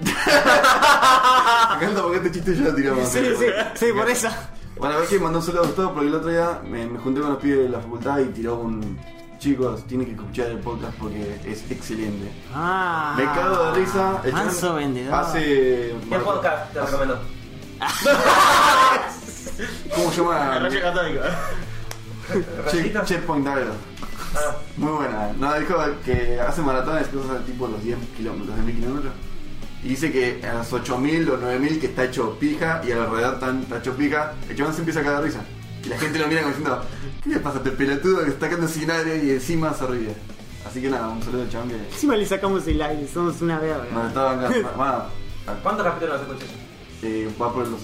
S1: Me encanta porque este chiste ya lo tiramos.
S2: Sí, sí, sí, por eso.
S1: Bueno, a ver que mandó un saludo a Gustavo porque el otro día me, me junté con los pibes de la facultad y tiró un. Chicos, tienen que escuchar el podcast porque es excelente.
S2: Ah,
S1: Me cago de risa. el chabón
S2: Manso vendedor.
S1: Hace.
S3: ¿Qué podcast te recomendó?
S1: ¿Cómo se llama?
S6: católica.
S1: Check- Checkpoint Diario.
S3: Ah,
S1: Muy buena. No, dijo que hace maratones, cosas de tipo los 10 kilómetros, de 1000 kilómetros. Y dice que a los 8000 o 9000 que está hecho pija y alrededor tan, está hecho pija, el chabón se empieza a cagar de risa. Y la gente lo mira como diciendo, ¿qué le pasa a este pelotudo que está quedando sin aire y encima se ríe? Así que nada, un saludo al chabón que
S2: Encima le sacamos el aire, somos una verga.
S1: nos estaba bancando. Va, a-
S3: ¿Cuántos capítulos nos escuchas?
S1: eh, va por el 2.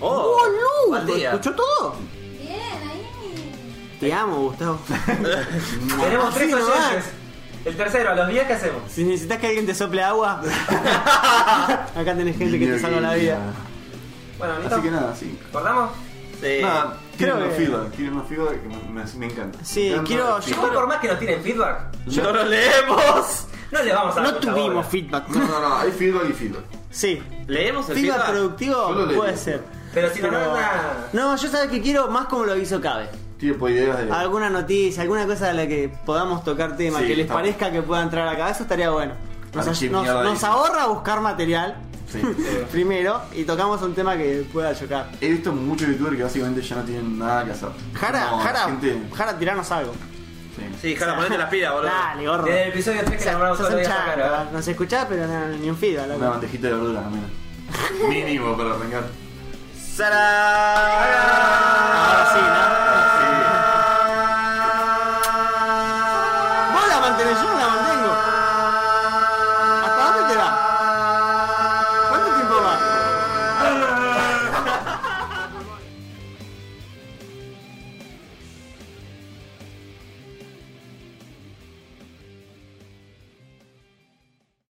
S6: Oh,
S2: ¡Boludo!
S6: mal día.
S2: ¿Escuchó todo?
S5: Bien, ahí.
S2: Te amo, Gustavo.
S3: Tenemos
S2: Así
S3: tres
S2: nomás.
S3: oyentes. El tercero, a los 10, ¿qué hacemos?
S2: Si necesitas que alguien te sople agua, acá tenés gente que te salva la vida.
S3: Bueno,
S1: Así que
S3: ¿listo?
S1: nada, sí.
S3: ¿Cortamos?
S6: Sí.
S1: Nada,
S2: creo
S1: quieren un
S2: que-
S1: feedback, quieren un feedback que me, me- me encanta.
S2: Sí,
S1: Me encanta
S2: quiero-
S1: el
S2: yo-
S1: feedback.
S3: Igual por más que nos tienen feedback,
S6: ¡No lo leemos!
S3: no le vamos a dar
S2: No
S3: mucha
S2: tuvimos
S3: bola.
S2: feedback.
S1: No, no, no, hay feedback y feedback.
S2: Sí.
S6: ¿Leemos el
S2: Feedback
S6: feedback?
S1: Yo lo
S2: productivo
S1: leí.
S2: puede ser.
S3: Pero si no nada.
S2: No, yo sabes que quiero más como lo hizo Cabe.
S1: Tipo ideas de.
S2: Alguna noticia, alguna cosa de la que podamos tocar tema,
S1: Sí,
S2: que les
S1: está
S2: parezca que pueda entrar a la cabeza, estaría bueno. Nos,
S1: Archie
S2: nos-
S1: mierda
S2: nos
S1: dice.
S2: ahorra buscar material
S1: Sí.
S2: primero y tocamos un tema que pueda chocar.
S1: He visto muchos youtubers que básicamente ya no tienen nada que hacer.
S2: Jara,
S1: Como la
S2: Jara,
S1: gente-
S2: Jara, tiranos algo.
S1: Sí.
S6: Sí, Jara, ponete las pilas, boludo.
S2: Dale, gordo.
S3: Desde el episodio 3 que le nombramos
S2: Sos
S3: otro
S2: un
S3: día sacar, ¿eh?
S2: chanto,
S3: ¿verdad?
S2: Nos escuchás, pero no, ni un feedback, loco.
S1: Una bandejita de verduras al menos. Mínimo para arrancar.
S6: ¡Sara!